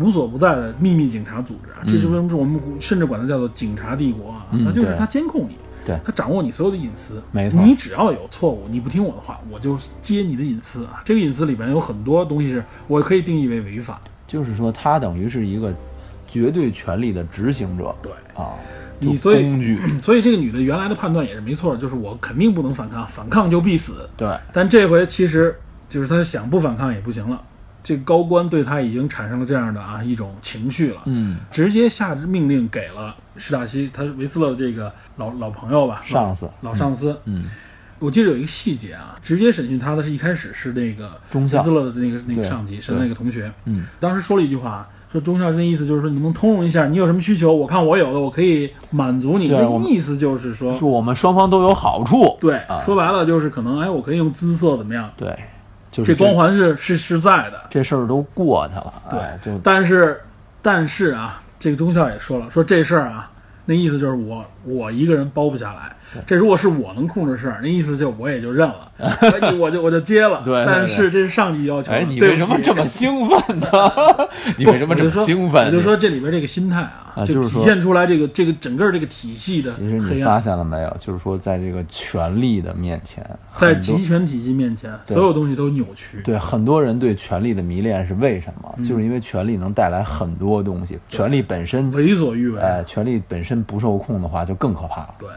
B: 无所不在的秘密警察组织啊，这就是为什么我们甚至管它叫做警察帝国啊，
A: 嗯
B: 它就是
A: 对
B: 它监控你，
A: 对
B: 它掌握你所有的隐私，
A: 没错
B: 你只要有错误，你不听我的话，我就揭你的隐私啊。这个隐私里边有很多东西是我可以定义为违法，
A: 就是说，他等于是一个绝对权力的执行者
B: 对。
A: 啊，
B: 你
A: 就
B: 所以 <clears throat>
A: 工具，
B: 所以这个女的原来的判断也是没错，就是我肯定不能反抗，反抗就必死。
A: 对，
B: 但这回其实就是她想不反抗也不行了，这高官对她已经产生了这样的啊一种情绪了，
A: 嗯，
B: 直接下命令给了史塔西，他维斯勒的这个老老朋友吧，
A: 上司，
B: 老老上司。
A: 嗯，
B: 我记得有一个细节啊，直接审讯他的是一开始是那个
A: 中校
B: 维斯勒的那个那个
A: 对
B: 上级，是那个同学，
A: 嗯，
B: 当时说了一句话，说忠孝之心意思就是说你能不能通融一下，你有什么需求，我看我有的我可以满足你。
A: 对啊
B: 那
A: 我们
B: 意思就是说，
A: 是我们双方都有好处。
B: 对
A: 啊，
B: 说白了就是可能哎，我可以用姿色怎么样？
A: 对，就是
B: 这光环是是是在的，
A: 这事儿都过去了。哎就
B: 但是但是啊，这个忠孝也说了，说这事儿啊，那意思就是我我一个人包不下来。
A: 嗯
B: 这如果是我能控制事儿，那意思就我也就认
A: <laughs>
B: 了，哎我就我就接了。
A: 对对对
B: 但是这是上级要求的。
A: 哎，你
B: 啊对
A: 为
B: 不起
A: 什么
B: <laughs>
A: 这么兴奋呢？ <laughs> 你
B: 不
A: 为什么这么兴
B: 我
A: 奋？
B: 就说这里边这个心态啊，
A: 啊
B: 就
A: 就是
B: 体
A: 说
B: 现出来这个这个整个这个体系的
A: 其实
B: 黑
A: 你发
B: 暗，
A: 现了没有？就是说，在这个权力的面前，
B: 在
A: 很多
B: 集权体系面前，
A: 对
B: 所有东西都扭曲。
A: 对很多人对权力的迷恋是为什
B: 嗯
A: 么？就是因为权力能带来很多东西，权力本身，
B: 为所欲为。
A: 哎，权力本身不受控的话，就更可怕了。
B: 对。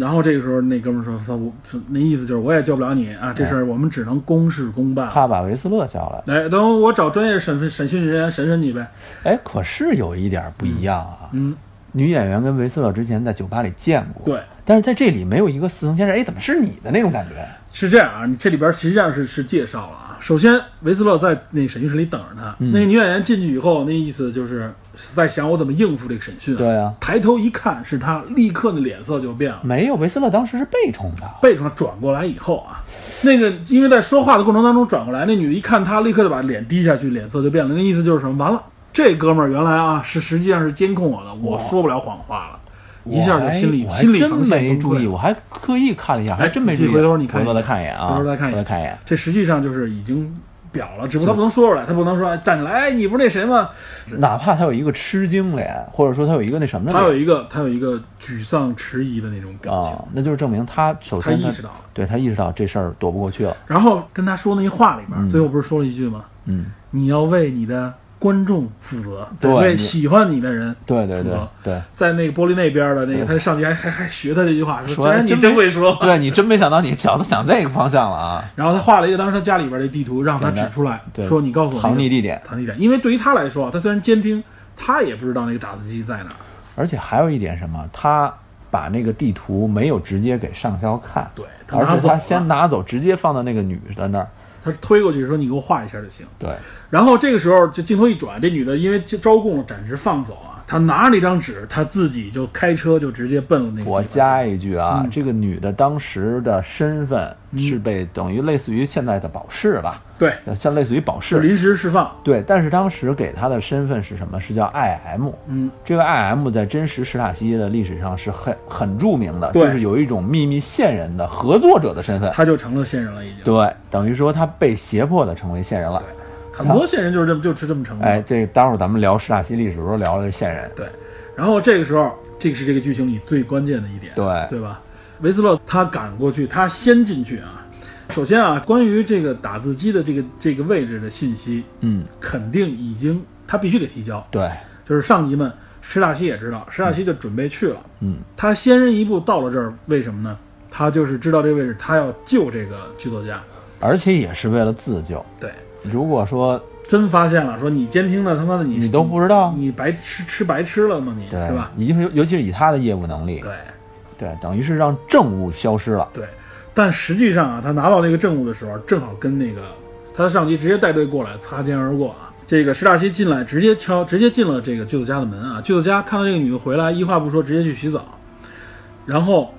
B: 然后这个时候，那哥们儿说：“操，我那意思就是我也救不了你啊，这事儿我们只能公事公办。
A: 哎他把维斯勒叫来，
B: 哎，等我找专业审审讯人员审审你呗。
A: 哎，可是有一点不一样啊，
B: 嗯，
A: 女演员跟维斯勒之前在酒吧里见过，
B: 对，
A: 但是在这里没有一个似曾相识，哎，怎么是你的那种感觉？
B: 是这样啊，你这里边实际上是是介绍了啊。首先，维斯勒在那审讯室里等着他，
A: 嗯
B: 那个女演员进去以后，那意思就是在想我怎么应付这个审讯、
A: 对啊嗯
B: 抬头一看是他，立刻那脸色就变了。
A: 没有，维斯勒当时是被冲的，
B: 背上转过来以后啊，那个因为在说话的过程当中转过来，那女的一看他，立刻就把脸低下去，脸色就变了。那意思就是什么？完了，这哥们儿原来啊是实际上是监控我的，我说不了谎话了，一下就心里
A: 哎我还
B: 心理
A: 真
B: 防线
A: 没
B: 崩
A: 注
B: 溃
A: 意，
B: 了。
A: 我还刻意看了一下，还真没
B: 仔
A: 注
B: 细
A: 意。
B: 回头你看
A: 回头
B: 一
A: 再
B: 下
A: 看一眼啊，
B: 回头再看一
A: 一
B: 眼
A: 眼，看一眼。
B: 这实际上就是已经表了，只不过他不能说出来，他不能说哎站起来，哎，你不是那谁吗？
A: 哪怕他有一个吃惊脸，或者说他有一个那什么
B: 他
A: 的
B: 有
A: 脸
B: 一个他有一个沮丧迟疑的那种表情，
A: 啊，那就是证明他首
B: 他
A: 先
B: 意识到了。
A: 对他意识到这事儿躲不过去了。
B: 然后跟他说那话里边，最后不是说了一句吗？
A: 嗯，
B: 你要为你的观众负责，
A: 对
B: 为
A: 你
B: 喜欢你的人
A: 对对
B: 负
A: 对
B: 责
A: 对。
B: 在那个玻璃那边的那个，
A: 对
B: 他上级还还还学他这句话，说
A: 嗯说
B: 既然你
A: 真
B: 真
A: 没
B: 会说。
A: <laughs> 对你真没想到你小子想这个方向了啊！
B: 然后他画了一个当时他家里边的地图，让他
A: 简
B: 指
A: 单
B: 出来，
A: 对
B: 说你告诉我那个
A: 藏匿地点，
B: 藏匿点，因为对于他来说，他虽然监听，他也不知道那个打字机在哪儿。
A: 而且还有一点什么，他把那个地图没有直接给上校看，
B: 对他拿
A: 而
B: 走
A: 是
B: 了
A: 他先拿走，直接放到那个女的那儿。
B: 他推过去说：“你给我画一下就行。
A: 对，”
B: 然后这个时候，就镜头一转，这女的因为招供暂时放走啊，她拿着那张纸，她自己就开车就直接奔了那个地
A: 我
B: 方
A: 加一句啊，这个女的当时的身份是被等于类似于现在的保释吧，
B: 对，
A: 呃像类似于保
B: 是
A: 释。
B: 临时释放，
A: 对，但是当时给她的身份是什么？是叫 IM。
B: 嗯，
A: 这个 IM 在真实史塔西的历史上是很很著名的，
B: 对
A: 就是有一种秘密线人的合作者的身份。
B: 她就成了线人了，已经。
A: 对，等于说她被胁迫的成为线人了。
B: 很多线人就是这么就是这么成的。
A: 哎，这待会儿咱们聊史塔西历史的时候聊了这线人。
B: 对，然后这个时候，这个是这个剧情里最关键的一点，
A: 对
B: 对吧？维斯勒他赶过去，他先进去啊。首先啊，关于这个打字机的这个这个位置的信息，
A: 嗯，
B: 肯定已经他必须得提交，
A: 对，
B: 就是上级们，石大西也知道，石大西就准备去了。
A: 嗯，
B: 他先人一步到了这儿，为什么呢？他就是知道这个位置，他要救这个剧作家。
A: 而且也是为了自救。
B: 对，
A: 如果说
B: 真发现了，说你监听的他妈的你
A: 你都不知道，
B: 你白吃吃白吃了吗你？
A: 对
B: 嗯是吧？？
A: 尤其是尤其是以他的业务能力，
B: 对
A: 对，等于是让政务消失了。
B: 对，但实际上啊，他拿到那个证物的时候，正好跟那个他的上级直接带队过来，擦肩而过啊。这个石大西进来，直接敲，直接进了这个剧作家的门啊。剧作家看到这个女的回来，一话不说，直接去洗澡，然后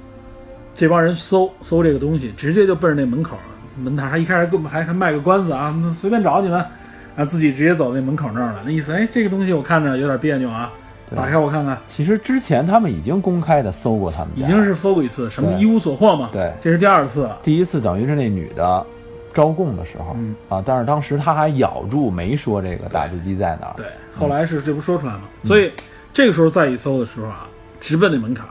B: 这帮人搜搜这个东西，直接就奔着那门口门台，还一开始跟我们还还卖个关子啊，随便找你们，然后自己直接走那门口那儿了。那意思，哎，这个东西我看着有点别扭啊，
A: 对
B: 打开我看看。
A: 其实之前他们已经公开的搜过他们家，
B: 已经是搜过一次，什么
A: 对
B: 一无所获嘛？
A: 对
B: 这是第二次了。
A: 第一次，等于是那女的招供的时候、
B: 嗯
A: 啊，但是当时他还咬住没说这个打字机在哪儿。
B: 对，后来是这不说出来嘛？所以这个时候再一搜的时候啊，直奔那门槛儿。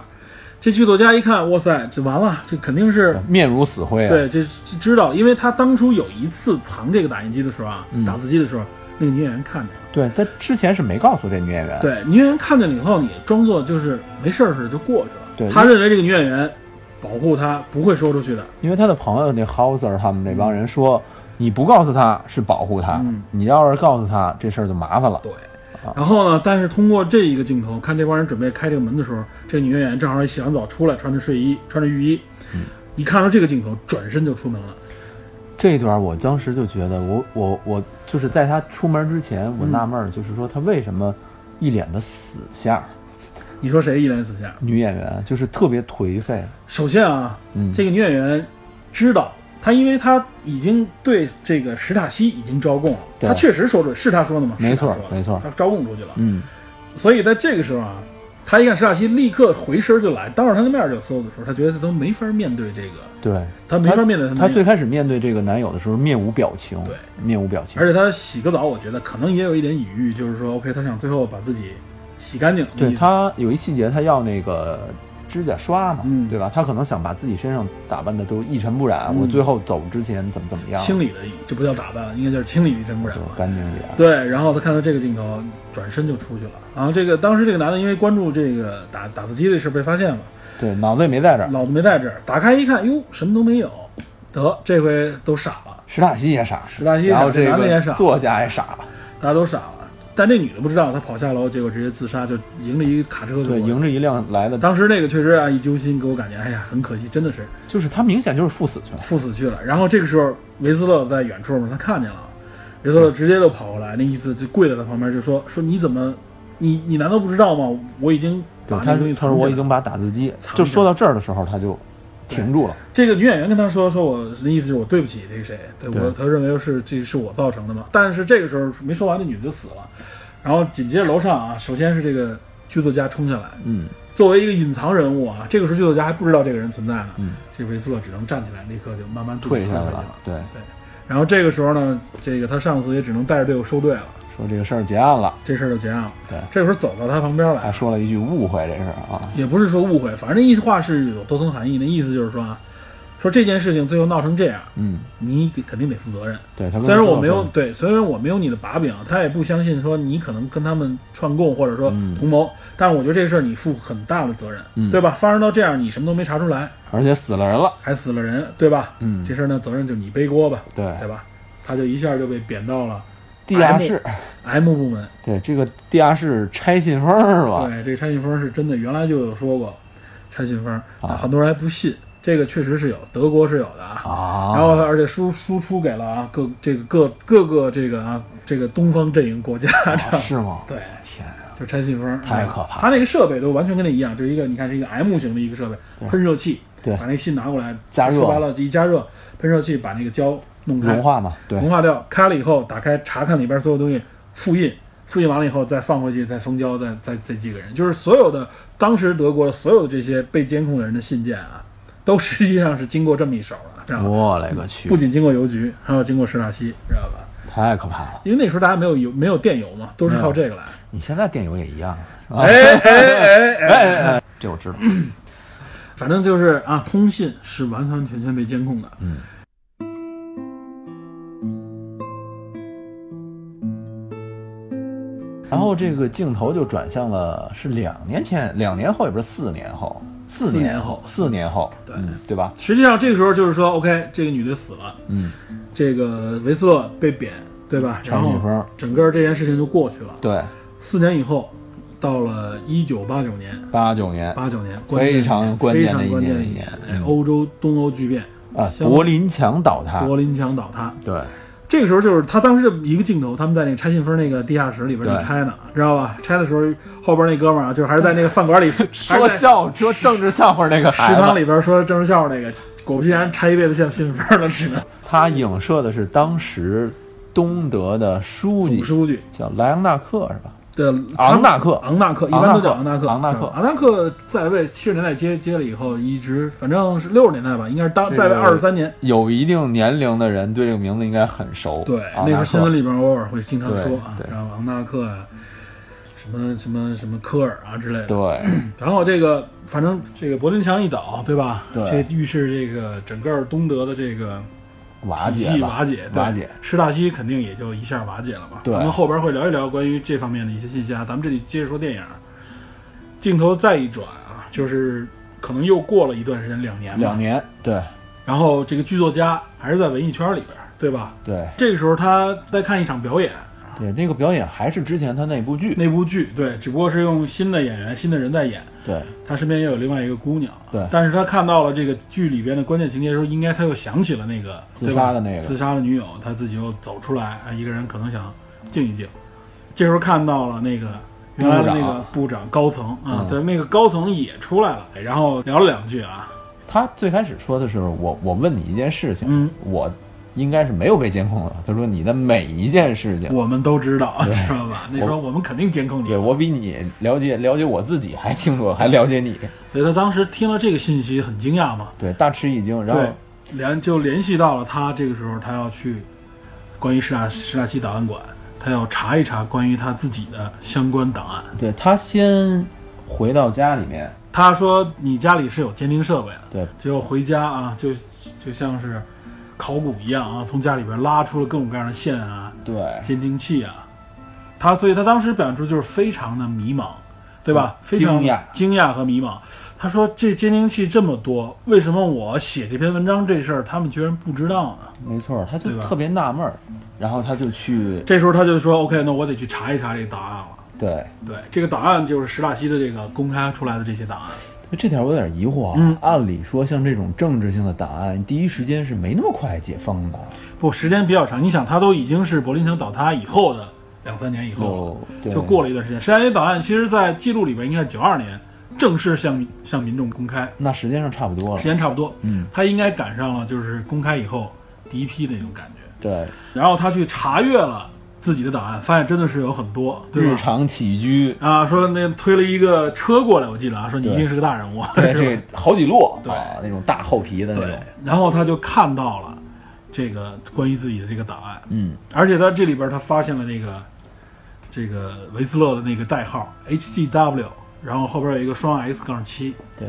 B: 这剧作家一看，哇塞，这完了，这肯定是
A: 对面如死灰啊！
B: 对，这这知道了，因为他当初有一次藏这个打印机的时候啊，
A: 嗯
B: 打字机的时候，那个女演员看见了。
A: 对，他之前是没告诉这女演员，
B: 对，女演员看见了以后，你装作就是没事儿似的就过去了。
A: 对
B: 他认为这个女演员保护他不会说出去的。
A: 因为他的朋友那 Hauser 他们那帮人说，你不告诉他是保护他，
B: 嗯
A: 你要是告诉他这事儿就麻烦了。
B: 对，然后呢，但是通过这一个镜头，看这帮人准备开这个门的时候，这个女演员正好也洗嗯完澡出来，穿着睡衣，穿着浴衣，一看到这个镜头，转身就出门了。
A: 这一段我当时就觉得我，我我就是在他出门之前，
B: 嗯
A: 我纳闷儿，就是说他为什么一脸的死相，
B: 你说谁一脸死相？
A: 女演员就是特别颓废，
B: 首先啊，
A: 嗯
B: 嗯这个女演员知道她，因为她已经对这个史塔西已经招供了，
A: 对
B: 她确实说准是她说的吗？
A: 没错
B: 是她说的
A: 没错
B: 她招供出去了。
A: 嗯，
B: 所以在这个时候啊，她一看史塔西，立刻回身就来，当着她的面就搜的时候，她觉得她都没法面对这个，
A: 对，
B: 她没法面对她
A: 她
B: 男友
A: 最开始面对这个男友的时候面无表情，
B: 对，
A: 面无表情，
B: 而且她洗个澡，我觉得可能也有一点隐喻，就是说，OK，她想最后把自己洗干净。
A: 对
B: 意思，
A: 她有一细节，她要那个指甲刷嘛，
B: 嗯
A: 对吧？她可能想把自己身上打扮的都一尘不染，
B: 嗯
A: 我最后走之前怎么怎么样，
B: 清理了，这不叫打扮了，应该就是清理一尘不染
A: 就
B: 吧。
A: 干净一点，
B: 对，然后他看到这个镜头，转身就出去了。然后这个当时这个男的因为关注这个打打字机的事被发现了，
A: 对，脑子也没在这儿，
B: 老子没在这儿，打开一看，哟，什么都没有，得这回都傻了，
A: 史塔西也傻，
B: 史塔西也傻
A: 然后
B: 这
A: 这
B: 男的也
A: 个
B: 傻
A: 作家也傻，
B: 大家都傻了。但这女的不知道，她跑下楼，结果直接自杀，就迎着一卡车就过
A: 对，
B: 来
A: 迎着一辆来的，
B: 当时那个确实啊，一揪心，给我感觉，哎呀，很可惜，真的是
A: 就是他明显就是赴死去了，
B: 赴死去了。然后这个时候，维斯勒在远处嘛，他看见了，维斯勒直接就跑过来，那意思就跪在他旁边，就说说你怎么，你你难道不知道吗？我已经
A: 对，
B: 把
A: 他
B: 那东西
A: 他
B: 藏
A: 说
B: 起
A: 我
B: 来
A: 已经把打字机
B: 藏，
A: 就
B: 起来
A: 说到这儿的时候，他就停住了，
B: 这个女演员跟他说：“说我那意思就是我对不起这个谁，对
A: 对
B: 我他认为是这是我造成的嘛。”但是这个时候没说完，这女的就死了。然后紧接着楼上啊，首先是这个剧作家冲下来，
A: 嗯，
B: 作为一个隐藏人物啊，这个时候剧作家还不知道这个人存在呢。
A: 嗯，
B: 这维斯勒只能站起来，立刻就慢慢自己
A: 退
B: 退
A: 下
B: 回
A: 来
B: 去
A: 了
B: 了。，
A: 对，
B: 然后这个时候呢，这个他上司也只能带着队伍收队了，
A: 说这个事儿结案了，
B: 这事儿就结案了。
A: 对哎
B: 这个时候走到他旁边
A: 还
B: 来，
A: 说了一句误会这事儿啊，
B: 也不是说误会，反正那一句话是有多层含义，那意思就是说啊，说这件事情最后闹成这样，
A: 嗯，
B: 你肯定得负责任。
A: 对，他跟
B: 虽然
A: 斯
B: 我
A: 诺
B: 没有
A: 说
B: 对，虽然我没有你的把柄，啊他也不相信说你可能跟他们串供或者说
A: 嗯
B: 同谋，但是我觉得这事儿你负很大的责任，
A: 嗯
B: 对吧？发生到这样，你什么都没查出来，
A: 而且死了人了，
B: 还死了人，对吧？
A: 嗯，哎
B: 这事儿呢，责任就你背锅吧，
A: 对，
B: 对吧？他就一下就被贬到了
A: 地下
B: M
A: 室，
B: M 部门。
A: 对，这个地下室拆信封儿吧，
B: 对，这个拆信封是真的，原来就有说过拆信封，但
A: 啊
B: 很多人还不信，这个确实是有，德国是有的啊。
A: 啊，
B: 然后，而且输输出给了啊各这个各各个这个啊这个东方阵营国家，这样
A: 是吗？
B: 对，
A: 天啊，
B: 就拆信封，
A: 太可怕了
B: 他那个设备都完全跟那一样，就是一个你看是一个 M 型的一个设备，喷热器，
A: 嗯对
B: 把那个信拿过来，
A: 加热
B: 说白了一加热，喷热器把那个胶弄开，
A: 融化嘛，对
B: 融，化掉，开了以后打开查看里边所有东西，复印，复印完了以后再放回去，再封胶，再再再寄给人，就是所有的当时德国的所有的这些被监控的人的信件啊，都实际上是经过这么一手的，知道吧？
A: 我勒个去
B: 不，仅经过邮局，还要经过史塔西，知道吧？
A: 太可怕了！
B: 因为那时候大家没有邮，没有电邮嘛，都是
A: 嗯
B: 靠这个来。
A: 你现在电邮也一样，啊是吧
B: 哎哎哎哎，
A: 这我知道。
B: 反正就是啊，通信是完完全全被监控的。
A: 嗯。然后这个镜头就转向了，是两年前，两年后也不是四年后，四
B: 四
A: 年
B: 年后
A: 四年后，
B: 对
A: 嗯对吧？
B: 实际上这个时候就是说，OK，这个女的死了，
A: 嗯，
B: 这个维斯勒被贬，对吧？然
A: 长信
B: 后
A: 封，
B: 整个这件事情就过去了。
A: 对，
B: 四年以后，到了一九八九年，
A: 八九年
B: 八九年关键的
A: 哎非
B: 关
A: 常关键的一
B: 非常
A: 年
B: 的
A: 一
B: 年
A: 年，
B: 哎
A: 嗯
B: 欧洲东欧巨变
A: 啊，
B: 相
A: 柏林啊墙倒塌，
B: 柏林墙倒塌。
A: 对，
B: 这个时候就是他当时就一个镜头，他们在那个拆信封那个地下室里边
A: 对
B: 就拆呢，知道吧？拆的时候，后边那哥们儿啊，就是还是在那个饭馆里还
A: <laughs>
B: 是在
A: 说笑说政治笑话那个孩
B: 食
A: 子，
B: 堂里边说政治笑话那个，果不其然拆一辈子像信封了，只能
A: 它影射的是当时东德的书记
B: 总书记
A: 叫莱昂纳克是吧？
B: 的
A: 昂纳克
B: 昂纳克一般都叫昂纳克。
A: 昂纳克
B: 对昂纳克在位七十年代接接了以后，一直反正是六十年代吧，应该是当在位
A: 这个
B: 二十三年。
A: 有一定年龄的人对这个名字应该很熟。
B: 对，那
A: 昂
B: 时
A: 纳
B: 候
A: 克
B: 新闻里边偶尔会经常说啊
A: 对，对
B: 然后昂纳克啊，什么什么什么科尔啊之类的。
A: 对，
B: 然后这个反正这个柏林墙一倒，对吧？
A: 对
B: 这预示这个整个东德的这个
A: 瓦
B: 体
A: 解
B: 系
A: 吧
B: 瓦解，对
A: 瓦解。
B: 施大西肯定也就一下瓦解了嘛。
A: 对
B: 咱们后边会聊一聊关于这方面的一些信息啊。咱们这里接着说电影，镜头再一转啊，就是可能又过了一段时间，两年吧。
A: 两年，对
B: 然后这个剧作家还是在文艺圈里边，对吧？
A: 对
B: 这个时候他在看一场表演，
A: 对，那个表演还是之前他那部剧，
B: 那部剧，对，只不过是用新的演员、新的人在演。
A: 对
B: 他身边也有另外一个姑娘，啊
A: 对
B: 但是他看到了这个剧里边的关键情节的时候，应该他又想起了那个
A: 自杀的
B: 对吧
A: 那个
B: 自杀的女友，他自己又走出来，啊，一个人可能想静一静。这时候看到了那个原来的那个部长高层啊，
A: 嗯
B: 对，那个高层也出来了，然后聊了两句啊，
A: 他最开始说的是我我问你一件事情，
B: 嗯
A: 我应该是没有被监控的。他说你的每一件事情，
B: 我们都知道，知道吧？那时候我们肯定监控你
A: 对，我比你了解了解我自己还清楚，还了解你。
B: 所以他当时听了这个信息很惊讶嘛，
A: 对，大吃一惊。然后
B: 对，联就联系到了他这个时候，他要去关于施纳施纳西档案馆，他要查一查关于他自己的相关档案。
A: 对他先回到家里面，
B: 他说：“你家里是有监听设备的。”
A: 对，
B: 结果回家啊，就就像是考古一样啊，从家里边拉出了各种各样的线啊、
A: 对
B: 监听器啊。他所以他当时表现出就是非常的迷茫，对吧？非常
A: 嗯惊讶
B: 惊讶和迷茫。他说：“这监听器这么多，为什么我写这篇文章这事儿他们居然不知道呢？”
A: 没错，他就
B: 对吧
A: 特别纳闷儿，然后他就去
B: 这时候他就说：“OK，那我得去查一查这个档案了。
A: 对。”
B: 对，这个档案就是石大西的这个公开出来的这些档案。
A: 这点我有点疑惑啊。
B: 嗯
A: 按理说，像这种政治性的档案，第一时间是没那么快解封的。
B: 不，时间比较长，你想，他都已经是柏林墙倒塌以后的两三年以后
A: 对
B: 了，就过了一段时间。石大西档案其实，在记录里边应该是九二年正式向民向民众公开，
A: 那时间上差不多了
B: 时。间差不多。
A: 嗯，
B: 他应该赶上了就是公开以后第一批的那种感觉。
A: 对，
B: 然后他去查阅了自己的档案，发现真的是有很多，对吧？
A: 日常起居，
B: 啊，说那推了一个车过来，我记得啊，说你一
A: 对
B: 定是个大人物，
A: <laughs>
B: <laughs>
A: 对，
B: 是吧
A: 这好几摞
B: 对
A: 啊，那种大厚皮的那
B: 对
A: 种。，
B: 然后他就看到了这个关于自己的这个档案，
A: 嗯，
B: 而且他这里边他发现了那个这个维斯勒的那个代号 HGW，然后后边有一个双 X 杠七，
A: 对，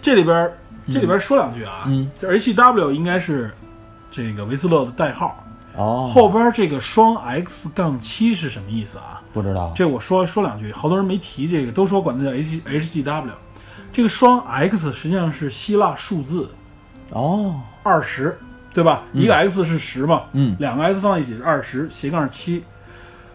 B: 这里边这里边说两句啊，
A: 嗯，
B: 这 HGW 应该是这个维斯勒的代号，
A: 哦，
B: 后边这个双 X 杠七是什么意思啊？
A: 不知道，
B: 这我说说两句，好多人没提这个，都说管它叫 H HGW，这个双 X 实际上是希腊数字。
A: 哦，
B: 二十，对吧？一个 x 是十嘛，
A: 嗯
B: 两个 x 放一起是二十斜杠七。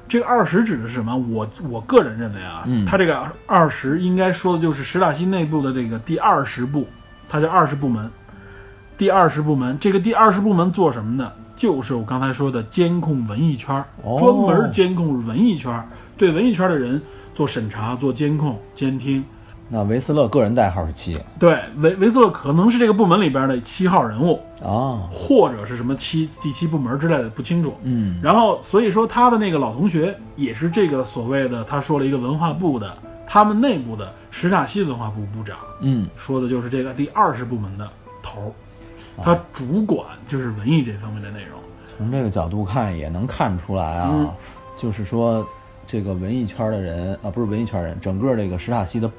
B: 这个二十指的是什么？我我个人认为啊，
A: 嗯
B: 它这个二十应该说的就是石大西内部的这个第二十部，它叫二十部门。第二十部门，这个第二十部门做什么的？就是我刚才说的监控文艺圈儿，
A: 哦
B: 专门监控文艺圈儿，对文艺圈的人做审查、做监控、监听。
A: 那维斯勒个人代号是七
B: 对，维维斯勒可能是这个部门里边的七号人物。
A: 啊，
B: 或者是什么七第七部门之类的，不清楚。
A: 嗯，
B: 然后所以说他的那个老同学也是这个所谓的，他说了一个文化部的，他们内部的石塔西文化部部长
A: 嗯，
B: 说的就是这个第二十部门的头儿，
A: 哦
B: 他主管就是文艺这方面的内容。
A: 从这个角度看也能看出来啊，
B: 嗯
A: 就是说这个文艺圈的人啊，不是文艺圈人，整个这个史塔西的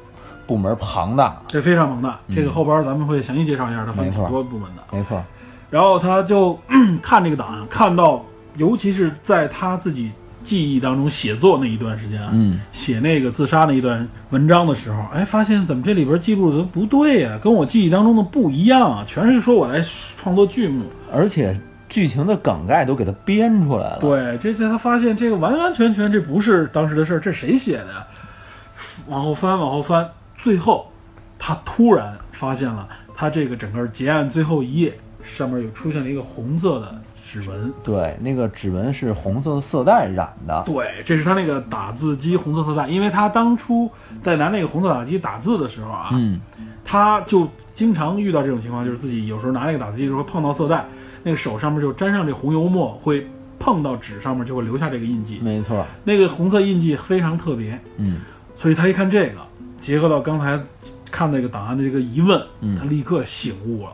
A: 部门庞大，
B: 这非常庞大，这个后边咱们会详细介绍一下，它分
A: 没错
B: 挺多部门的。
A: 没错，
B: 然后他就 <clears throat> 咳看这个档案，看到尤其是在他自己记忆当中写作那一段时间啊，
A: 嗯，
B: 写那个自杀那一段文章的时候，哎，发现怎么这里边记录的都不对呀、跟我记忆当中的不一样啊，全是说我来创作剧目。
A: 而且剧情的梗概都给他编出来了，
B: 对，这次他发现这个完完全全这不是当时的事儿，这谁写的呀？往后翻，往后翻，最后他突然发现了，他这个整个结案最后一页上面有出现了一个红色的指纹。
A: 对，那个指纹是红色的色带染的，
B: 对，这是他那个打字机红色色带，因为他当初在拿那个红色打字机打字的时候啊，
A: 嗯，
B: 他就经常遇到这种情况，就是自己有时候拿那个打字机的时候会碰到色带，那个手上面就沾上这红油墨，会碰到纸上面就会留下这个印记。
A: 没错，
B: 那个红色印记非常特别，
A: 嗯，
B: 所以他一看这个，结合到刚才看那个档案的这个疑问，
A: 嗯
B: 他立刻醒悟了。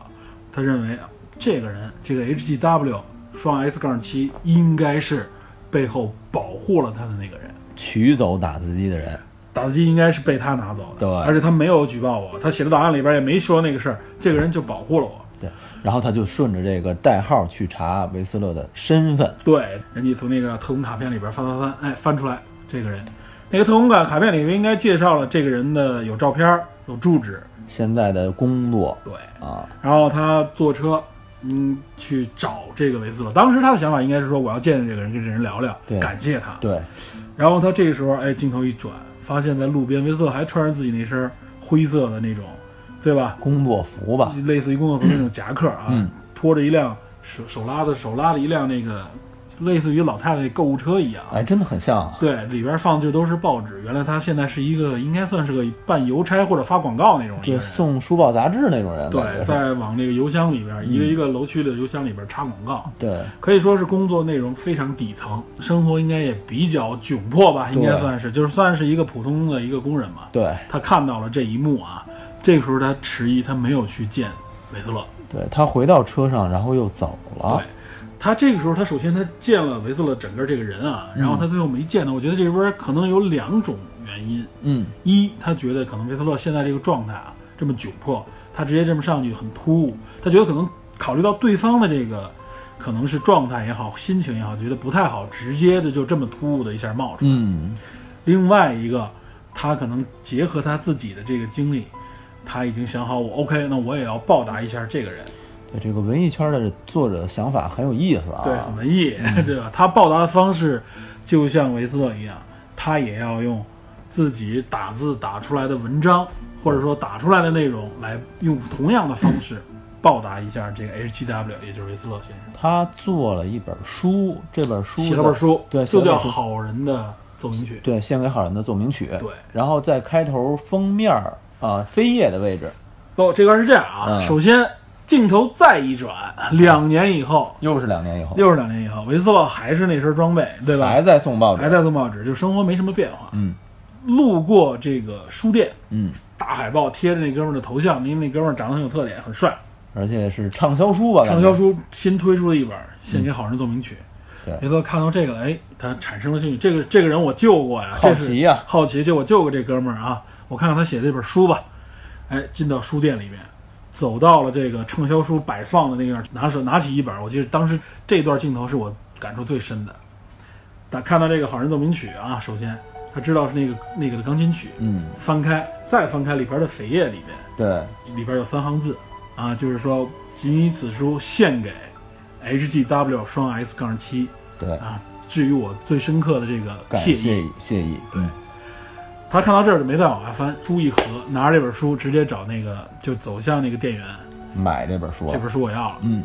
B: 他认为这个人，这个 HGW 双 S 杠七应该是背后保护了他的那个人。
A: 取走打字机的人，
B: 打字机应该是被他拿走的，
A: 对
B: 而且他没有举报我，他写的档案里边也没说那个事儿，这个人就保护了我。
A: 对，然后他就顺着这个代号去查维斯勒的身份，
B: 对，人家从那个特工卡片里边翻翻翻，哎，翻出来这个人，那个特工卡卡片里面应该介绍了这个人的有照片儿、有住址，
A: 现在的工作
B: 对，
A: 啊，
B: 然后他坐车嗯去找这个维斯勒。当时他的想法应该是说，我要见见这个人，跟这人聊聊
A: 对，
B: 感谢他。
A: 对，
B: 然后他这个时候，哎，镜头一转，发现在路边，维斯勒还穿着自己那身灰色的那种，对吧？
A: 工作服吧，
B: 类似于工作服那种夹克啊，
A: 嗯
B: 拖着一辆手手拉的手拉着一辆那个类似于老太太购物车一样。
A: 哎，真的很像啊。
B: 对，里边放的就都是报纸。原来他现在是一个，应该算是个办邮差或者发广告那种一
A: 对，
B: 个人。
A: 送书报杂志那种人，感
B: 哎对，嗯
A: 觉是
B: 在往那个邮箱里边，一个一个楼区的邮箱里边插广告，
A: 对
B: 可以说是工作内容非常底层，生活应该也比较窘迫吧，应该
A: 对
B: 算是，就是算是一个普通的一个工人嘛。
A: 对
B: 他看到了这一幕啊，这个时候他迟疑，他没有去见韦斯勒。
A: 对，他回到车上，然后又走了
B: 对。他这个时候，他首先他见了维斯勒整个这个人啊，然后他最后没见他，我觉得这里边可能有两种原因：
A: 嗯，
B: 一，他觉得可能维斯勒现在这个状态啊这么窘迫，他直接这么上去很突兀，他觉得可能考虑到对方的这个可能是状态也好、心情也好，觉得不太好，直接的就这么突兀的一下冒出来。
A: 嗯，
B: 另外一个，他可能结合他自己的这个经历，他已经想好我 OK，那我也要报答一下这个人。
A: 对，这个文艺圈的作者想法很有意思啊。
B: 对，很文艺， <laughs> 对吧？他报答的方式就像维斯勒一样，他也要用自己打字打出来的文章，或者说打出来的内容，来用同样的方式报答一下这个 HGW，也就是维斯勒先生。
A: 他做了一本书，这本书
B: 写了本
A: 的，
B: 书，
A: 对
B: 就
A: 写了
B: 叫《
A: 本书
B: 好人的奏鸣曲》。
A: 对，献给好人的奏鸣曲。
B: 对，
A: 然后在开头封面儿啊扉页的位置
B: 哦，这段是这样啊，
A: 嗯
B: 首先镜头再一转，两年以后，
A: 又是两年以后，
B: 又是两年以后，维斯勒还是那身装备，对吧？
A: 还在送报纸
B: 还。在做报纸，就生活没什么变化。
A: 嗯，
B: 路过这个书店，
A: 嗯，
B: 大海报贴着那哥们儿的头像，因为那哥们儿长得很有特点，很帅。
A: 而且是畅销书吧？感
B: 畅
A: 觉
B: 销。书新推出了一本《献给好人奏鸣曲》
A: 嗯对
B: 别说看到这个了，哎，他产生了兴趣。这个这个人我救过呀，
A: 好
B: 这是
A: 奇呀
B: 好奇，就我救过这哥们儿啊。我看看他写的这本书吧。哎，进到书店里面，走到了这个畅销书摆放的那个地儿，拿手拿起一本，我记得当时这段镜头是我感触最深的。但看到这个《好人奏鸣曲》啊，首先他知道是那个那个的钢琴曲，
A: 嗯，
B: 翻开再翻开里边的扉页里面，
A: 对，
B: 里边有三行字啊，就是说谨以此书献给 HGW 双 S 杠七
A: 对，
B: 啊，致于我最深刻的这个
A: 感
B: 谢
A: 谢
B: 意。
A: 意谢意。
B: 对他看到这儿就没再往下翻，书一合，拿着这本书直接找那个就走向那个店员，
A: 嗯买这本书
B: 这，本书我要了。
A: 嗯，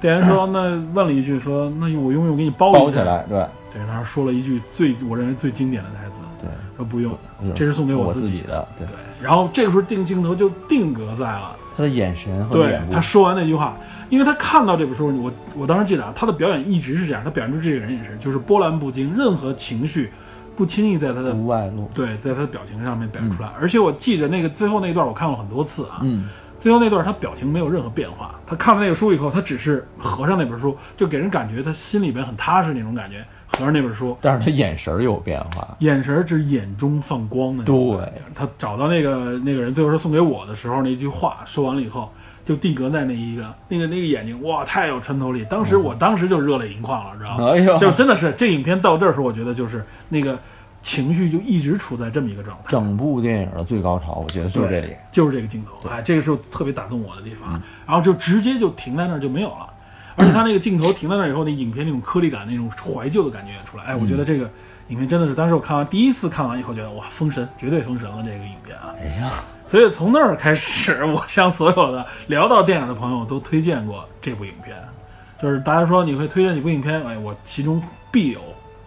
B: 店员
A: <clears throat>
B: 说，那问了一句说，那我用不用给你包一下
A: 包起？来，对
B: 对，他说了一句最我认为最经典的台词，
A: 对，
B: 说不用，
A: 哎呦
B: 这是送给
A: 我
B: 嗯自
A: 自己
B: 的。
A: 的。对
B: 对，，然后这个时候定镜头就定格在了。
A: 他的眼神和
B: 对
A: 脸部
B: 他，说完那句话，因为他看到这本书，我我当时记得啊，他的表演一直是这样，他表现出这个人也是，就是波澜不惊，任何情绪不轻易在他的、
A: 不外露。
B: 对，在他的表情上面表现出来。而且我记得那个最后那一段，我看了很多次啊，
A: 嗯，
B: 最后那段他表情没有任何变化，他看了那个书以后，他只是合上那本书，就给人感觉他心里边很踏实那种感觉，合上那本书。
A: 但是他眼神儿有变化。
B: 眼神儿是眼中放光的那种
A: 对
B: 感觉。他找到那个那个人，最后说送给我的时候，那句话说完了以后，就定格在那一个那个那个眼睛，哇，太有穿透力！当时我当时就热泪盈眶了，知道吗？
A: 嗯哎呦，
B: 就真的是这影片到这儿的时候，我觉得就是那个情绪就一直处在这么一个状态。
A: 整部电影的最高潮，我觉得就是这里
B: 对。嗯就是这个镜头，哎，这个是特别打动我的地方。然后就直接就停在那儿就没有了，而且他那个镜头停在那儿以后，那影片那种颗粒感、那种怀旧的感觉也出来。哎，我觉得这个影片真的是，当时我看完第一次看完以后，觉得哇，封神，绝对封神了这个影片啊！
A: 哎呀，
B: 所以从那儿开始，我向所有的聊到电影的朋友都推荐过这部影片，就是大家说你会推荐几部影片，哎，我其中必有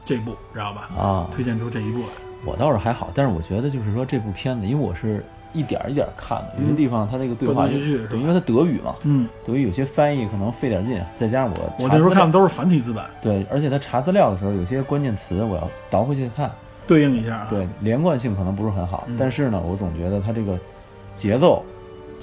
B: 这部，知道吧？
A: 啊，
B: 推荐出这一部来，
A: 我倒是还好，但是我觉得就是说这部片子，因为我是一点儿一点儿看的，有
B: 嗯
A: 些地方它那个对话
B: 断断续续
A: 就是
B: 吧
A: 因为它德语嘛，
B: 嗯，
A: 德语有些翻译可能费点劲，再加上我查
B: 我那时候
A: 资料
B: 看的都是繁体字版，
A: 对，而且他查资料的时候，有些关键词我要倒回去看，
B: 对应一下啊。
A: 对，连贯性可能不是很好，
B: 嗯
A: 但是呢，我总觉得他这个节奏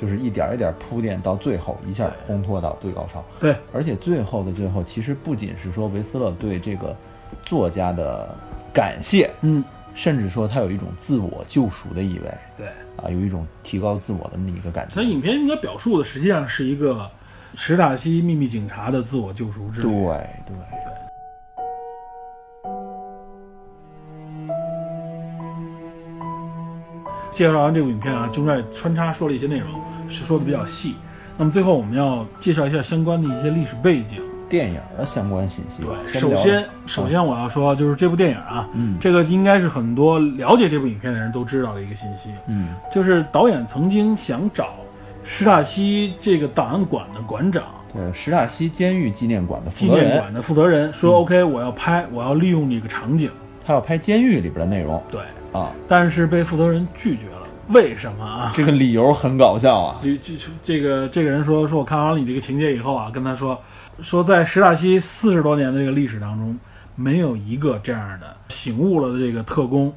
A: 就是一点儿一点儿铺垫到最后，一下烘托到最高潮。
B: 对，
A: 而且最后的最后，其实不仅是说维斯勒对这个作家的感谢，
B: 嗯，
A: 甚至说他有一种自我救赎的意味
B: 对。
A: 啊，有一种提高自我的这么一个感
B: 它
A: 觉。
B: 影片应该表述的实际上是一个史塔西秘密警察的自我救赎之
A: 对
B: 旅。
A: 对，
B: 介绍完这部影片啊，中间穿插说了一些内容，是说的比较细。那么最后我们要介绍一下相关的一些历史背景。
A: 电影的相关信息吧。
B: 对，
A: 先
B: 首
A: 聊
B: 先首先我要说，就是这部电影啊，
A: 嗯
B: 这个应该是很多了解这部影片的人都知道的一个信息，
A: 嗯
B: 就是导演曾经想找史塔西这个档案馆的馆长。
A: 对，史塔西监狱纪念馆的
B: 纪
A: 负责
B: 念
A: 人嗯
B: 馆，的负责人说、o k 我要拍，我要利用这个场景。
A: 他要拍监狱里边的内容
B: 对，
A: 啊，
B: 但是被负责人拒绝了。为什么啊？
A: <laughs> 这个理由很搞笑啊。
B: 这这这个这个人说说我看完了你这个情节以后啊，跟他说说在史塔西四十多年的这个历史当中，没有一个这样的醒悟了的这个特工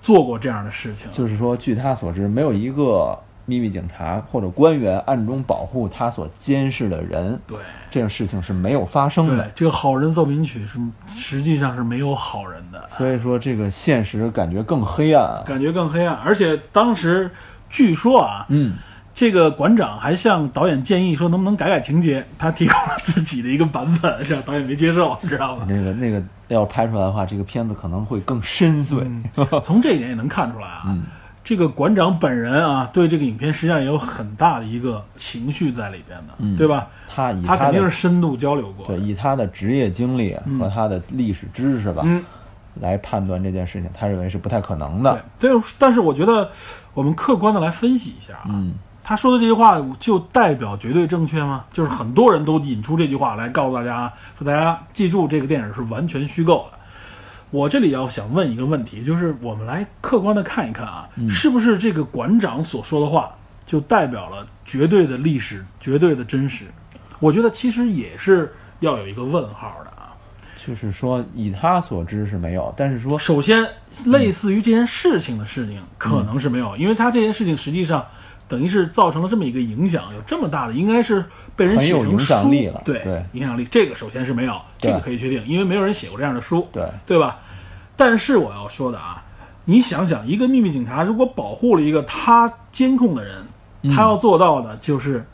B: 做过这样的事情。
A: 就是说，据他所知，没有一个秘密警察或者官员暗中保护他所监视的人，
B: 对
A: 这种事情是没有发生
B: 对
A: 的。，
B: 这个好人奏鸣曲是实际上是没有好人的，
A: 所以说，这个现实感觉更黑暗啊。
B: 感觉更黑暗。而且当时据说啊，
A: 嗯，
B: 这个馆长还向导演建议说，能不能改改情节？他提供了自己的一个版本，让导演没接受，知道吗？
A: 那个那个要拍出来的话，这个片子可能会更深邃。
B: 嗯， <laughs> 从这一点也能看出来啊，
A: 嗯
B: 这个馆长本人啊，对这个影片实际上也有很大的一个情绪在里边的，
A: 嗯
B: 对吧？
A: 他以
B: 他肯定
A: 的
B: 是深度交流过的
A: 对，以他的职业经历和他的历史知识吧，
B: 嗯，
A: 来判断这件事情，他认为是不太可能
B: 对
A: 的。。
B: 但是，但是我觉得我们客观的来分析一下啊，
A: 嗯，
B: 他说的这句话就代表绝对正确吗？就是很多人都引出这句话来告诉大家，说大家记住这个电影是完全虚构的。我这里要想问一个问题，就是我们来客观的看一看啊，是不是这个馆长所说的话就代表了绝对的历史、绝对的真实？我觉得其实也是要有一个问号的啊。
A: 就是说以他所知是没有，但是说
B: 首先，类似于这件事情的事
A: 嗯
B: 情可能是没有，因为他这件事情实际上等于是造成了这么一个影响，有这么大的，应该是被人写
A: 很
B: 成
A: 有影响
B: 书
A: 力了
B: 对，
A: 对
B: 影响力这个首先是没有，这个
A: 对
B: 可以确定，因为没有人写过这样的书，
A: 对
B: 对吧？但是我要说的啊，你想想，一个秘密警察如果保护了一个他监控的人，他要做到的就是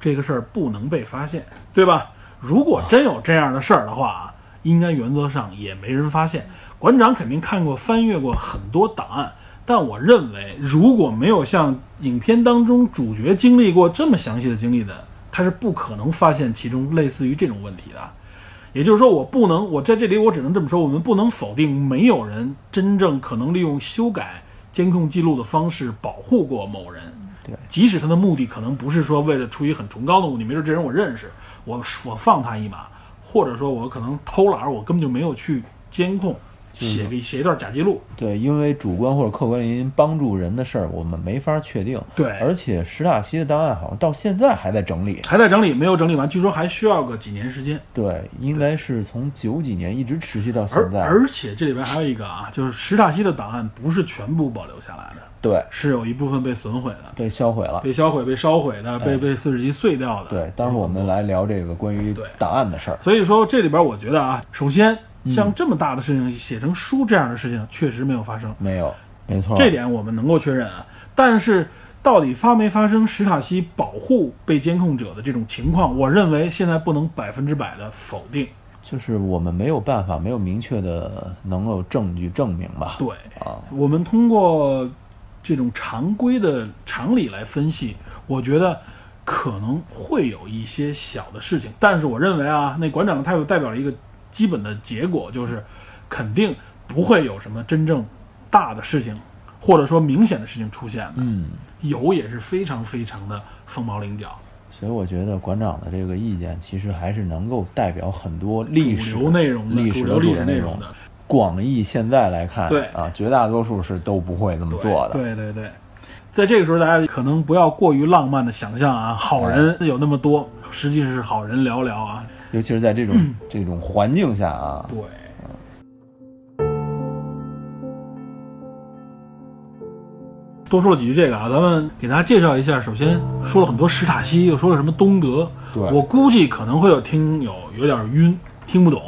B: 这个事儿不能被发现，对吧？如果真有这样的事儿的话啊，应该原则上也没人发现。馆长肯定看过、翻阅过很多档案，但我认为，如果没有像影片当中主角经历过这么详细的经历的，他是不可能发现其中类似于这种问题的。也就是说，我不能，我在这里我只能这么说，我们不能否定没有人真正可能利用修改监控记录的方式保护过某人。
A: 对，
B: 即使他的目的可能不是说为了出于很崇高的目的，没准这人我认识，我我放他一马，或者说我可能偷懒儿，我根本就没有去监控，
A: 嗯
B: 写个写一段假记录。
A: 对，因为主观或者客观原因帮助人的事儿，我们没法确定。
B: 对
A: 而且史塔西的档案好像到现在还在整理。
B: 还在整理，没有整理完，据说还需要个几年时间。
A: 对，应该是从九几年一直持续到现
B: 而
A: 在。
B: 而且这里边还有一个啊，就是史塔西的档案不是全部保留下来的，
A: 对，
B: 是有一部分被损毁的。
A: 被销毁了。
B: 被销毁、被烧毁的、被被碎纸机碎掉的。
A: 啊对，待会儿我们来聊这个关于
B: 对
A: 档案的事儿。
B: 所以说这里边我觉得啊，首先像这么大的事情写成书这样的事情，确实没有发生，
A: 没有，没错。
B: 这点我们能够确认啊。但是到底发没发生史塔西保护被监控者的这种情况，我认为现在不能百分之百的否定。
A: 就是我们没有办法，没有明确的能够证据证明吧。
B: 对，
A: 啊，
B: 我们通过这种常规的常理来分析，我觉得可能会有一些小的事情，但是我认为啊，那馆长的态度代表了一个基本的结果，就是肯定不会有什么真正大的事情，或者说明显的事情出现的，
A: 嗯，
B: 有也是非常非常的凤毛麟角，
A: 所以我觉得馆长的这个意见其实还是能够代表很多历史
B: 主流内容的
A: 历
B: 主
A: 史
B: 流
A: 的
B: 历
A: 主
B: 史
A: 流
B: 内
A: 内
B: 容
A: 容
B: 的。
A: 广义现在来看，
B: 对
A: 啊，绝大多数是都不会这么
B: 对
A: 做的。
B: 对对对，在这个时候，大家可能不要过于浪漫的想象啊，好人
A: 哎
B: 有那么多，实际是好人寥寥啊。
A: 尤其是在这种、
B: 嗯
A: 这种环境下啊，
B: 对。多说了几句这个啊，咱们给大家介绍一下。首先说了很多史塔西，又说了什么东德，
A: 对
B: 我估计可能会有听友有点晕，听
A: <laughs>
B: 不懂，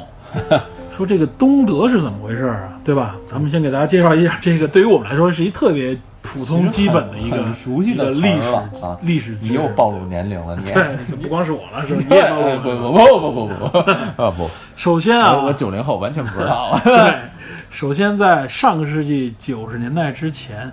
B: 说这个东德是怎么回事儿啊，对吧？咱们先给大家介绍一下，这个对于我们来说是一特别普通基
A: 其实很
B: 本的一个
A: 很熟悉
B: 一
A: 的
B: 个
A: 词儿
B: 历史、
A: 了啊
B: 历史知识，
A: 你又暴露年龄了，你。 <laughs>
B: 对，不光是我了，是吧？你也暴露
A: 哎
B: 了。
A: 不不不不不不
B: <laughs>
A: 啊不！
B: 首先啊，
A: 我我九零后完全不知道
B: <laughs>
A: 啊。
B: 对，首先在上个世纪九十年代之前，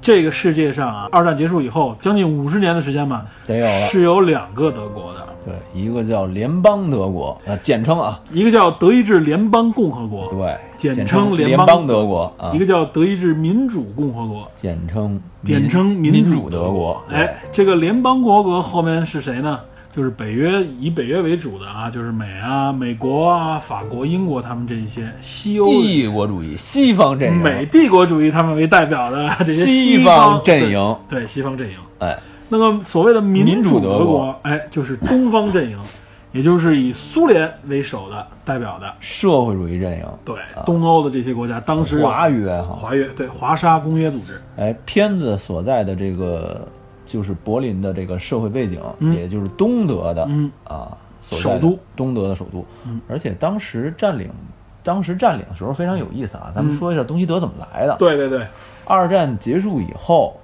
B: 这个世界上啊，二战结束以后将近五十年的时间吧，
A: 得有了
B: 是有两个德国的，
A: <laughs> 对，一个叫联邦德国，呃，简称啊，
B: 一个叫德意志联邦共和国，
A: 对，
B: 简
A: 简
B: 称联
A: 联
B: 邦
A: 德国啊
B: 一，个叫德意志民主共和国，
A: 简称
B: 简
A: 民
B: 称民
A: 民
B: 主
A: 德国。对
B: 哎，，这个联邦共和国后面是谁呢？就是北约以北约为主的啊，就是美啊、美国啊、法国、英国他们这一些西欧人
A: 帝国主义，西方阵营，
B: 美帝国主义他们为代表的这些
A: 西
B: 方
A: 方阵营，
B: 对对西方阵营。
A: 哎，
B: 那么所谓的民
A: 民主
B: 德
A: 德
B: 国
A: 国，
B: 哎，就是东方阵营，也就是以苏联为首的代表的，
A: 社会主义阵营，
B: 对东欧的这些国家，当时有
A: 啊华约哈，
B: 华约对华沙公约组织，
A: 哎，片子所在的这个就是柏林的这个社会背景，
B: 嗯
A: 也就是东德的、
B: 嗯
A: 啊所在的
B: 首都，
A: 东德的首都。
B: 嗯
A: 而且当时占领，当时占领的时候非常有意思啊。咱们说一下东西德怎么来的。
B: 嗯对对对
A: 二战结束以后，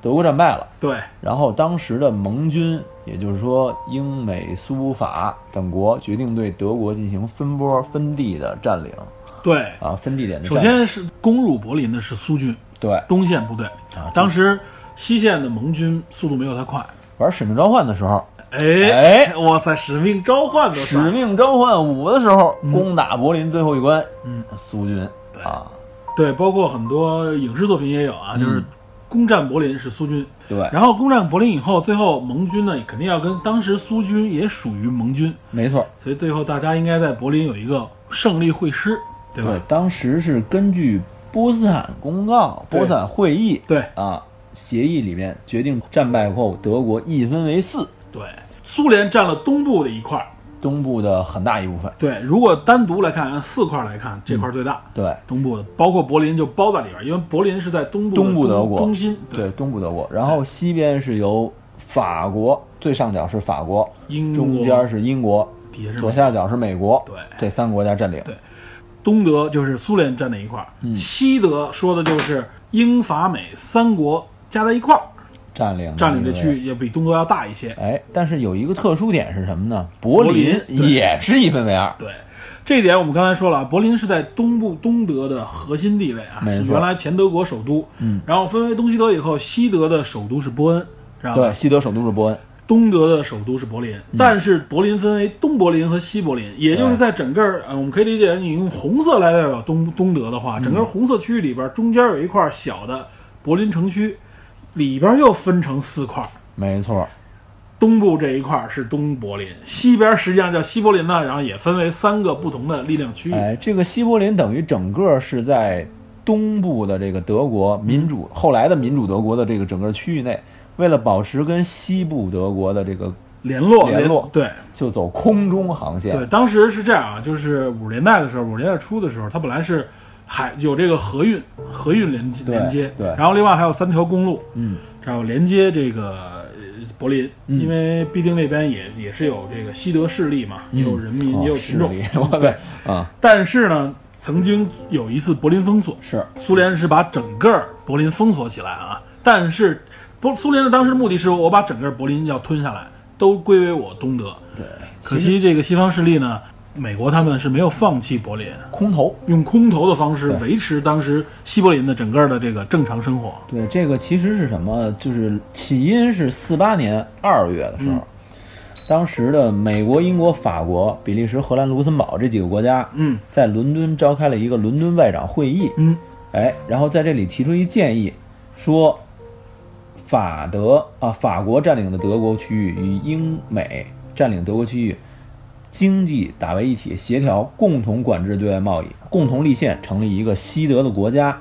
A: 德国战败了，
B: 对，
A: 然后当时的盟军，也就是说英美苏法等国，决定对德国进行分波分地的占领
B: 对，
A: 啊，分地点的
B: 首
A: 占
B: 先
A: 领。
B: 是攻入柏林的是苏军
A: 对，
B: 东线部队，
A: 啊
B: 当时西线的盟军速度没有他快。
A: 玩使命召唤的时候，
B: 哎哇塞！使命召唤都
A: 使
B: 是
A: 命召唤五的时候攻打柏林最后一关，
B: 嗯，
A: 苏军啊，
B: 对，包括很多影视作品也有啊，就是
A: 嗯
B: 攻占柏林是苏军，
A: 对，
B: 然后攻占柏林以后，最后盟军呢肯定要跟当时苏军也属于盟军，
A: 没错，
B: 所以最后大家应该在柏林有一个胜利会师，对吧？
A: 对，当时是根据波茨坦公告、
B: 对
A: 波茨坦会议
B: 对
A: 啊协议里面决定，战败后德国一分为四，
B: 对苏联占了东部的一块儿，
A: 东部的很大一部分，
B: 对，如果单独来看，按四块儿来看，这块儿最大。
A: 对
B: 东部的，包括柏林就包在里边儿，因为柏林是在东部的
A: 东部德国
B: 中心，
A: 对，东部德国，然后西边是由法国，最上角是法国，
B: 英国
A: 中间是英国，
B: 底下是
A: 左
B: 美
A: 下角是美国，
B: 对
A: 这三个国家占领，
B: 对东德就是苏联占在一块儿，
A: 嗯
B: 西德说的就是英法美三国加在一块儿
A: 占领
B: 占领这区
A: 域。
B: 域，也比东德要大一些。
A: 哎，但是有一个特殊点是什么呢？柏
B: 柏
A: 林
B: 林对
A: 也是一分为二，
B: 对，这一点我们刚才说了，啊，柏林是在东部东德的核心地位啊，
A: 没
B: 是
A: 错
B: 原来前德国首都。
A: 嗯，
B: 然后分为东西德以后，西德的首都是波恩，是吧？
A: 对，，嗯西德首都是波恩，
B: 东德的首都是柏林，但是柏林分为东柏林和西柏林，也就是在整个儿呃，我们可以理解，你用红色来代表东东德的
A: 嗯
B: 话，整个红色区域里边儿中间有一块小的柏林城区，里边儿又分成四块儿。
A: 没错，
B: 东部这一块儿是东柏林，西边儿实际上叫西柏林呢，然后也分为三个不同的力量区域。
A: 哎，这个西柏林等于整个是在东部的这个德国民主
B: 嗯
A: 后来的民主德国的这个整个区域内，为了保持跟西部德国的这个，
B: 联络
A: 联络
B: 对
A: 就走空中航线。
B: 对，当时是这样啊，就是五十年代的时候，五十年代初的时候，它本来是海有这个河运，河运连
A: 对
B: 连接，
A: 对
B: 然后另外还有三条公路，
A: 嗯，
B: 这样连接这个呃柏林，因为毕竟那边也也是有这个西德势力嘛，也有人民，也有
A: 哦
B: 群
A: 势
B: 众，
A: 力，我对，啊，
B: 但是呢，曾经有一次柏林封锁，
A: 是
B: 苏联是把整个柏林封锁起来啊，但是柏苏联的当时目的是我把整个柏林要吞下来，都归为我东德。
A: 对，
B: 可惜这个西方势力呢，美国他们是没有放弃柏林，
A: 空投。
B: 用空投的方式维持当时西柏林的整个的这个正常生活。
A: 对，这个其实是什么？就是起因是四八年二月的时候，当时的美国、英国、法国、比利时、荷兰、卢森堡这几个国家，
B: 嗯
A: 在伦敦召开了一个伦敦外长会议，
B: 嗯，
A: 哎，然后在这里提出一建议，说法德啊，法国占领的德国区域与英美占领德国区域经济打为一体，协调共同管制对外贸易，共同立宪，成立一个西德的国家，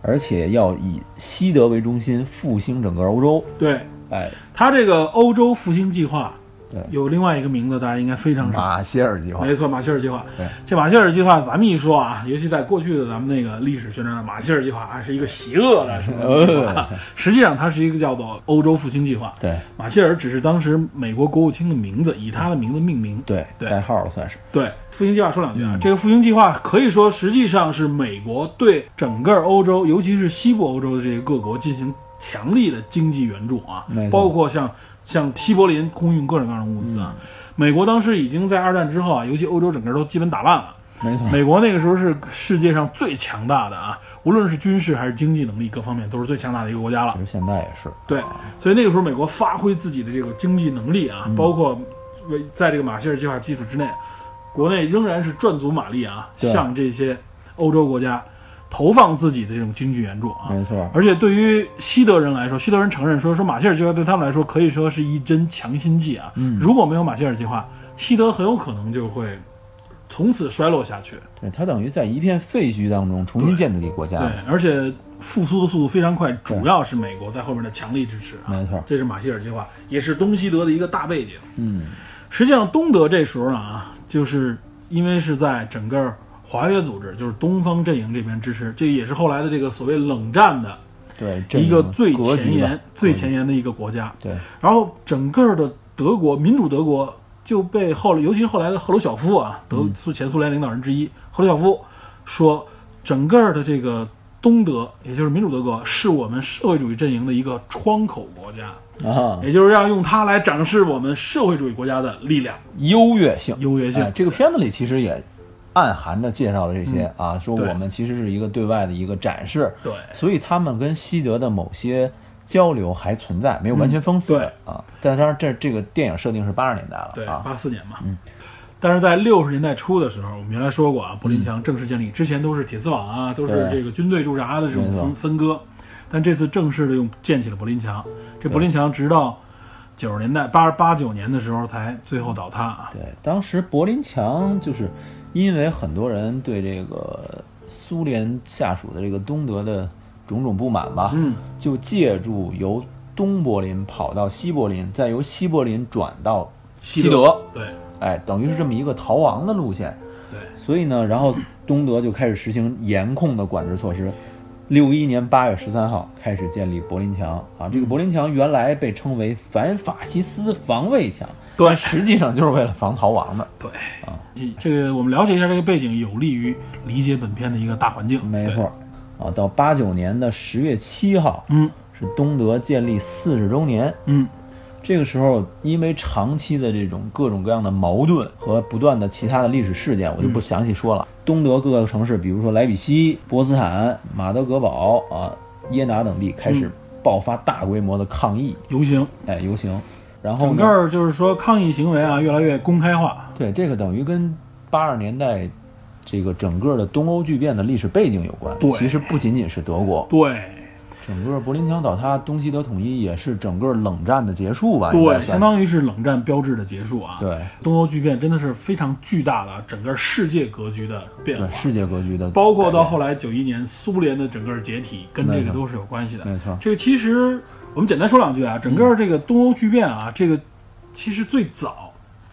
A: 而且要以西德为中心复兴整个欧洲。
B: 对，
A: 哎，
B: 他这个欧洲复兴计划
A: 对
B: 有另外一个名字，大家应该非常熟。
A: 马歇尔计划
B: 没错，马歇尔计划
A: 对。
B: 这马歇尔计划，咱们一说啊，尤其在过去的咱们那个历史宣传的马歇尔计划啊，是一个邪恶的什
A: 呃
B: 么计划，实际上它是一个叫做欧洲复兴计划。
A: 对
B: 马歇尔只是当时美国国务卿的名字，以他的名字命名。
A: 对
B: 对
A: 代号了算是。
B: 对，复兴计划说两句
A: 嗯
B: 啊，这个复兴计划可以说实际上是美国对整个欧洲，尤其是西部欧洲的这些各国进行强力的经济援助啊
A: 没，错
B: 包括像像西柏林空运各种各样的物资啊。
A: 嗯
B: 美国当时已经在二战之后
A: 嗯
B: 啊，尤其欧洲整个都基本打烂了。
A: 没错，
B: 美国那个时候是世界上最强大的啊，无论是军事还是经济能力各方面，都是最强大的一个国家了
A: 其。实现在也是，
B: 对，所以那个时候美国发挥自己的这个经济能力啊，包括为在这个马歇尔计划基础之内，国内仍然是赚足马力啊，
A: 对
B: 向这些欧洲国家投放自己的这种经济援助啊。
A: 没错，
B: 而且对于西德人来说，西德人承认说，说马歇尔计划对他们来说可以说是一针强心剂啊。如果没有马歇尔计划，西德很有可能就会从此衰落下去。
A: 对，它等于在一片废墟当中重新建立国家
B: 对，，而且复苏的速度非常快，主要是美国在后面的强力支持啊。
A: 没错
B: 这是马歇尔计划，也是东西德的一个大背景。
A: 嗯，
B: 实际上，东德这时候呢啊，就是因为是在整个华约组织，就是东方阵营这边支持，这也是后来的这个所谓冷战的
A: 对，这
B: 一个最
A: 格
B: 前
A: 局吧
B: 沿、最前沿的一个国家。
A: 对，
B: 然后整个的德国民主德国就被后来，尤其是后来的赫鲁晓夫啊，德苏前苏联领导人之一赫鲁晓夫说，整个的这个东德，也就是民主德国，是我们社会主义阵营的一个窗口国家，
A: 啊，
B: 也就是要用它来展示我们社会主义国家的力量、
A: 优越性，
B: 优越性。
A: 哎这个片子里其实也暗含着介绍了这些啊，
B: 嗯
A: 说
B: 对
A: 我们其实是一个对外的一个展示，
B: 对
A: 所以他们跟西德的某些交流还存在，没有完全封
B: 嗯
A: 死、
B: 对
A: 啊。但当然这，这个电影设定是八十年代了
B: 对，
A: 啊，
B: 八四年嘛。但是在六十年代初的时候，我们原来说过啊，柏林墙正式建立之前都是铁丝网啊，都是
A: 嗯对嗯
B: 这个军队驻扎的这种
A: 没错
B: 分分割，但这次正式的用建起了柏林墙。这柏林墙直到九十年代八八九年的时候才最后倒塌啊。
A: 对，当时柏林墙就是因为很多人对这个苏联下属的这个东德的种种不满吧，
B: 嗯，
A: 就借助由东柏林跑到西柏林，再由西柏林转到西德
B: 对
A: 哎，等于是这么一个逃亡的路线。
B: 对，
A: 所以呢，然后东德就开始实行严控的管制措施。六一年八月十三号开始建立柏林墙啊，这个柏林墙原来被称为反法西斯防卫墙，
B: 对
A: 但实际上就是为了防逃亡的。
B: 对，
A: 啊
B: 这个我们了解一下这个背景，有利于理解本片的一个大环境。
A: 没
B: 对，
A: 错，啊，到八九年的十月七号
B: 嗯
A: 是东德建立四十周年，
B: 嗯，
A: 这个时候，因为长期的这种各种各样的矛盾和不断的其他的历史事件，我就
B: 嗯
A: 不详细说了。东德各个城市，比如说莱比锡、波茨坦、马德格堡啊、耶拿等地，开
B: 嗯
A: 始爆发大规模的抗议，
B: 游行，
A: 哎，游行。然后
B: 整
A: 呢
B: 个儿就是说抗议行为啊越来越公开化。
A: 对这个等于跟八十年代这个整个的东欧巨变的历史背景有关。
B: 对
A: 其实不仅仅是德国，
B: 对，
A: 整个柏林墙倒塌、东西德统一也是整个冷战的结束吧？应该
B: 对，
A: 算
B: 相当于是冷战标志的结束啊。
A: 对
B: 东欧巨变真的是非常巨大的整个世界格局的变
A: 对
B: 化，
A: 世界格局的，
B: 包括到后来九一年苏联的整个解体，跟这个都是有关系的。
A: 没错。
B: 这个其实我们简单说两句啊，整
A: 嗯
B: 个这个东欧巨变啊，这个其实最早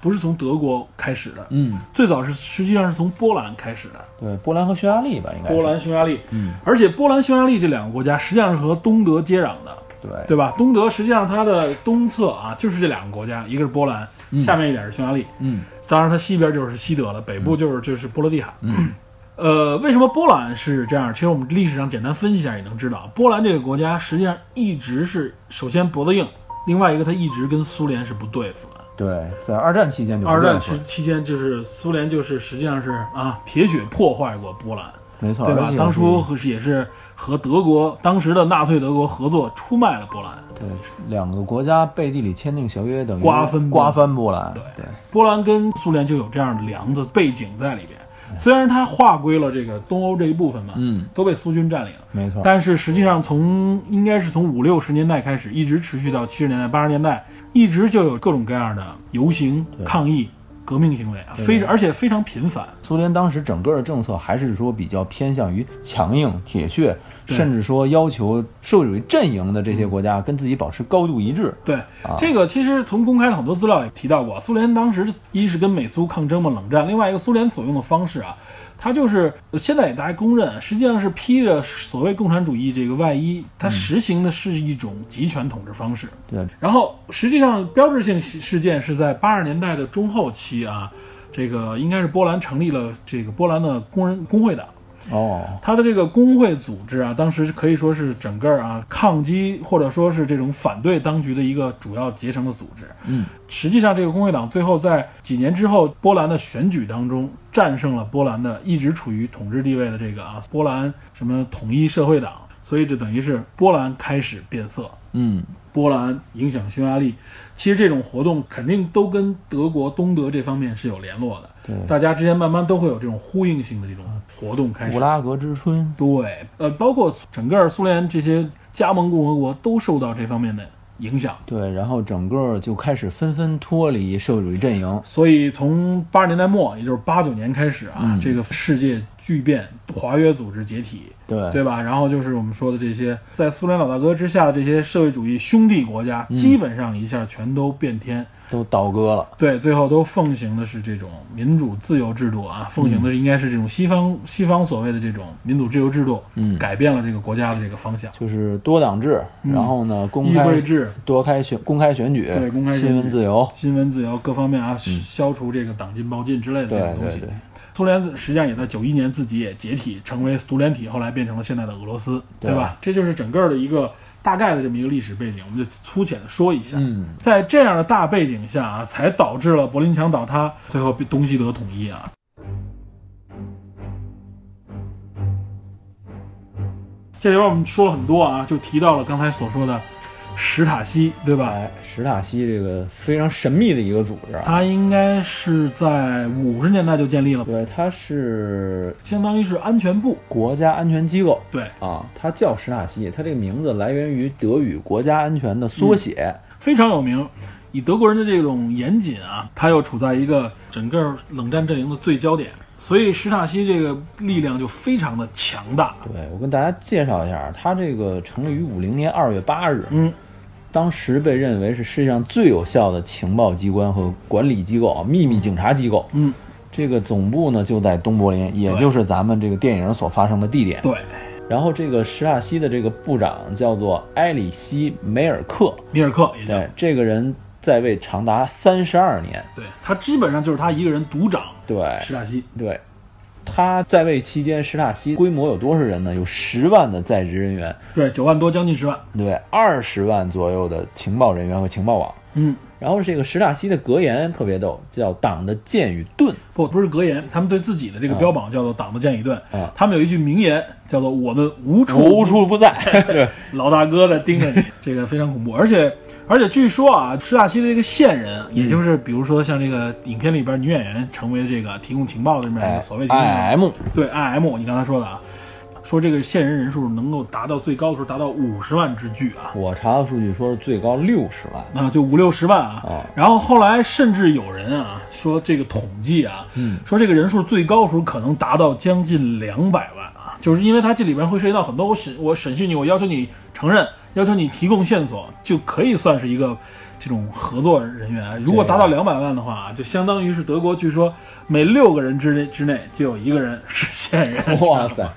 B: 不是从德国开始的，
A: 嗯，
B: 最早是实际上是从波兰开始的，
A: 对，波兰和匈牙利吧，应该是
B: 波兰、匈牙利，
A: 嗯，
B: 而且波兰、匈牙利这两个国家实际上是和东德接壤的，
A: 对
B: 对吧？东德实际上它的东侧啊，就是这两个国家，一个是波兰，下面一点是匈牙利。
A: 嗯，
B: 当然它西边就是西德了，北部就是就是波罗的海。嗯，呃，为什么波兰是这样？其实我们历史上简单分析一下也能知道，波兰这个国家实际上一直是首先脖子硬，另外一个它一直跟苏联是不对付的。
A: 对，在二战期间就
B: 二战
A: 是
B: 期期间就是苏联就是实际上是啊铁血破坏过波兰，
A: 没错，
B: 对吧
A: 而且？
B: 当初和是也是和德国当时的纳粹德国合作出卖了波兰。
A: 对两个国家背地里签订条约，等于
B: 瓜分波
A: 瓜
B: 兰
A: 分波兰，
B: 对
A: 对
B: 波兰跟苏联就有这样的梁子背景在里边。虽然它划归了这个东欧这一部分嘛，
A: 嗯，
B: 都被苏军占领，
A: 没错，
B: 但是实际上从应该是从五六十年代开始，一直持续到七十年代、八十年代，一直就有各种各样的游行、抗议、革命行为，啊，非而且非常频繁。
A: 苏联当时整个的政策还是说比较偏向于强硬、铁血，
B: 对
A: 甚至说要求社会主义阵营的这些国家跟自己保持高度一致。
B: 对，这个其实从公开的很多资料也提到过，苏联当时一是跟美苏抗争嘛，冷战；另外一个苏联所用的方式啊，它就是呃现在也大家公认，实际上是披着所谓共产主义这个外衣，它实行的是一种集权统治方式。
A: 对，
B: 然后实际上标志性事事件是在八十年代的中后期啊，这个应该是波兰成立了这个波兰的工人工会党，
A: 哦，
B: 他的这个工会组织啊，当时可以说是整个啊抗击或者说是这种反对当局的一个主要结成的组织。
A: 嗯，
B: 实际上，这个工会党最后在几年之后波兰的选举当中战胜了波兰的一直处于统治地位的这个啊波兰什么统一社会党，所以这等于是波兰开始变色。
A: 嗯，
B: 波兰影响匈牙利，其实这种活动肯定都跟德国东德这方面是有联络的，
A: 对，
B: 大家之间慢慢都会有这种呼应性的这种活动开始
A: 乌。拉格之春，
B: 对，呃，包括整个苏联这些加盟共和国都受到这方面的影响。
A: 对，然后整个就开始纷纷脱离社会主义阵营，
B: 所以从八十年代末，也就是八九年开始啊，
A: 嗯
B: 这个世界巨变，华约组织解体，
A: 对，
B: 对吧？然后就是我们说的这些，在苏联老大哥之下，这些社会主义兄弟国家，
A: 嗯
B: 基本上一下全都变天。
A: 都倒戈了，
B: 对，最后都奉行的是这种民主自由制度
A: 嗯
B: 啊，奉行的是应该是这种西方西方所谓的这种民主自由制度，
A: 嗯
B: 改变了这个国家的这个方向，
A: 就是多党制，然后呢，公
B: 嗯议会
A: 开
B: 制、
A: 多开选公开选举，
B: 对公开选举
A: 新闻自由，
B: 新闻自由各方面啊，消除这个党禁、报禁之类的这
A: 嗯对
B: 种东
A: 对
B: 西。
A: 对，
B: 苏联实际上也在九一年自己也解体，成为独联体，后来变成了现在的俄罗斯，
A: 对
B: 对吧？这就是整个的一个大概的这么一个历史背景，我们就粗浅的说一下。
A: 嗯，
B: 在这样的大背景下啊，才导致了柏林墙倒塌，最后被东西德统一啊。这里边我们说了很多啊，就提到了刚才所说的史塔西，对吧？
A: 哎，史塔西这个非常神秘的一个组织啊，
B: 它应该是在五十年代就建立了，
A: 对，它是
B: 相当于是安全部。
A: 国家安全机构。
B: 对，
A: 啊，它叫史塔西，它这个名字来源于德语“国家安全”的缩写。
B: 非常有名。以德国人的这种严谨啊，他又处在一个整个冷战阵营的最焦点，所以史塔西这个力量就非常的强大。
A: 对我跟大家介绍一下，啊它这个成立于五零年二月八日，
B: 嗯，
A: 当时被认为是世界上最有效的情报机关和管理机构啊，秘密警察机构。
B: 嗯，
A: 这个总部呢就在东柏林，也
B: 对
A: 就是咱们这个电影所发生的地点。
B: 对，
A: 然后这个史塔西的这个部长叫做埃里希·梅尔克，
B: 米尔克也叫
A: 对，这个人在位长达三十二年，
B: 对他基本上就是他一个人独掌
A: 对，
B: 史塔西。
A: 对，他在位期间，史塔西规模有多少人呢？有十万的在职人员，
B: 对，九万多，将近十万。
A: 对，二十万左右的情报人员和情报网。
B: 嗯，
A: 然后这个史塔西的格言特别逗，叫“党的剑与盾
B: 不，不是格言，他们对自己的这个标榜叫做“党的剑与盾”
A: 啊
B: 他们有一句名言叫做“我们无”，处
A: 无
B: <laughs>
A: 处不在。对，
B: 老大哥在盯着你，这个非常恐怖。而且而且据说啊，施塔西的这个线人，也就是比如说像这个影片里边女演员成为这个提供情报的这么样一
A: 哎
B: 个所谓提供人
A: ，IM
B: 对 IM，你刚才说的啊，说这个线人人数能够达到最高的时候达到五十万之巨啊。
A: 我查到数据说是最高六十
B: <laughs>
A: 万。
B: 啊，就五六十万啊，
A: 啊
B: 然后后来甚至有人啊说这个统计啊，
A: 嗯
B: 说这个人数最高的时候可能达到将近两百万啊，就是因为它这里边会涉及到很多我审我审讯你，我要求你承认，要求你提供线索，就可以算是一个这种合作人员。如果达到两百万的话啊，就相当于是德国，据说每六个人之内之内就有一个人是 <laughs> 线人。
A: 哇塞，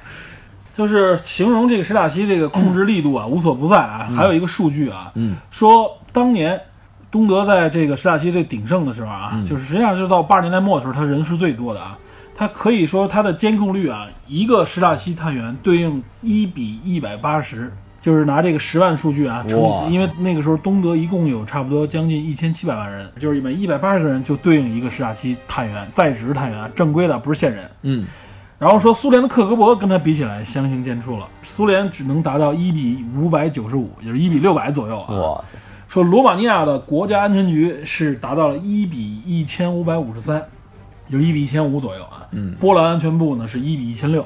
B: 就是形容这个史塔西这个控制力度啊，无所不在啊。还有一个数据啊，
A: 嗯，
B: 说当年东德在这个史塔西这鼎盛的时候啊，
A: 嗯
B: 就是实际上就是到八十年代末的时候，他人是最多的啊。他可以说他的监控率啊，一个史塔西探员对应一比一百八十，就是拿这个十万数据啊
A: 哇
B: 乘，因为那个时候东德一共有差不多将近一千七百万人，就是每一百八十个人就对应一个史塔西探员，在职探员啊，正规的不是线人。
A: 嗯，
B: 然后说苏联的克格勃跟他比起来相形见绌了，苏联只能达到一比五百九十五，就是一比六百左右啊。
A: 哇塞，
B: 说罗马尼亚的国家安全局是达到了一比一千五百五十三，就是一比一千五左右啊。
A: 嗯
B: 波兰安全部呢是一比一千六。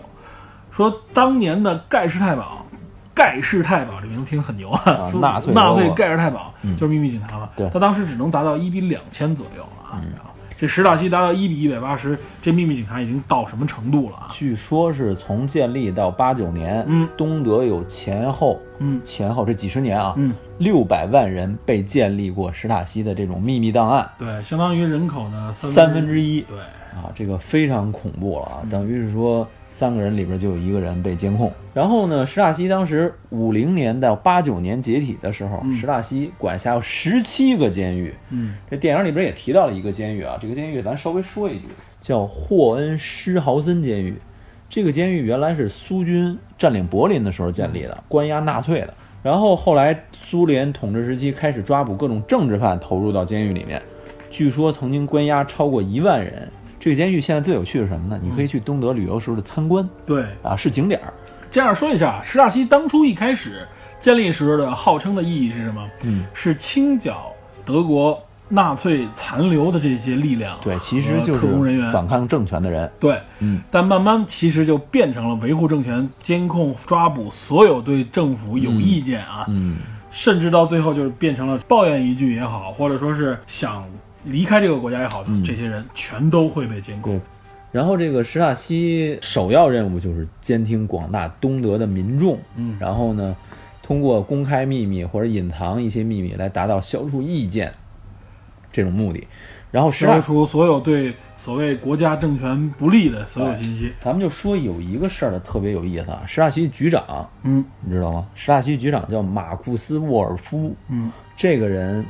B: 说当年的盖世太保，盖世太保这名字听着很牛啊，苏
A: 纳粹
B: 纳
A: 欧
B: 粹
A: 啊
B: 盖世太保就是秘密警察嘛。
A: 对嗯
B: 他当时只能达到一比两千左右啊。然后这史塔西达到一比一百八十，这秘密警察已经到什么程度了啊？
A: 据说是从建立到八九年，
B: 嗯
A: 东德有前后
B: 嗯
A: 前后这几十年啊，
B: 嗯，
A: 六百万人被建立过史塔西的这种秘密档案。
B: 对，相当于人口的三
A: 三分
B: 分
A: 之
B: 一。
A: 一
B: 对，
A: 啊，这个非常恐怖了啊，等于是说三个人里边就有一个人被监控。然后呢，史塔西当时五零年到八九年解体的时候，
B: 嗯
A: 史塔西管辖有十七个监狱。
B: 嗯，
A: 这电影里边也提到了一个监狱啊，这个监狱咱稍微说一句，叫霍恩施豪森监狱。这个监狱原来是苏军占领柏林的时候建立的，关押纳粹的。然后后来苏联统治时期开始抓捕各种政治犯，投入到监狱里面。据说曾经关押超过一万人。这个监狱现在最有趣是什么呢？你
B: 嗯
A: 可以去东德旅游时候的参观
B: 对，
A: 啊，是景点儿。
B: 这样说一下，石大西当初一开始建立时的号称的意义是什么？
A: 嗯，
B: 是清剿德国纳粹残留的这些力量，
A: 对，其实就
B: 哦特工人
A: 是
B: 员
A: 反抗政权的人。
B: 对，
A: 嗯，
B: 但慢慢其实就变成了维护政权、监控、抓捕所有对政府有意见啊，
A: 嗯，
B: 甚至到最后就是变成了抱怨一句也好，或者说是想离开这个国家也好，
A: 嗯
B: 这些人全都会被监控
A: 对。然后这个石塔西首要任务就是监听广大东德的民众，
B: 嗯
A: 然后呢，通过公开秘密或者隐藏一些秘密来达到消除意见这种目的。然后石
B: 消
A: 塔，
B: 除所有对所谓国家政权不利的所有信息。
A: 咱们就说有一个事儿特别有意思啊，石塔西局长
B: 嗯
A: 你知道吗？石塔西局长叫马库斯沃尔夫，
B: 嗯，
A: 这个人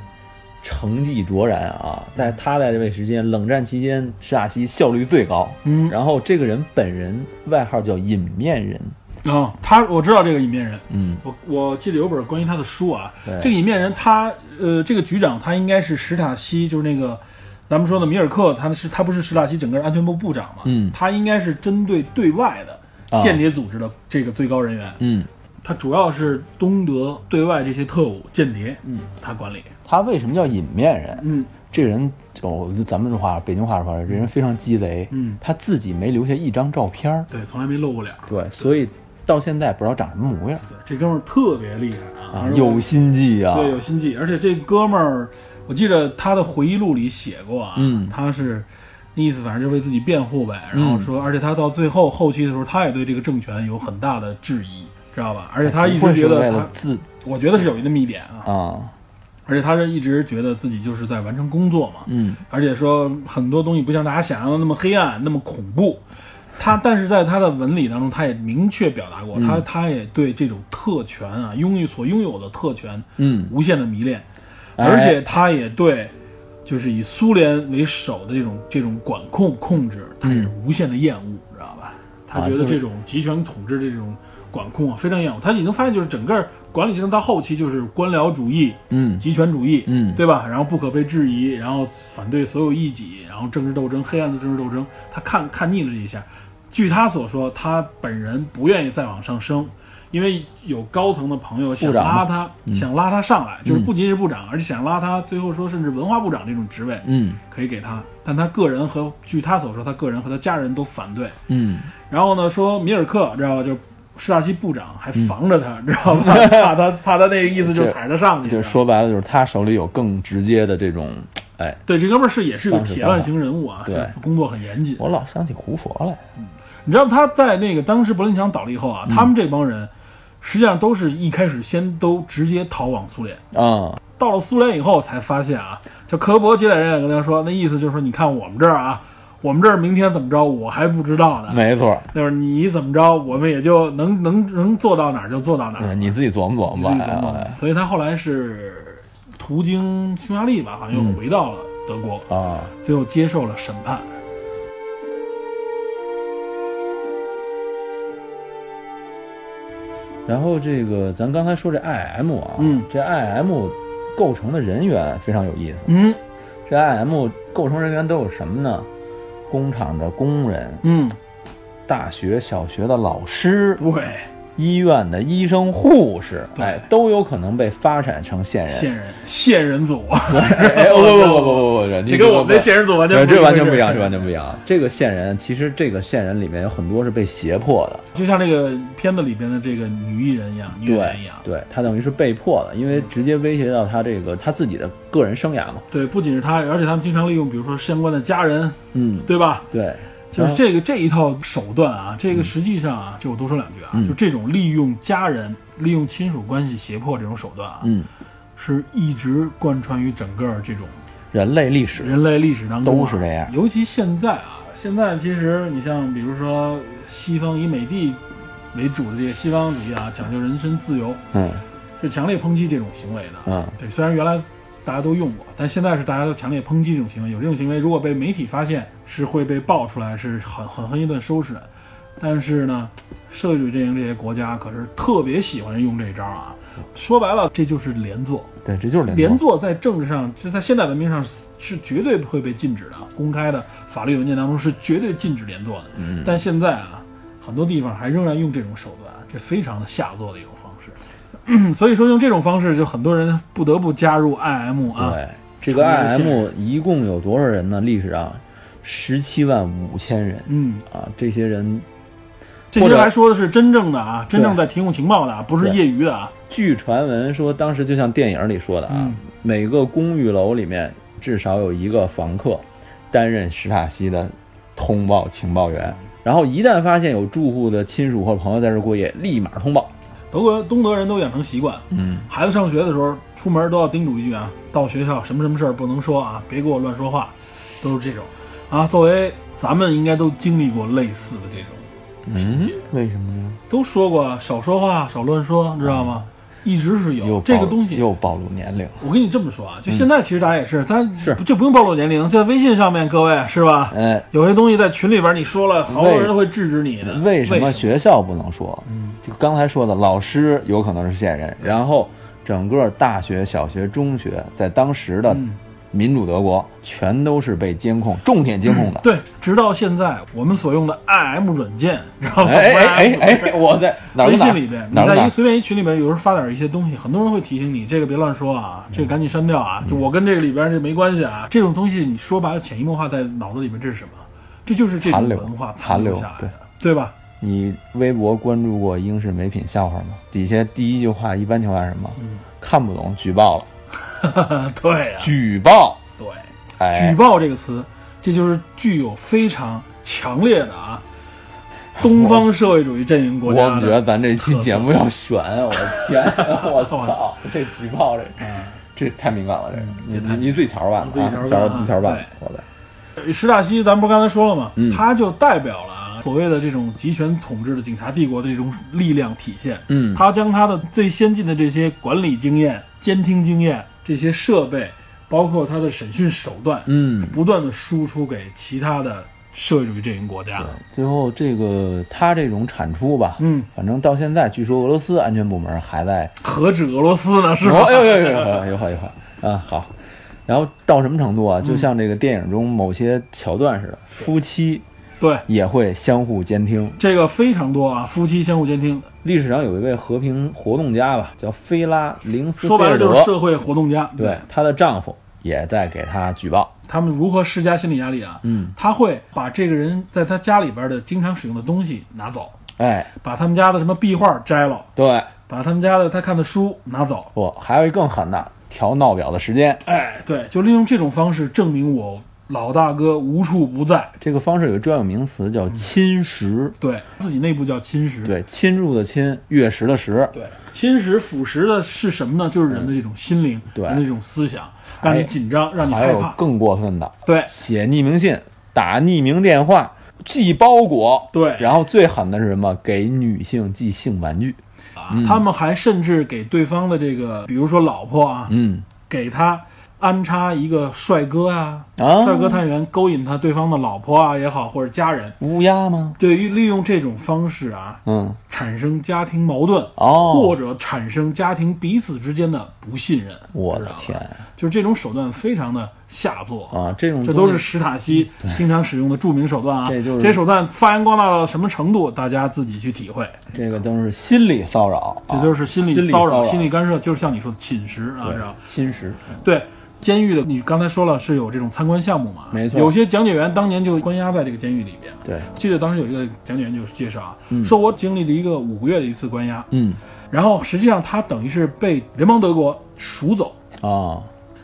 A: 成绩卓然啊，在他在这位时间，冷战期间石塔西效率最高。
B: 嗯
A: 然后这个人本人外号叫隐面人，
B: 啊、他我知道这个隐面人，
A: 嗯，
B: 我我记得有本关于他的书啊
A: 对。
B: 这个隐面人他呃，这个局长他应该是史塔西，就是那个咱们说的米尔克，他是他不是史塔西整个安全部部长嘛？
A: 嗯
B: 他应该是针对对外的
A: 啊
B: 间谍组织的这个最高人员，
A: 嗯，
B: 他主要是东德对外这些特务间谍，嗯，他管理，
A: 他为什么叫隐面人？
B: 嗯
A: 这人哦，咱们这话，北京话说，这人非常鸡贼，
B: 嗯，
A: 他自己没留下一张照片儿，
B: 对，从来没露过脸。
A: 对，所以到现在不知道长什么模样
B: 对这哥们儿特别厉害啊
A: 啊，，有心计啊，
B: 对，有心计，而且这哥们儿，我记得他的回忆录里写过啊，
A: 嗯
B: 他是那意思，反正就为自己辩护呗。然后
A: 嗯
B: 说，而且他到最后后期的时候，他也对这个政权有很大的质疑，知道吧？而且他一
A: 不
B: 直
A: 会是
B: 觉
A: 为
B: 得
A: 了
B: 他，
A: 自
B: 我觉得是有那么一点啊，
A: 啊，
B: 而且他是一直觉得自己就是在完成工作嘛，
A: 嗯，
B: 而且说很多东西不像大家想象的那么黑暗、那么恐怖。他但是在他的文理当中，他也明确表达过，
A: 嗯
B: 他他也对这种特权啊，拥有所拥有的特权，
A: 嗯，
B: 无限的迷恋，
A: 哎
B: 而且他也对，就是以苏联为首的这种这种管控控制，他也是无限的厌恶，知道吧？他
A: 嗯啊
B: 觉得
A: 就是
B: 这种集权统治的这种管控啊，非常厌恶。他已经发现，就是整个管理系统到后期就是官僚主义、
A: 嗯
B: 集权主义，
A: 嗯
B: 对吧？然后不可被质疑，然后反对所有异己，然后政治斗争、黑暗的政治斗争，他看看腻了这一下。据他所说，他本人不愿意再往上升，因为有高层的朋友想
A: 部长嗯
B: 拉他，想拉他上来，就是不仅是部长，而且想拉他，最后说甚至文化部长这种职位
A: 嗯
B: 可以给他，但他个人和据他所说，他个人和他家人都反对。
A: 嗯，
B: 然后呢，说米尔克知道吧，就是施塔西部长还
A: 嗯
B: 防着他，知道吧？ <laughs> 怕他怕他那个意思就是踩着上去，
A: 就是说白了，就是他手里有更直接的这种，哎，
B: 对，这哥们儿是也是个
A: 方式
B: 铁
A: 方法
B: 腕型人物啊，
A: 对
B: 就是工作很严谨。
A: 我老想起胡佛来，
B: 你知道他在那个当时柏林墙倒了以后啊，
A: 嗯
B: 他们这帮人实际上都是一开始先都直接逃往苏联，
A: 啊，
B: 到了苏联以后才发现啊，就科博接待人也跟他说，那意思就是说，你看我们这儿啊，我们这儿明天怎么着我还不知道呢，
A: 嗯没错，
B: 就是你怎么着，我们也就能能能做到哪儿就做到哪儿，
A: 嗯你自己琢磨琢
B: 自
A: 磨
B: 己
A: 吧
B: 琢磨
A: 哎，
B: 所以他后来是途经匈牙利吧，好像
A: 嗯
B: 又回到了德国，
A: 啊，
B: 最后接受了审判。
A: 然后这个咱刚才说这 IM 啊，
B: 嗯
A: 这 IM 构成的人员非常有意思。
B: 嗯
A: 这 IM 构成人员都有什么呢？工厂的工人、
B: 嗯，
A: 大学、小学的老师、
B: 对，
A: 医院的医生、护士，
B: 对
A: 哎，都有可能被发展成线人。
B: 线人线人组，
A: 哎，不不不不不不，
B: <laughs> 这跟我们
A: 这
B: 的线人组完全
A: 呃这完全不一样，
B: 是
A: 这完全不一样。这个线人其实这个线人里面有很多是被胁迫的，
B: 就像这个片子里边的这个女艺人一样，女演员一
A: 对
B: 样，
A: 对，他等于是被迫的，因为直接威胁到他这个他自己的个人生涯嘛。
B: 对，不仅是她，而且他们经常利用，比如说相关的家人，
A: 嗯，
B: 对吧？
A: 对，
B: 就是这个这一套手段啊，这个实际上
A: 嗯
B: 啊，这我多说两句啊，就这种利用家人、利用亲属关系胁迫这种手段啊，
A: 嗯，
B: 是一直贯穿于整个这种
A: 人类历史，
B: 人类历史当中、啊、
A: 都是这样
B: 尤其现在啊，现在其实你像比如说西方以美帝为主的这个西方主义啊，讲究人身自由，
A: 嗯
B: 是强烈抨击这种行为的。
A: 嗯
B: 对，虽然原来大家都用过，但现在是大家都强烈抨击这种行为。有这种行为，如果被媒体发现，是会被爆出来，是很很很一顿收拾的。但是呢，社会主义阵营这些国家可是特别喜欢用这招啊。说白了，这就是连坐。
A: 对，这就是
B: 连
A: 连坐。
B: 坐在政治上，就在现代文明上是是绝对不会被禁止的啊，公开的法律文件当中是绝对禁止连坐的。
A: 嗯，
B: 但现在啊，很多地方还仍然用这种手段，这非常的下作的一种方式。 <clears throat> 所以说，用这种方式，就很多人不得不加入 IM 啊。
A: 对，这个
B: 重复
A: IM 一共有多少人呢？历史上十七万五千人
B: 嗯，
A: 啊，这些人
B: 这
A: 或
B: 些
A: 者
B: 还说的是真正的啊，真正
A: 对
B: 在提供情报的啊，不是
A: 对
B: 业余的啊。
A: 据传闻说，当时就像电影里说的啊，
B: 嗯
A: 每个公寓楼里面至少有一个房客担任史塔西的通报情报员，然后一旦发现有住户的亲属或朋友在这过夜，立马通报。
B: 德国东德人都养成习惯，
A: 嗯，
B: 孩子上学的时候出门都要叮嘱一句啊，到学校什么什么事儿不能说啊，别给我乱说话，都是这种啊。作为咱们应该都经历过类似的这种情
A: 嗯
B: 节，，
A: 为什么呢？
B: 都说过少说话，少乱说，知道吗？一直是有
A: 又
B: 这
A: 暴
B: 个
A: 露
B: 东西，
A: 又暴露年龄。
B: 我跟你这么说啊，就现在其实大家也是，咱
A: 是
B: 就不用暴露年龄，就在微信上面，各位是吧？
A: 哎，
B: 有些东西在群里边你说了，好多人会制止你的。
A: 为什
B: 什
A: 么学校不能说？
B: 嗯，
A: 就刚才说的，老师有可能是线人，然后整个大学、小学、中学，在当时的
B: 嗯
A: 民主德国，全都是被监控，重点监控的。
B: 对，直到现在我们所用的 IM 软件，知道吗？
A: 哎哎哎哎，我在哪儿
B: 微
A: 跟哪儿
B: 信里边，你
A: 哪儿跟
B: 在
A: 哪
B: 一
A: 儿？
B: 随便一群里边，有时候发点一些东西，很多人会提醒你，这个别乱说啊，
A: 嗯
B: 这个赶紧删掉啊，就我跟这个里边这没关系啊。这种东西你说白了，潜移默化在脑子里面，这是什么？这就是这种
A: 残留
B: 文化
A: 残留
B: 下来的，对吧？ <laughs>
A: 你微博关注过英式美品笑话吗？底下第一句话一般情况下是什么？
B: 嗯
A: 看不懂，举报了，
B: 对呀、
A: 举报，
B: 对。
A: 哎
B: 啊举，报这个词，这就是具有非常强烈的啊，东方社会主义阵营国
A: 我
B: 家的特色。
A: 们觉得咱这期节目要悬，我的
B: <laughs>
A: 天，我
B: 我
A: 操，这举报这
B: 嗯，
A: 这太敏感了，这个你
B: 这太
A: 你你自己瞧吧，
B: 嗯你自己
A: 啊
B: 瞧吧
A: 瞧
B: 啊
A: 你瞧吧
B: 对，
A: 好的，
B: 石大西，咱们不是刚才说了吗？
A: 嗯
B: 他就代表了啊所谓的这种集权统治的警察帝国的这种力量体现。
A: 嗯，
B: 他将他的最先进的这些管理经验、监听经验、这些设备，包括他的审讯手段，
A: 嗯，
B: 不断的输出给其他的社会主义阵营国家。
A: 最后这个他这种产出吧，
B: 嗯，
A: 反正到现在，据说俄罗斯安全部门还在
B: 何止俄罗斯呢？是吧？
A: 哦哎呦呦呦呦呦有好有好啊好。然后到什么程度啊？
B: 嗯
A: 就像这个电影中某些桥段似的，夫妻
B: 对，
A: 也会相互监听。
B: 这个非常多啊，夫妻相互监听，
A: 历史上有一位和平活动家吧，叫菲拉林斯菲
B: 说白
A: 尔
B: 了
A: 德，
B: 就是社会活动家。
A: 对，她的丈夫也在给她举报。
B: 他们如何施加心理压力啊？
A: 嗯，
B: 他会把这个人在他家里边的经常使用的东西拿走，
A: 哎，
B: 把他们家的什么壁画摘了，
A: 对，
B: 把他们家的他看的书拿走。
A: 不，还有一更狠的，调闹表的时间。
B: 哎，对，就利用这种方式证明我老大哥无处不在。
A: 这个方式有个专有名词叫
B: 嗯
A: 侵蚀，
B: 对自己内部叫侵蚀。
A: 对，侵入的侵，月食的食，
B: 对侵蚀、腐蚀的是什么呢？就是人的这种心灵，
A: 对哎
B: 人的这种思想，让你紧张，让你
A: 还
B: 害
A: 有
B: 怕。
A: 更过分的，
B: 对
A: 写匿名信、打匿名电话、寄包裹，
B: 对，
A: 然后最狠的是什么？给女性寄性玩具。
B: 啊，
A: 嗯
B: 他们还甚至给对方的这个，比如说老婆啊，
A: 嗯，
B: 给他安插一个帅哥啊，
A: 啊
B: 帅哥探员勾引他对方的老婆啊也好，或者家人，
A: 乌鸦吗？
B: 对于利用这种方式啊，
A: 嗯，
B: 产生家庭矛盾，
A: 哦
B: 或者产生家庭彼此之间的不信任。
A: 我
B: 知
A: 的
B: 道吧
A: 天
B: 就是这种手段非常的下作。
A: 啊，这种
B: 这
A: 东
B: 都
A: 西
B: 是史塔西 <laughs> 经常使用的著名手段啊！
A: 这嗯就是
B: 些手段发扬光大到什么程度，大家自己去体会。
A: 这个都是心理骚扰，啊
B: 这就是心理
A: 哦理
B: 骚
A: 扰、
B: 心理干涉，就是像你说的侵蚀啊，
A: 对
B: 知道吧
A: 侵蚀。
B: 对，监狱的你刚才说了是有这种参观项目嘛？
A: 没错
B: 有些讲解员当年就关押在这个监狱里边。
A: 对，
B: 记得当时有一个讲解员就是介绍啊，说我经历了一个五个月的一次关押，
A: 嗯
B: 然后实际上他等于是被联邦德国赎走，
A: 啊，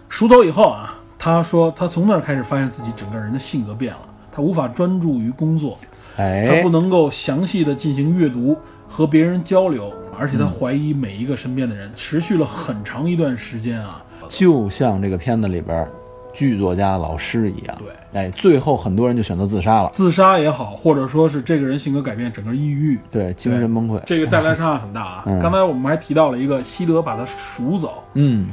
B: 赎走以后啊，他说他从那儿开始发现自己整个人的性格变了，他无法专注于工作，他
A: 哎
B: 不，能够详细的进行阅读和别人交流，而且他怀疑每一个身边的人，持续了很长一段时间啊。
A: 就像这个片子里边儿剧作家老师一样，
B: 对，
A: 哎，最后很多人就选择自杀了，
B: 自杀也好，或者说是这个人性格改变，整个抑郁，
A: 对，精神崩溃。
B: 这个带来伤害很大啊。
A: 嗯
B: 刚才我们还提到了一个西德把他赎走，
A: 嗯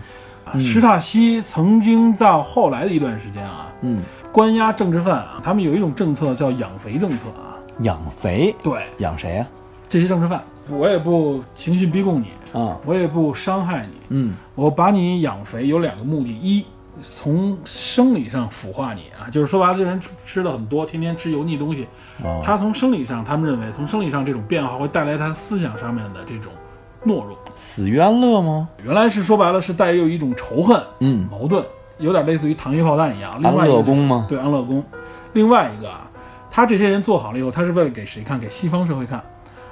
B: 啊史塔西曾经在后来的一段时间啊，
A: 嗯，
B: 关押政治犯啊，他们有一种政策叫养肥政策啊，啊
A: 养肥，
B: 对
A: 养谁呀、
B: 这些政治犯，我也不情绪逼供你，
A: 啊？啊，
B: 我也不伤害你，
A: 嗯
B: 我把你养肥有两个目的：一，从生理上腐化你啊，就是说白了，这人吃吃的很多，天天吃油腻东西，
A: 哦，
B: 他从生理上，他们认为从生理上这种变化会带来他思想上面的这种懦弱。
A: 死冤乐吗？
B: 原来是说白了是带有一种仇恨、
A: 嗯，
B: 矛盾，有点类似于糖衣炮弹一样。另
A: 安
B: 外一个
A: 乐
B: 就是
A: 宫吗？
B: 对安乐宫，另外一个啊，他这些人做好了以后，他是为了给谁看？给西方社会看，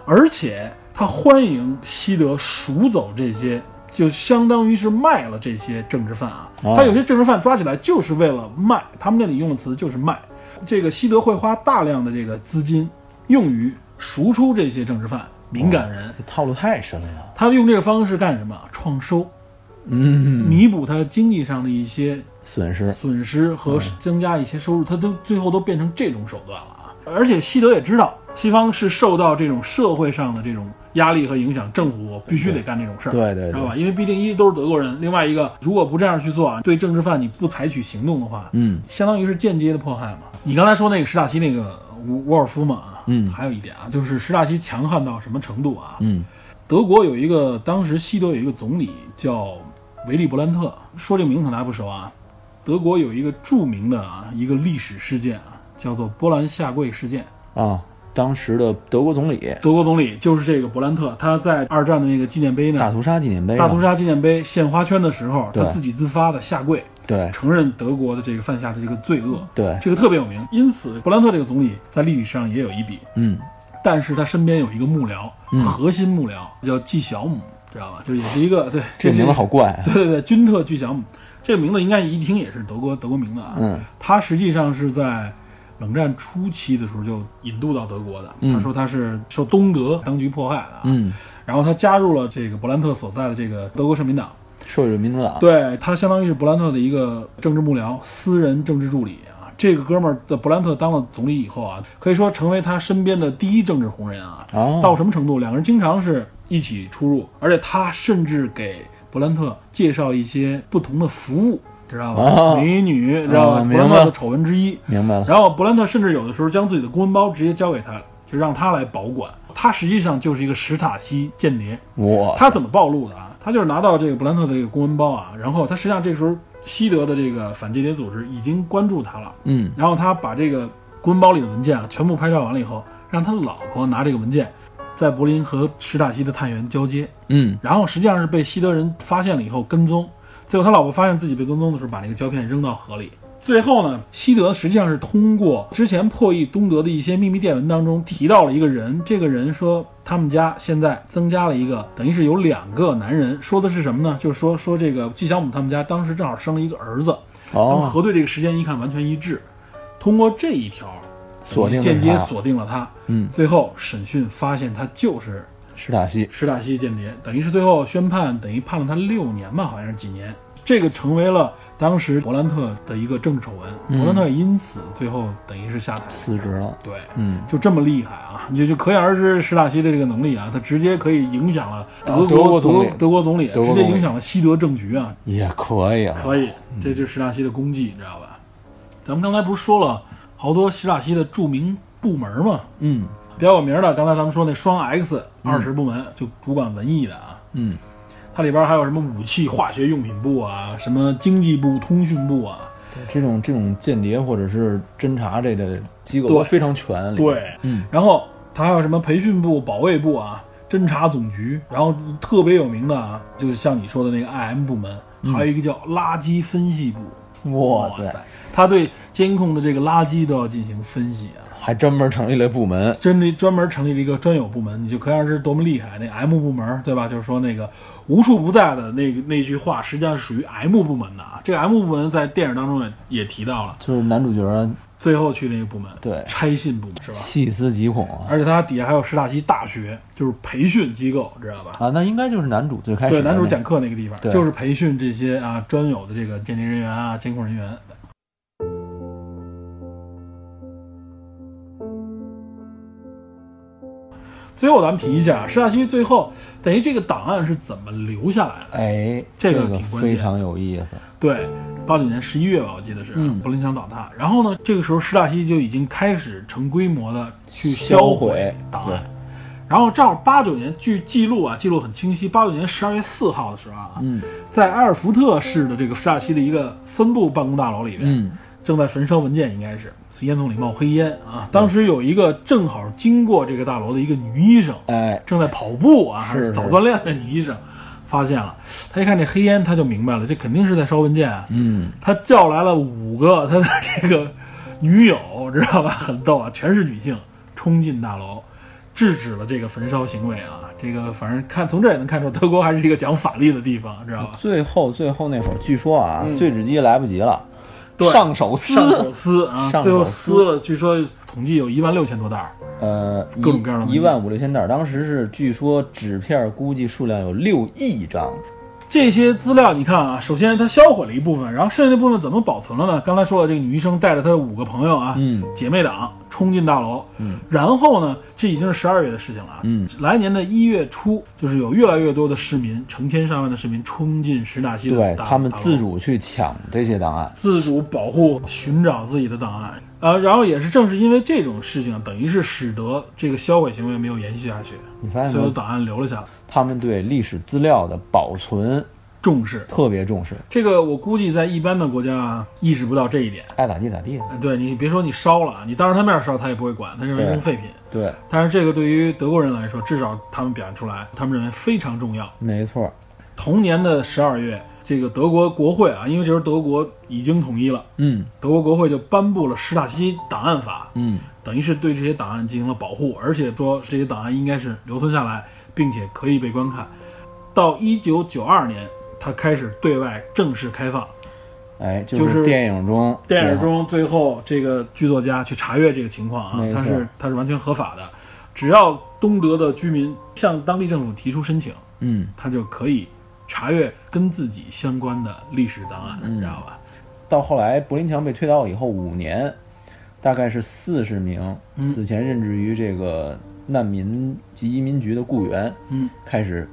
B: 而且他欢迎西德赎走这些，就相当于是卖了这些政治犯啊。
A: 哦
B: 他有些政治犯抓起来就是为了卖，他们那里用的词就是卖。这个西德会花大量的这个资金用于赎出这些政治犯、敏感人。
A: 这套路太深了。
B: 他用这个方式干什么？创收，
A: 嗯，
B: 弥补他经济上的一些
A: 损失
B: 损失
A: 嗯
B: 和增加一些收入，它都最后都变成这种手段了啊！而且西德也知道，西方是受到这种社会上的这种压力和影响，政府我必须得干这种事儿，
A: 对对对
B: 知道吧？因为毕竟一都是德国人，另外一个如果不这样去做啊，对政治犯你不采取行动的话，
A: 嗯，
B: 相当于是间接的迫害嘛。你刚才说那个史塔西那个沃沃尔夫嘛啊，
A: 嗯
B: 还有一点啊，就是史塔西强悍到什么程度啊？
A: 嗯
B: 德国有一个当时西德有一个总理叫维利勃兰特，说这个名字可能还不熟啊。德国有一个著名的啊一个历史事件啊，叫做波兰下跪事件。
A: 啊，当时的德国总理
B: 德国总理就是这个勃兰特，他在二战的那个纪念碑
A: 大
B: 呢，
A: 屠杀纪念碑，
B: 大屠，杀纪念碑献花圈的时候，他
A: 对
B: 自己自发的下跪，
A: 对
B: 承认德国的这个犯下的这个罪恶，
A: 对，
B: 这个特别有名。因此，勃兰特这个总理在历史上也有一笔。
A: 嗯，
B: 但是他身边有一个幕僚，
A: 嗯
B: 核心幕僚叫季小姆，知道吧？就是也是一个对
A: 这
B: 是一
A: 名
B: 个
A: 字好怪啊。
B: <laughs> 对对对，君特巨响，这个名字应该一听也是德国德国名字啊。
A: 嗯
B: 他实际上是在冷战初期的时候就引渡到德国的。
A: 嗯
B: 他说他是受东德当局迫害的啊，
A: 嗯，
B: 然后他加入了这个勃兰特所在的这个德国社民党，
A: 社会民主党，
B: 对他相当于是勃兰特的一个政治幕僚、私人政治助理啊。这个哥们儿的勃兰特当了总理以后啊，可以说成为他身边的第一政治红人啊。
A: 哦
B: 到什么程度？两个人经常是一起出入，而且他甚至给勃兰特介绍一些不同的服务，知道吧？
A: 哦
B: 美女，知道吧？
A: 嗯
B: 勃兰
A: 明白
B: 特
A: 了
B: 的丑闻之一。
A: 明白了。
B: 然后勃兰特甚至有的时候将自己的公文包直接交给他，就让他来保管。他实际上就是一个史塔西间谍。
A: 我
B: 他怎么暴露的啊？他就是拿到这个勃兰特的这个公文包啊，然后他实际上这个时候西德的这个反间谍组织已经关注他了，
A: 嗯
B: 然后他把这个公文包里的文件啊全部拍照完了以后，让他老婆拿这个文件，在柏林和史塔西的探员交接，
A: 嗯
B: 然后实际上是被西德人发现了以后跟踪，最后他老婆发现自己被跟踪的时候，把那个胶片扔到河里。最后呢，西德实际上是通过之前破译东德的一些秘密电文当中提到了一个人，这个人说他们家现在增加了一个，等于是有两个男人，说的是什么呢？就是说说这个季小姆他们家当时正好生了一个儿子，他们
A: 哦，
B: 核对这个时间一看完全一致，通过这一条
A: 锁定了
B: 间接
A: 他
B: 锁定了他，
A: 嗯，
B: 最后审讯发现他就是
A: 史塔西
B: 史塔西间谍，等于是最后宣判，等于判了他六年吧，好像是几年。这个成为了当时勃兰特的一个政治丑闻，
A: 嗯
B: 勃兰特也因此最后等于是下台。
A: 辞职了。
B: 对，
A: 嗯，
B: 就这么厉害啊！你就就可想而知史塔西的这个能力啊，他直接可以影响了德
A: 啊德
B: 国
A: 国总理
B: 德德国总理，
A: 德国
B: 直
A: 总理
B: 接影响了西德政局啊！
A: 也可以啊。
B: 可以，这就是史塔西的功绩，你知道吧？咱们刚才不是说了好多史塔西的著名部门吗？
A: 嗯
B: 比较有名的，刚才咱们说那双 X 二十部门，就主管文艺的啊。
A: 嗯，
B: 它里边还有什么武器、化学用品部啊，什么经济部、通讯部啊。
A: 这种这种间谍或者是侦查这类的机构
B: 对
A: 都非常全。里面，
B: 对，
A: 嗯，
B: 然后它还有什么培训部、保卫部啊、侦察总局，然后特别有名的啊，就是像你说的那个 IM 部门，还有一个叫垃圾分析部。
A: 嗯哇塞，
B: 它对监控的这个垃圾都要进行分析啊。
A: 还专门成立了部门。
B: 真的专门成立了一个专有部门，你就可想而知多么厉害。那 M 部门，对吧？就是说那个无处不在的那个那句话，实际上是属于 M 部门的啊。这个 M 部门在电影当中也也提到了，
A: 就是男主角啊
B: 最后去那个部门，
A: 对
B: 拆信部门是吧？
A: 细思极恐啊
B: 而且它底下还有史塔西大学，就是培训机构，知道吧？
A: 啊，那应该就是男主最开始
B: 对，
A: 的
B: 男主
A: 那
B: 讲课那个地方
A: 对
B: 就是培训这些啊专有的这个鉴定人员啊、监控人员。最后咱们提一下，施塔西最后等于这个档案是怎么留下来的？
A: 哎，
B: 这
A: 这
B: 个挺关键
A: 非常有意思。
B: 对，八九年十一月吧，我记得是、啊
A: 嗯
B: 柏林墙倒塌。然后呢，这个时候施塔西就已经开始成规模的去
A: 销
B: 销
A: 毁
B: 档
A: 对
B: 案。然后正好八九年，据记录啊，记录很清晰，八九年十二月四号的时候啊，
A: 嗯
B: 在埃尔福特市的这个施塔西的一个分部办公大楼里边，
A: 嗯
B: 正在焚烧文件，应该是烟囱里冒黑烟啊。当时有一个正好经过这个大楼的一个女医生，
A: 哎
B: 正在跑步啊，还
A: 是
B: 是早锻炼的女医生，发现了，她一看这黑烟，她就明白了，这肯定是在烧文件啊。
A: 嗯
B: 她叫来了五个她的这个女友，知道吧？ <laughs> 很逗啊，全是女性，冲进大楼。制止了这个焚烧行为啊！这个反正看从这也能看出，德国还是一个讲法律的地方，知道吧？
A: 最后最后那会儿，据说啊，碎纸机来不及了，上手
B: 嗯
A: 撕，
B: 上手撕啊，
A: 上手撕
B: 最后撕了，据说统计有一万六千多袋儿，
A: 呃，
B: 各种各样的
A: 一万五六千袋儿，当时是据说纸片儿估计数量有六亿张，
B: 嗯这些资料你看啊，首先它销毁了一部分，然后剩下那部分怎么保存了呢？刚才说了，这个女医生带着她的五个朋友啊，
A: 嗯
B: 姐妹党冲进大楼，
A: 嗯，
B: 然后呢，这已经是十二月的事情了啊，
A: 嗯，
B: 来年的一月初，就是有越来越多的市民，成千上万的市民冲进石纳西的
A: 对
B: 大
A: 他们
B: 大楼
A: 自主去抢这些档案，
B: 自主保护、寻找自己的档案。呃，然后也是正是因为这种事情，等于是使得这个销毁行为没有延续下去，
A: 你发现
B: 所
A: 没
B: 有
A: 有？
B: 档案留了下来。
A: 他们对历史资料的保存
B: 重视
A: 特别重视，
B: 这个，我估计在一般的国家意识不到这一点。
A: 爱咋地咋地。
B: 呃对你别说你烧了，啊你当着他面烧，他也不会管，他认为
A: 对
B: 是废品。
A: 对，
B: 但是这个对于德国人来说，至少他们表现出来，他们认为非常重要。
A: 没错儿。
B: 同年的十二月，这个德国国会啊，因为这时候德国已经统一了，
A: 嗯
B: 德国国会就颁布了史塔西档案法，
A: 嗯，
B: 等于是对这些档案进行了保护，而且说这些档案应该是留存下来，并且可以被观看。到一九九二年，它开始对外正式开放。
A: 哎，就
B: 就是是
A: 电影中，
B: 电影中最后这个剧作家去查阅这个情况啊
A: 没，错
B: 它是它是完全合法的，只要东德的居民向当地政府提出申请，
A: 嗯，
B: 他就可以查阅跟自己相关的历史档案，
A: 嗯
B: 知道吧？
A: 到后来柏林墙被推倒以后五年，大概是四十名
B: 嗯
A: 此前任职于这个难民及移民局的雇员
B: 嗯，
A: 开始，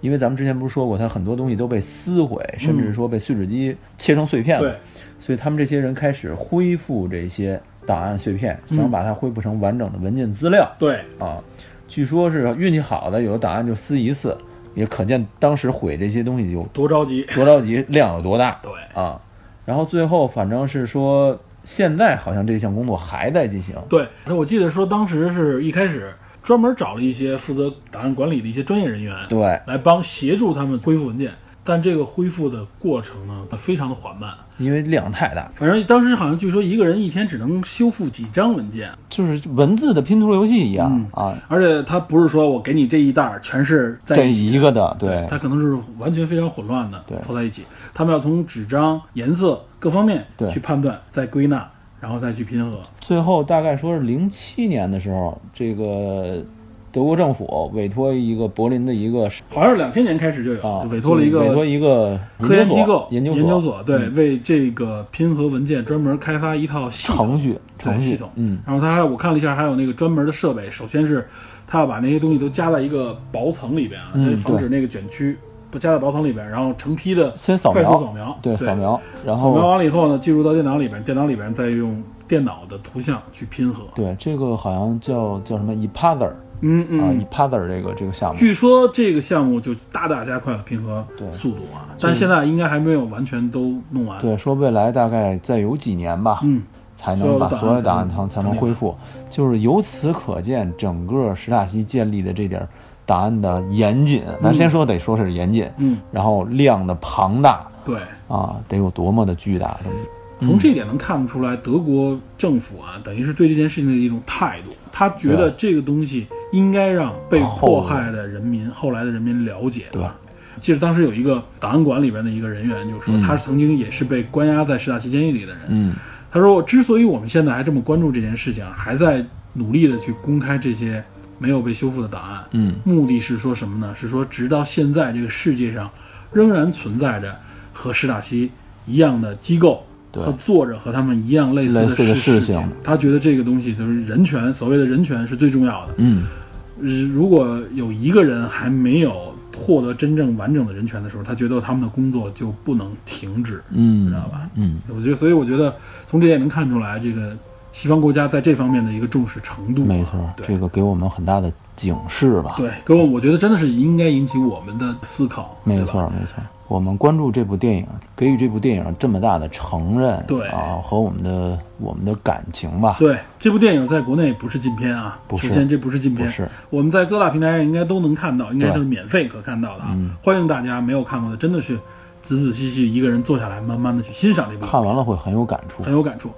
A: 因为咱们之前不是说过，他很多东西都被撕毁，甚至说被碎纸机切成碎片了，
B: 对，
A: 所以他们这些人开始恢复这些档案碎片，
B: 嗯
A: 想把它恢复成完整的文件资料
B: 对，
A: 啊。据说是运气好的，有的档案就撕一次，也可见当时毁这些东西有
B: 多着急，
A: 多着急，量有多大。
B: 对，
A: 啊，然后最后反正是说，现在好像这项工作还在进行。
B: 对，我记得说当时是一开始专门找了一些负责档案管理的一些专业人员
A: 对，
B: 来帮协助他们恢复文件，但这个恢复的过程呢，非常的缓慢。
A: 因为量太大，
B: 反正当时好像据说一个人一天只能修复几张文件，
A: 就是文字的拼图游戏一样、啊，
B: 而且他不是说我给你这一袋儿全是嗯在
A: 这
B: 一起，
A: 一个的，对，
B: 他可能是完全非常混乱的
A: 对
B: 凑在一起。他们要从纸张、颜色各方面
A: 对
B: 去判断，再归纳，然后再去拼合。
A: 最后大概说是零七年的时候，这个德国政府委托一个柏林的一个
B: 好像是两千年开始就有，
A: 啊，
B: 就委托了一个
A: 委托一个
B: 科研机构、
A: 研究
B: 所，
A: 究
B: 对、
A: 嗯
B: 为这个拼合文件专门开发一套系统
A: 程序
B: 对
A: 程序
B: 系统
A: 嗯，
B: 然后它还我看了一下，还有那个专门的设备，首先是它要把那些东西都加在一个薄层里边啊，
A: 嗯
B: 因为防止那个卷曲，不加在薄层里边，然后成批的
A: 先扫
B: 快速
A: 描，
B: 扫描，
A: 对，扫，描，然
B: 扫描
A: 后
B: 完了以后呢，进入到电脑里边，电脑里边再用电脑的图像去拼合，
A: 对这个好像叫叫什么，E ePather
B: 嗯
A: 啊
B: 嗯。
A: ，ePather 这个这个项目。
B: 据说这个项目就大大加快了拼合
A: 对
B: 速度啊，但现在应该还没有完全都弄完。
A: 对，说未来大概再有几年吧，
B: 嗯，
A: 才能把所有的档
B: 所有的档
A: 案堂
B: 案
A: 才能恢复。就是由此可见，整个史塔西建立的这点儿档案的严谨，咱先说得说是严谨，
B: 嗯，
A: 然后量的庞大
B: 对，
A: 啊，得有多么的巨大。这么嗯
B: 从这点能看得出来，德国政府啊，等于是对这件事情的一种态度，他觉得这个东西应该让被迫害的人民、后来的人民了解。
A: 对吧？
B: 记得当时有一个档案馆里边的一个人员就说，
A: 嗯
B: 他曾经也是被关押在十大西监狱里的人。
A: 嗯，
B: 他说，之所以我们现在还这么关注这件事情，还在努力的去公开这些没有被修复的档案，
A: 嗯，
B: 目的是说什么呢？是说直到现在，这个世界上仍然存在着和史塔西一样的机构
A: 对
B: 和做着和他们一样类似
A: 类似的
B: 的
A: 事
B: 事
A: 情
B: 他觉得这个东西就是人权，所谓的人权是最重要的。
A: 嗯，
B: 如果有一个人还没有获得真正完整的人权的时候，他觉得他们的工作就不能停止，
A: 嗯，
B: 知道吧？
A: 嗯，
B: 我觉得，所以我觉得从这也能看出来，这个西方国家在这方面的一个重视程度啊。
A: 没错，
B: 对
A: 这个给我们很大的警示吧。
B: 对，给我我觉得真的是应该引起我们的思考。
A: 没
B: 对吧，
A: 错，没错。我们关注这部电影，给予这部电影这么大的承认，
B: 对
A: 啊，和我们的我们的感情吧，
B: 对这部电影在国内不是禁片啊，
A: 不是
B: 首先这不是禁
A: 不
B: 片，
A: 是，
B: 我们在各大平台上应该都能看到，应该
A: 对
B: 都是免费可看到的啊。
A: 嗯
B: 欢迎大家没有看过的，真的是仔仔细细一个人坐下来，慢慢的去欣赏这部电影
A: 看完了会很有感触
B: 很。有感触。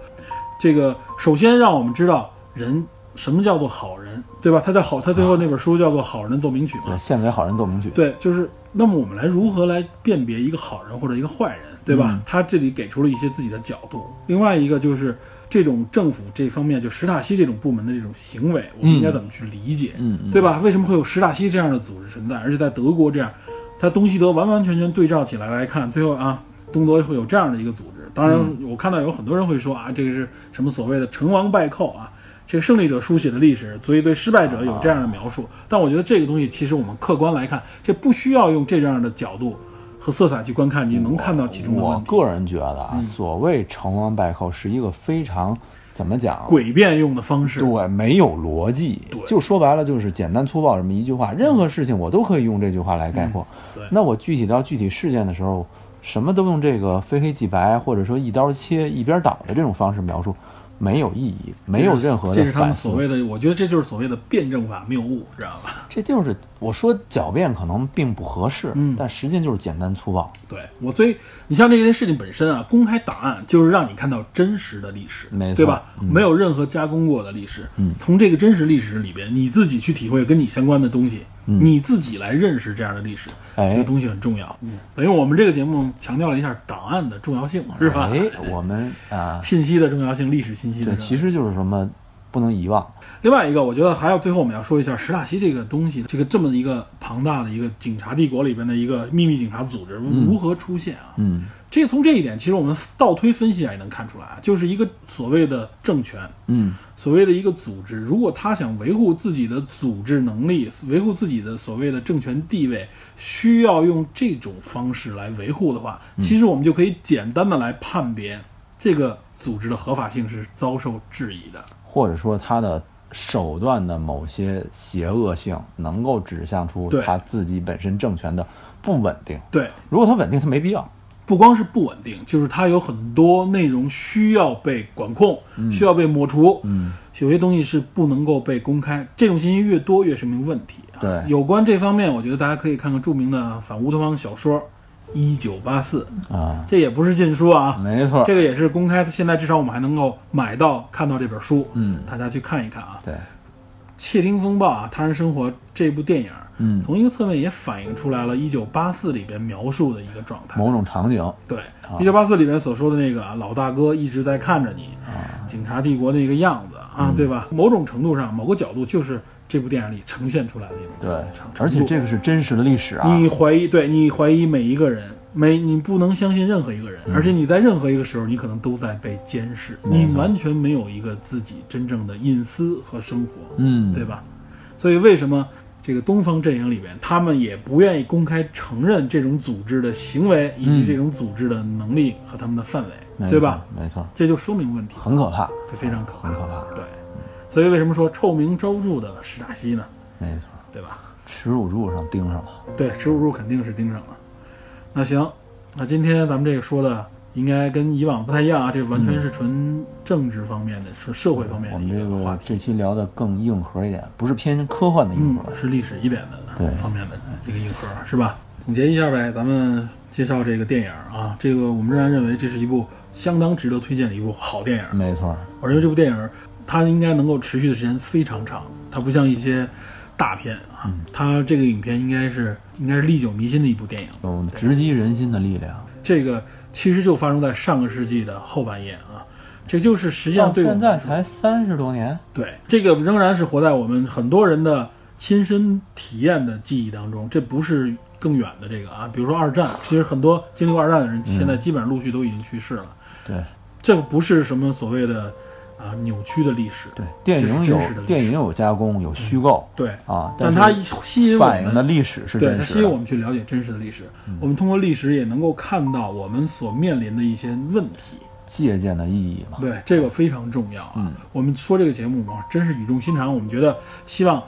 B: 这个首先让我们知道人什么叫做好人，对吧？他在好，他最后那本书叫做《好人奏鸣曲》嘛
A: 对，。献给好人奏鸣曲。
B: 对，就是那么我们来如何来辨别一个好人或者一个坏人，对吧？
A: 嗯
B: 他这里给出了一些自己的角度。另外一个就是这种政府这方面，就史塔西这种部门的这种行为，我们应该怎么去理解，
A: 嗯，嗯
B: 对？吧？为什么会有史塔西这样的组织存在？而且在德国这样，它东西德完完全全对照起来来看，最后啊。东德会有这样的一个组织，当然，
A: 嗯
B: 我看到有很多人会说啊，这个是什么所谓的成王败寇啊，这个胜利者书写的历史，所以对失败者有这样的描
A: 啊
B: 述。但我觉得这个东西其实我们客观来看，这不需要用这样的角度和色彩去观看，你能看到其中的
A: 我
B: 问题。
A: 个人觉得
B: 嗯
A: 啊，所谓成王败寇是一个非常怎么讲？
B: 诡辩用的方式，
A: 对，没有逻辑
B: 对，嗯
A: 就说白了就是简单粗暴这么一句话，任何事情我都可以用这句话来概括。
B: 嗯对
A: 那我具体到具体事件的时候，什么都用这个非黑即白，或者说一刀切、一边倒的这种方式描述，没有意义，没有任何的
B: 这是他
A: 反
B: 们
A: 思
B: 所。谓的，我觉得这就是所谓的辩证法谬误，知道吧？
A: 这就是我说狡辩可能并不合适，
B: 嗯
A: 但实际就是简单粗暴。
B: 对我，所以你像这件事情本身啊，公开档案就是让你看到真实的历史
A: 没，错
B: 对吧？
A: 嗯
B: 没有任何加工过的历史，
A: 嗯
B: 从这个真实历史里边，你自己去体会跟你相关的东西，
A: 嗯
B: 你自己来认识这样的历史，
A: 哎
B: 这个东西很重要。等于我们这个节目强调了一下档案的重要性，是吧？
A: 哎，我们啊，
B: 信息的重要性，历史信息的
A: 对，
B: 重要
A: 其
B: 性。
A: 实就是什么不能遗忘。
B: 另外一个，我觉得还要最后我们要说一下史塔西这个东西，这个这么一个庞大的一个警察帝国里边的一个秘密警察组织如何出现啊？
A: 嗯，
B: 这从这一点，其实我们倒推分析啊，也能看出来啊，就是一个所谓的政权，
A: 嗯，
B: 所谓的一个组织，如果他想维护自己的组织能力，维护自己的所谓的政权地位，需要用这种方式来维护的话，其实我们就可以简单的来判别这个组织的合法性是遭受质疑的。
A: 或者说他的手段的某些邪恶性，能够指向出
B: 对
A: 他自己本身政权的不稳定。
B: 对，
A: 如果他稳定，他没必要。
B: 不光是不稳定，就是它有很多内容需要被管控，需要被抹除。
A: 嗯，
B: 有些东西是不能够被公开，这种信息越多越说明问题啊。
A: 对
B: 有关这方面，我觉得大家可以看看著名的反乌托邦小说《一九八四》，
A: 啊，
B: 这也不是禁书啊，
A: 没错
B: 这，个也是公开的。现在至少我们还能够买到、看到这本书，
A: 嗯
B: 大家去看一看啊。
A: 对，
B: 《窃听风暴》啊，《他人生活》这部电影，
A: 嗯，
B: 从一个侧面也反映出来了1984里边描述的一个状态。
A: 某种场景
B: 对，
A: 啊
B: 《一九八四》里面所说的那个啊老大哥一直在看着你，
A: 啊
B: 警察帝国的一个样子
A: 嗯
B: 啊，对吧？某种程度上，某个角度就是这部电影里呈现出来的一种
A: 对
B: 程，度
A: 而且这个是真实的历史啊。
B: 你怀疑，对你怀疑每一个人，每你不能相信任何一个人，而且你在任何一个时候，你可能都在被监视，
A: 嗯没
B: 你
A: 错
B: 完全没有一个自己真正的隐私和生活。
A: 嗯，
B: 对吧？所以为什么这个东方阵营里边，他们也不愿意公开承认这种组织的行为以及这种组织的能力和他们的范围，
A: 没错
B: 对吧？？
A: 没错，
B: 这就说明问题，
A: 很可怕，
B: 这非常可怕
A: 很。可怕，
B: 对，所以为什么说臭名昭著的史塔西呢？
A: 没错，
B: 对吧？
A: 耻辱柱上钉上了。
B: 对，耻辱柱肯定是盯上了。那行，那今天咱们这个说的。应该跟以往不太一样啊，这完全是纯政治方面的，是社会方面
A: 嗯我
B: 的
A: 们
B: 一
A: 这
B: 个话
A: 个
B: 题。
A: 这期聊的更硬核一点，不是偏科幻的
B: 嗯
A: 硬核，，
B: 是历史一点的
A: 对
B: 方面的这个硬核，是吧？总结一下呗，咱们介绍这个电影啊，这个我们仍然认为这是一部相当值得推荐的一部好电影。
A: 没错，
B: 我认为这部电影它应该能够持续的时间非常长，它不像一些大片啊，它这个影片应该是应该是历久弥新的一部电影。
A: 有直击人心的力量。
B: 这个其实就发生在上个世纪的后半叶啊，这就是实际上
A: 到
B: 对我
A: 哦现
B: 们
A: 在才三十多年，
B: 对，这个仍然是活在我们很多人的亲身体验的记忆当中，这不是更远的这个啊。比如说二战，其实很多经历过二战的人，现在基本上陆续都已经去世了。
A: 对，
B: 这不是什么所谓的啊扭曲的历史。
A: 对，电
B: 这
A: 影
B: 是真
A: 有
B: 实的历史
A: 电影有加工，有虚构
B: 对，
A: 啊，
B: 但它
A: 它
B: 吸引我
A: 反映的
B: 们，
A: 历史是
B: 对
A: 真
B: 它吸
A: 实
B: 引我
A: 的。嗯
B: 们去了解真实的历史。我们通过历史也能够看到我们所面临的一些问题。
A: 借鉴的意义嘛，
B: 对，啊这个非常重要啊。
A: 嗯
B: 我们说这个节目嘛，真是语重心长。我们觉得，希望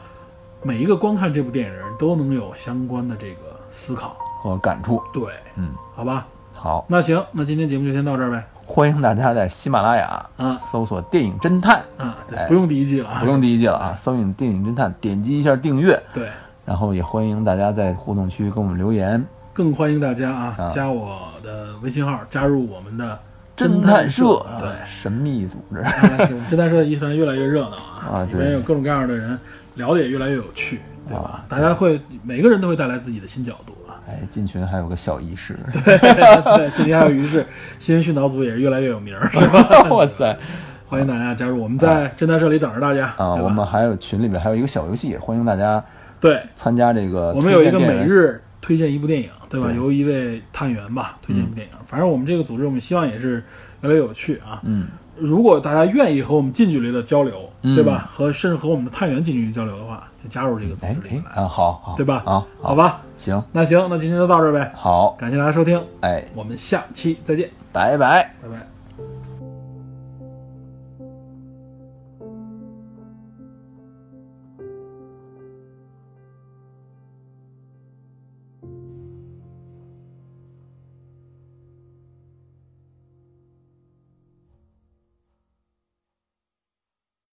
B: 每一个观看这部电影的人都能有相关的这个思考。
A: 和感触。
B: 对，
A: 嗯，
B: 好吧，
A: 好，
B: 那行，那今天节目就先到这儿呗。
A: 欢迎大家在喜马拉雅
B: 啊
A: 搜索“电影侦探
B: 啊，对
A: 哎
B: 不用第一季了啊，”，
A: 不用第一季了啊，搜“电影侦探”，点击一下订阅，
B: 对，
A: 然后也欢迎大家在互动区跟我们留言。
B: 更欢迎大家啊，
A: 啊
B: 加我的微信号，加入我们的
A: 侦探
B: 探
A: 社，
B: 对。
A: 啊神秘组织， <laughs>
B: 哎行侦探社的一团越来越热闹啊
A: 啊，
B: 里面
A: 对
B: 有各种各样的人，聊得也越来越有趣，对吧
A: 啊？
B: 大家会每个人都会带来自己的新角度啊。
A: 哎，进群还有个小仪式，
B: 对，这里还有于是新人训导组也是越来越有名
A: <laughs>
B: 儿，是吧？
A: <laughs> 哇塞
B: 欢迎大家加入，我们在侦探社里等着大家
A: 啊！
B: 对吧
A: 我们呃还有群里面还有一个小游戏，欢迎大家
B: 对，
A: 参加这个。
B: 我们有一个每，日推荐一部电影，对吧？
A: 对
B: 由一位探员吧推荐一部电影，反正我们这个组织，我们希望也是越来越有趣啊。
A: 嗯，
B: 如果大家愿意和我们近距离的交流，
A: 嗯
B: 对吧？和甚至和我们的探员近距离交流的话，就加入这个组
A: 哎
B: 织里
A: 哎
B: 来，
A: 啊，好好，
B: 对吧？
A: 啊，
B: 好，吧，
A: 行，
B: 那行，那今天就到这儿呗。
A: 好，
B: 感谢大家收听，
A: 哎，
B: 我们下期再见，
A: 拜拜。
B: 拜拜。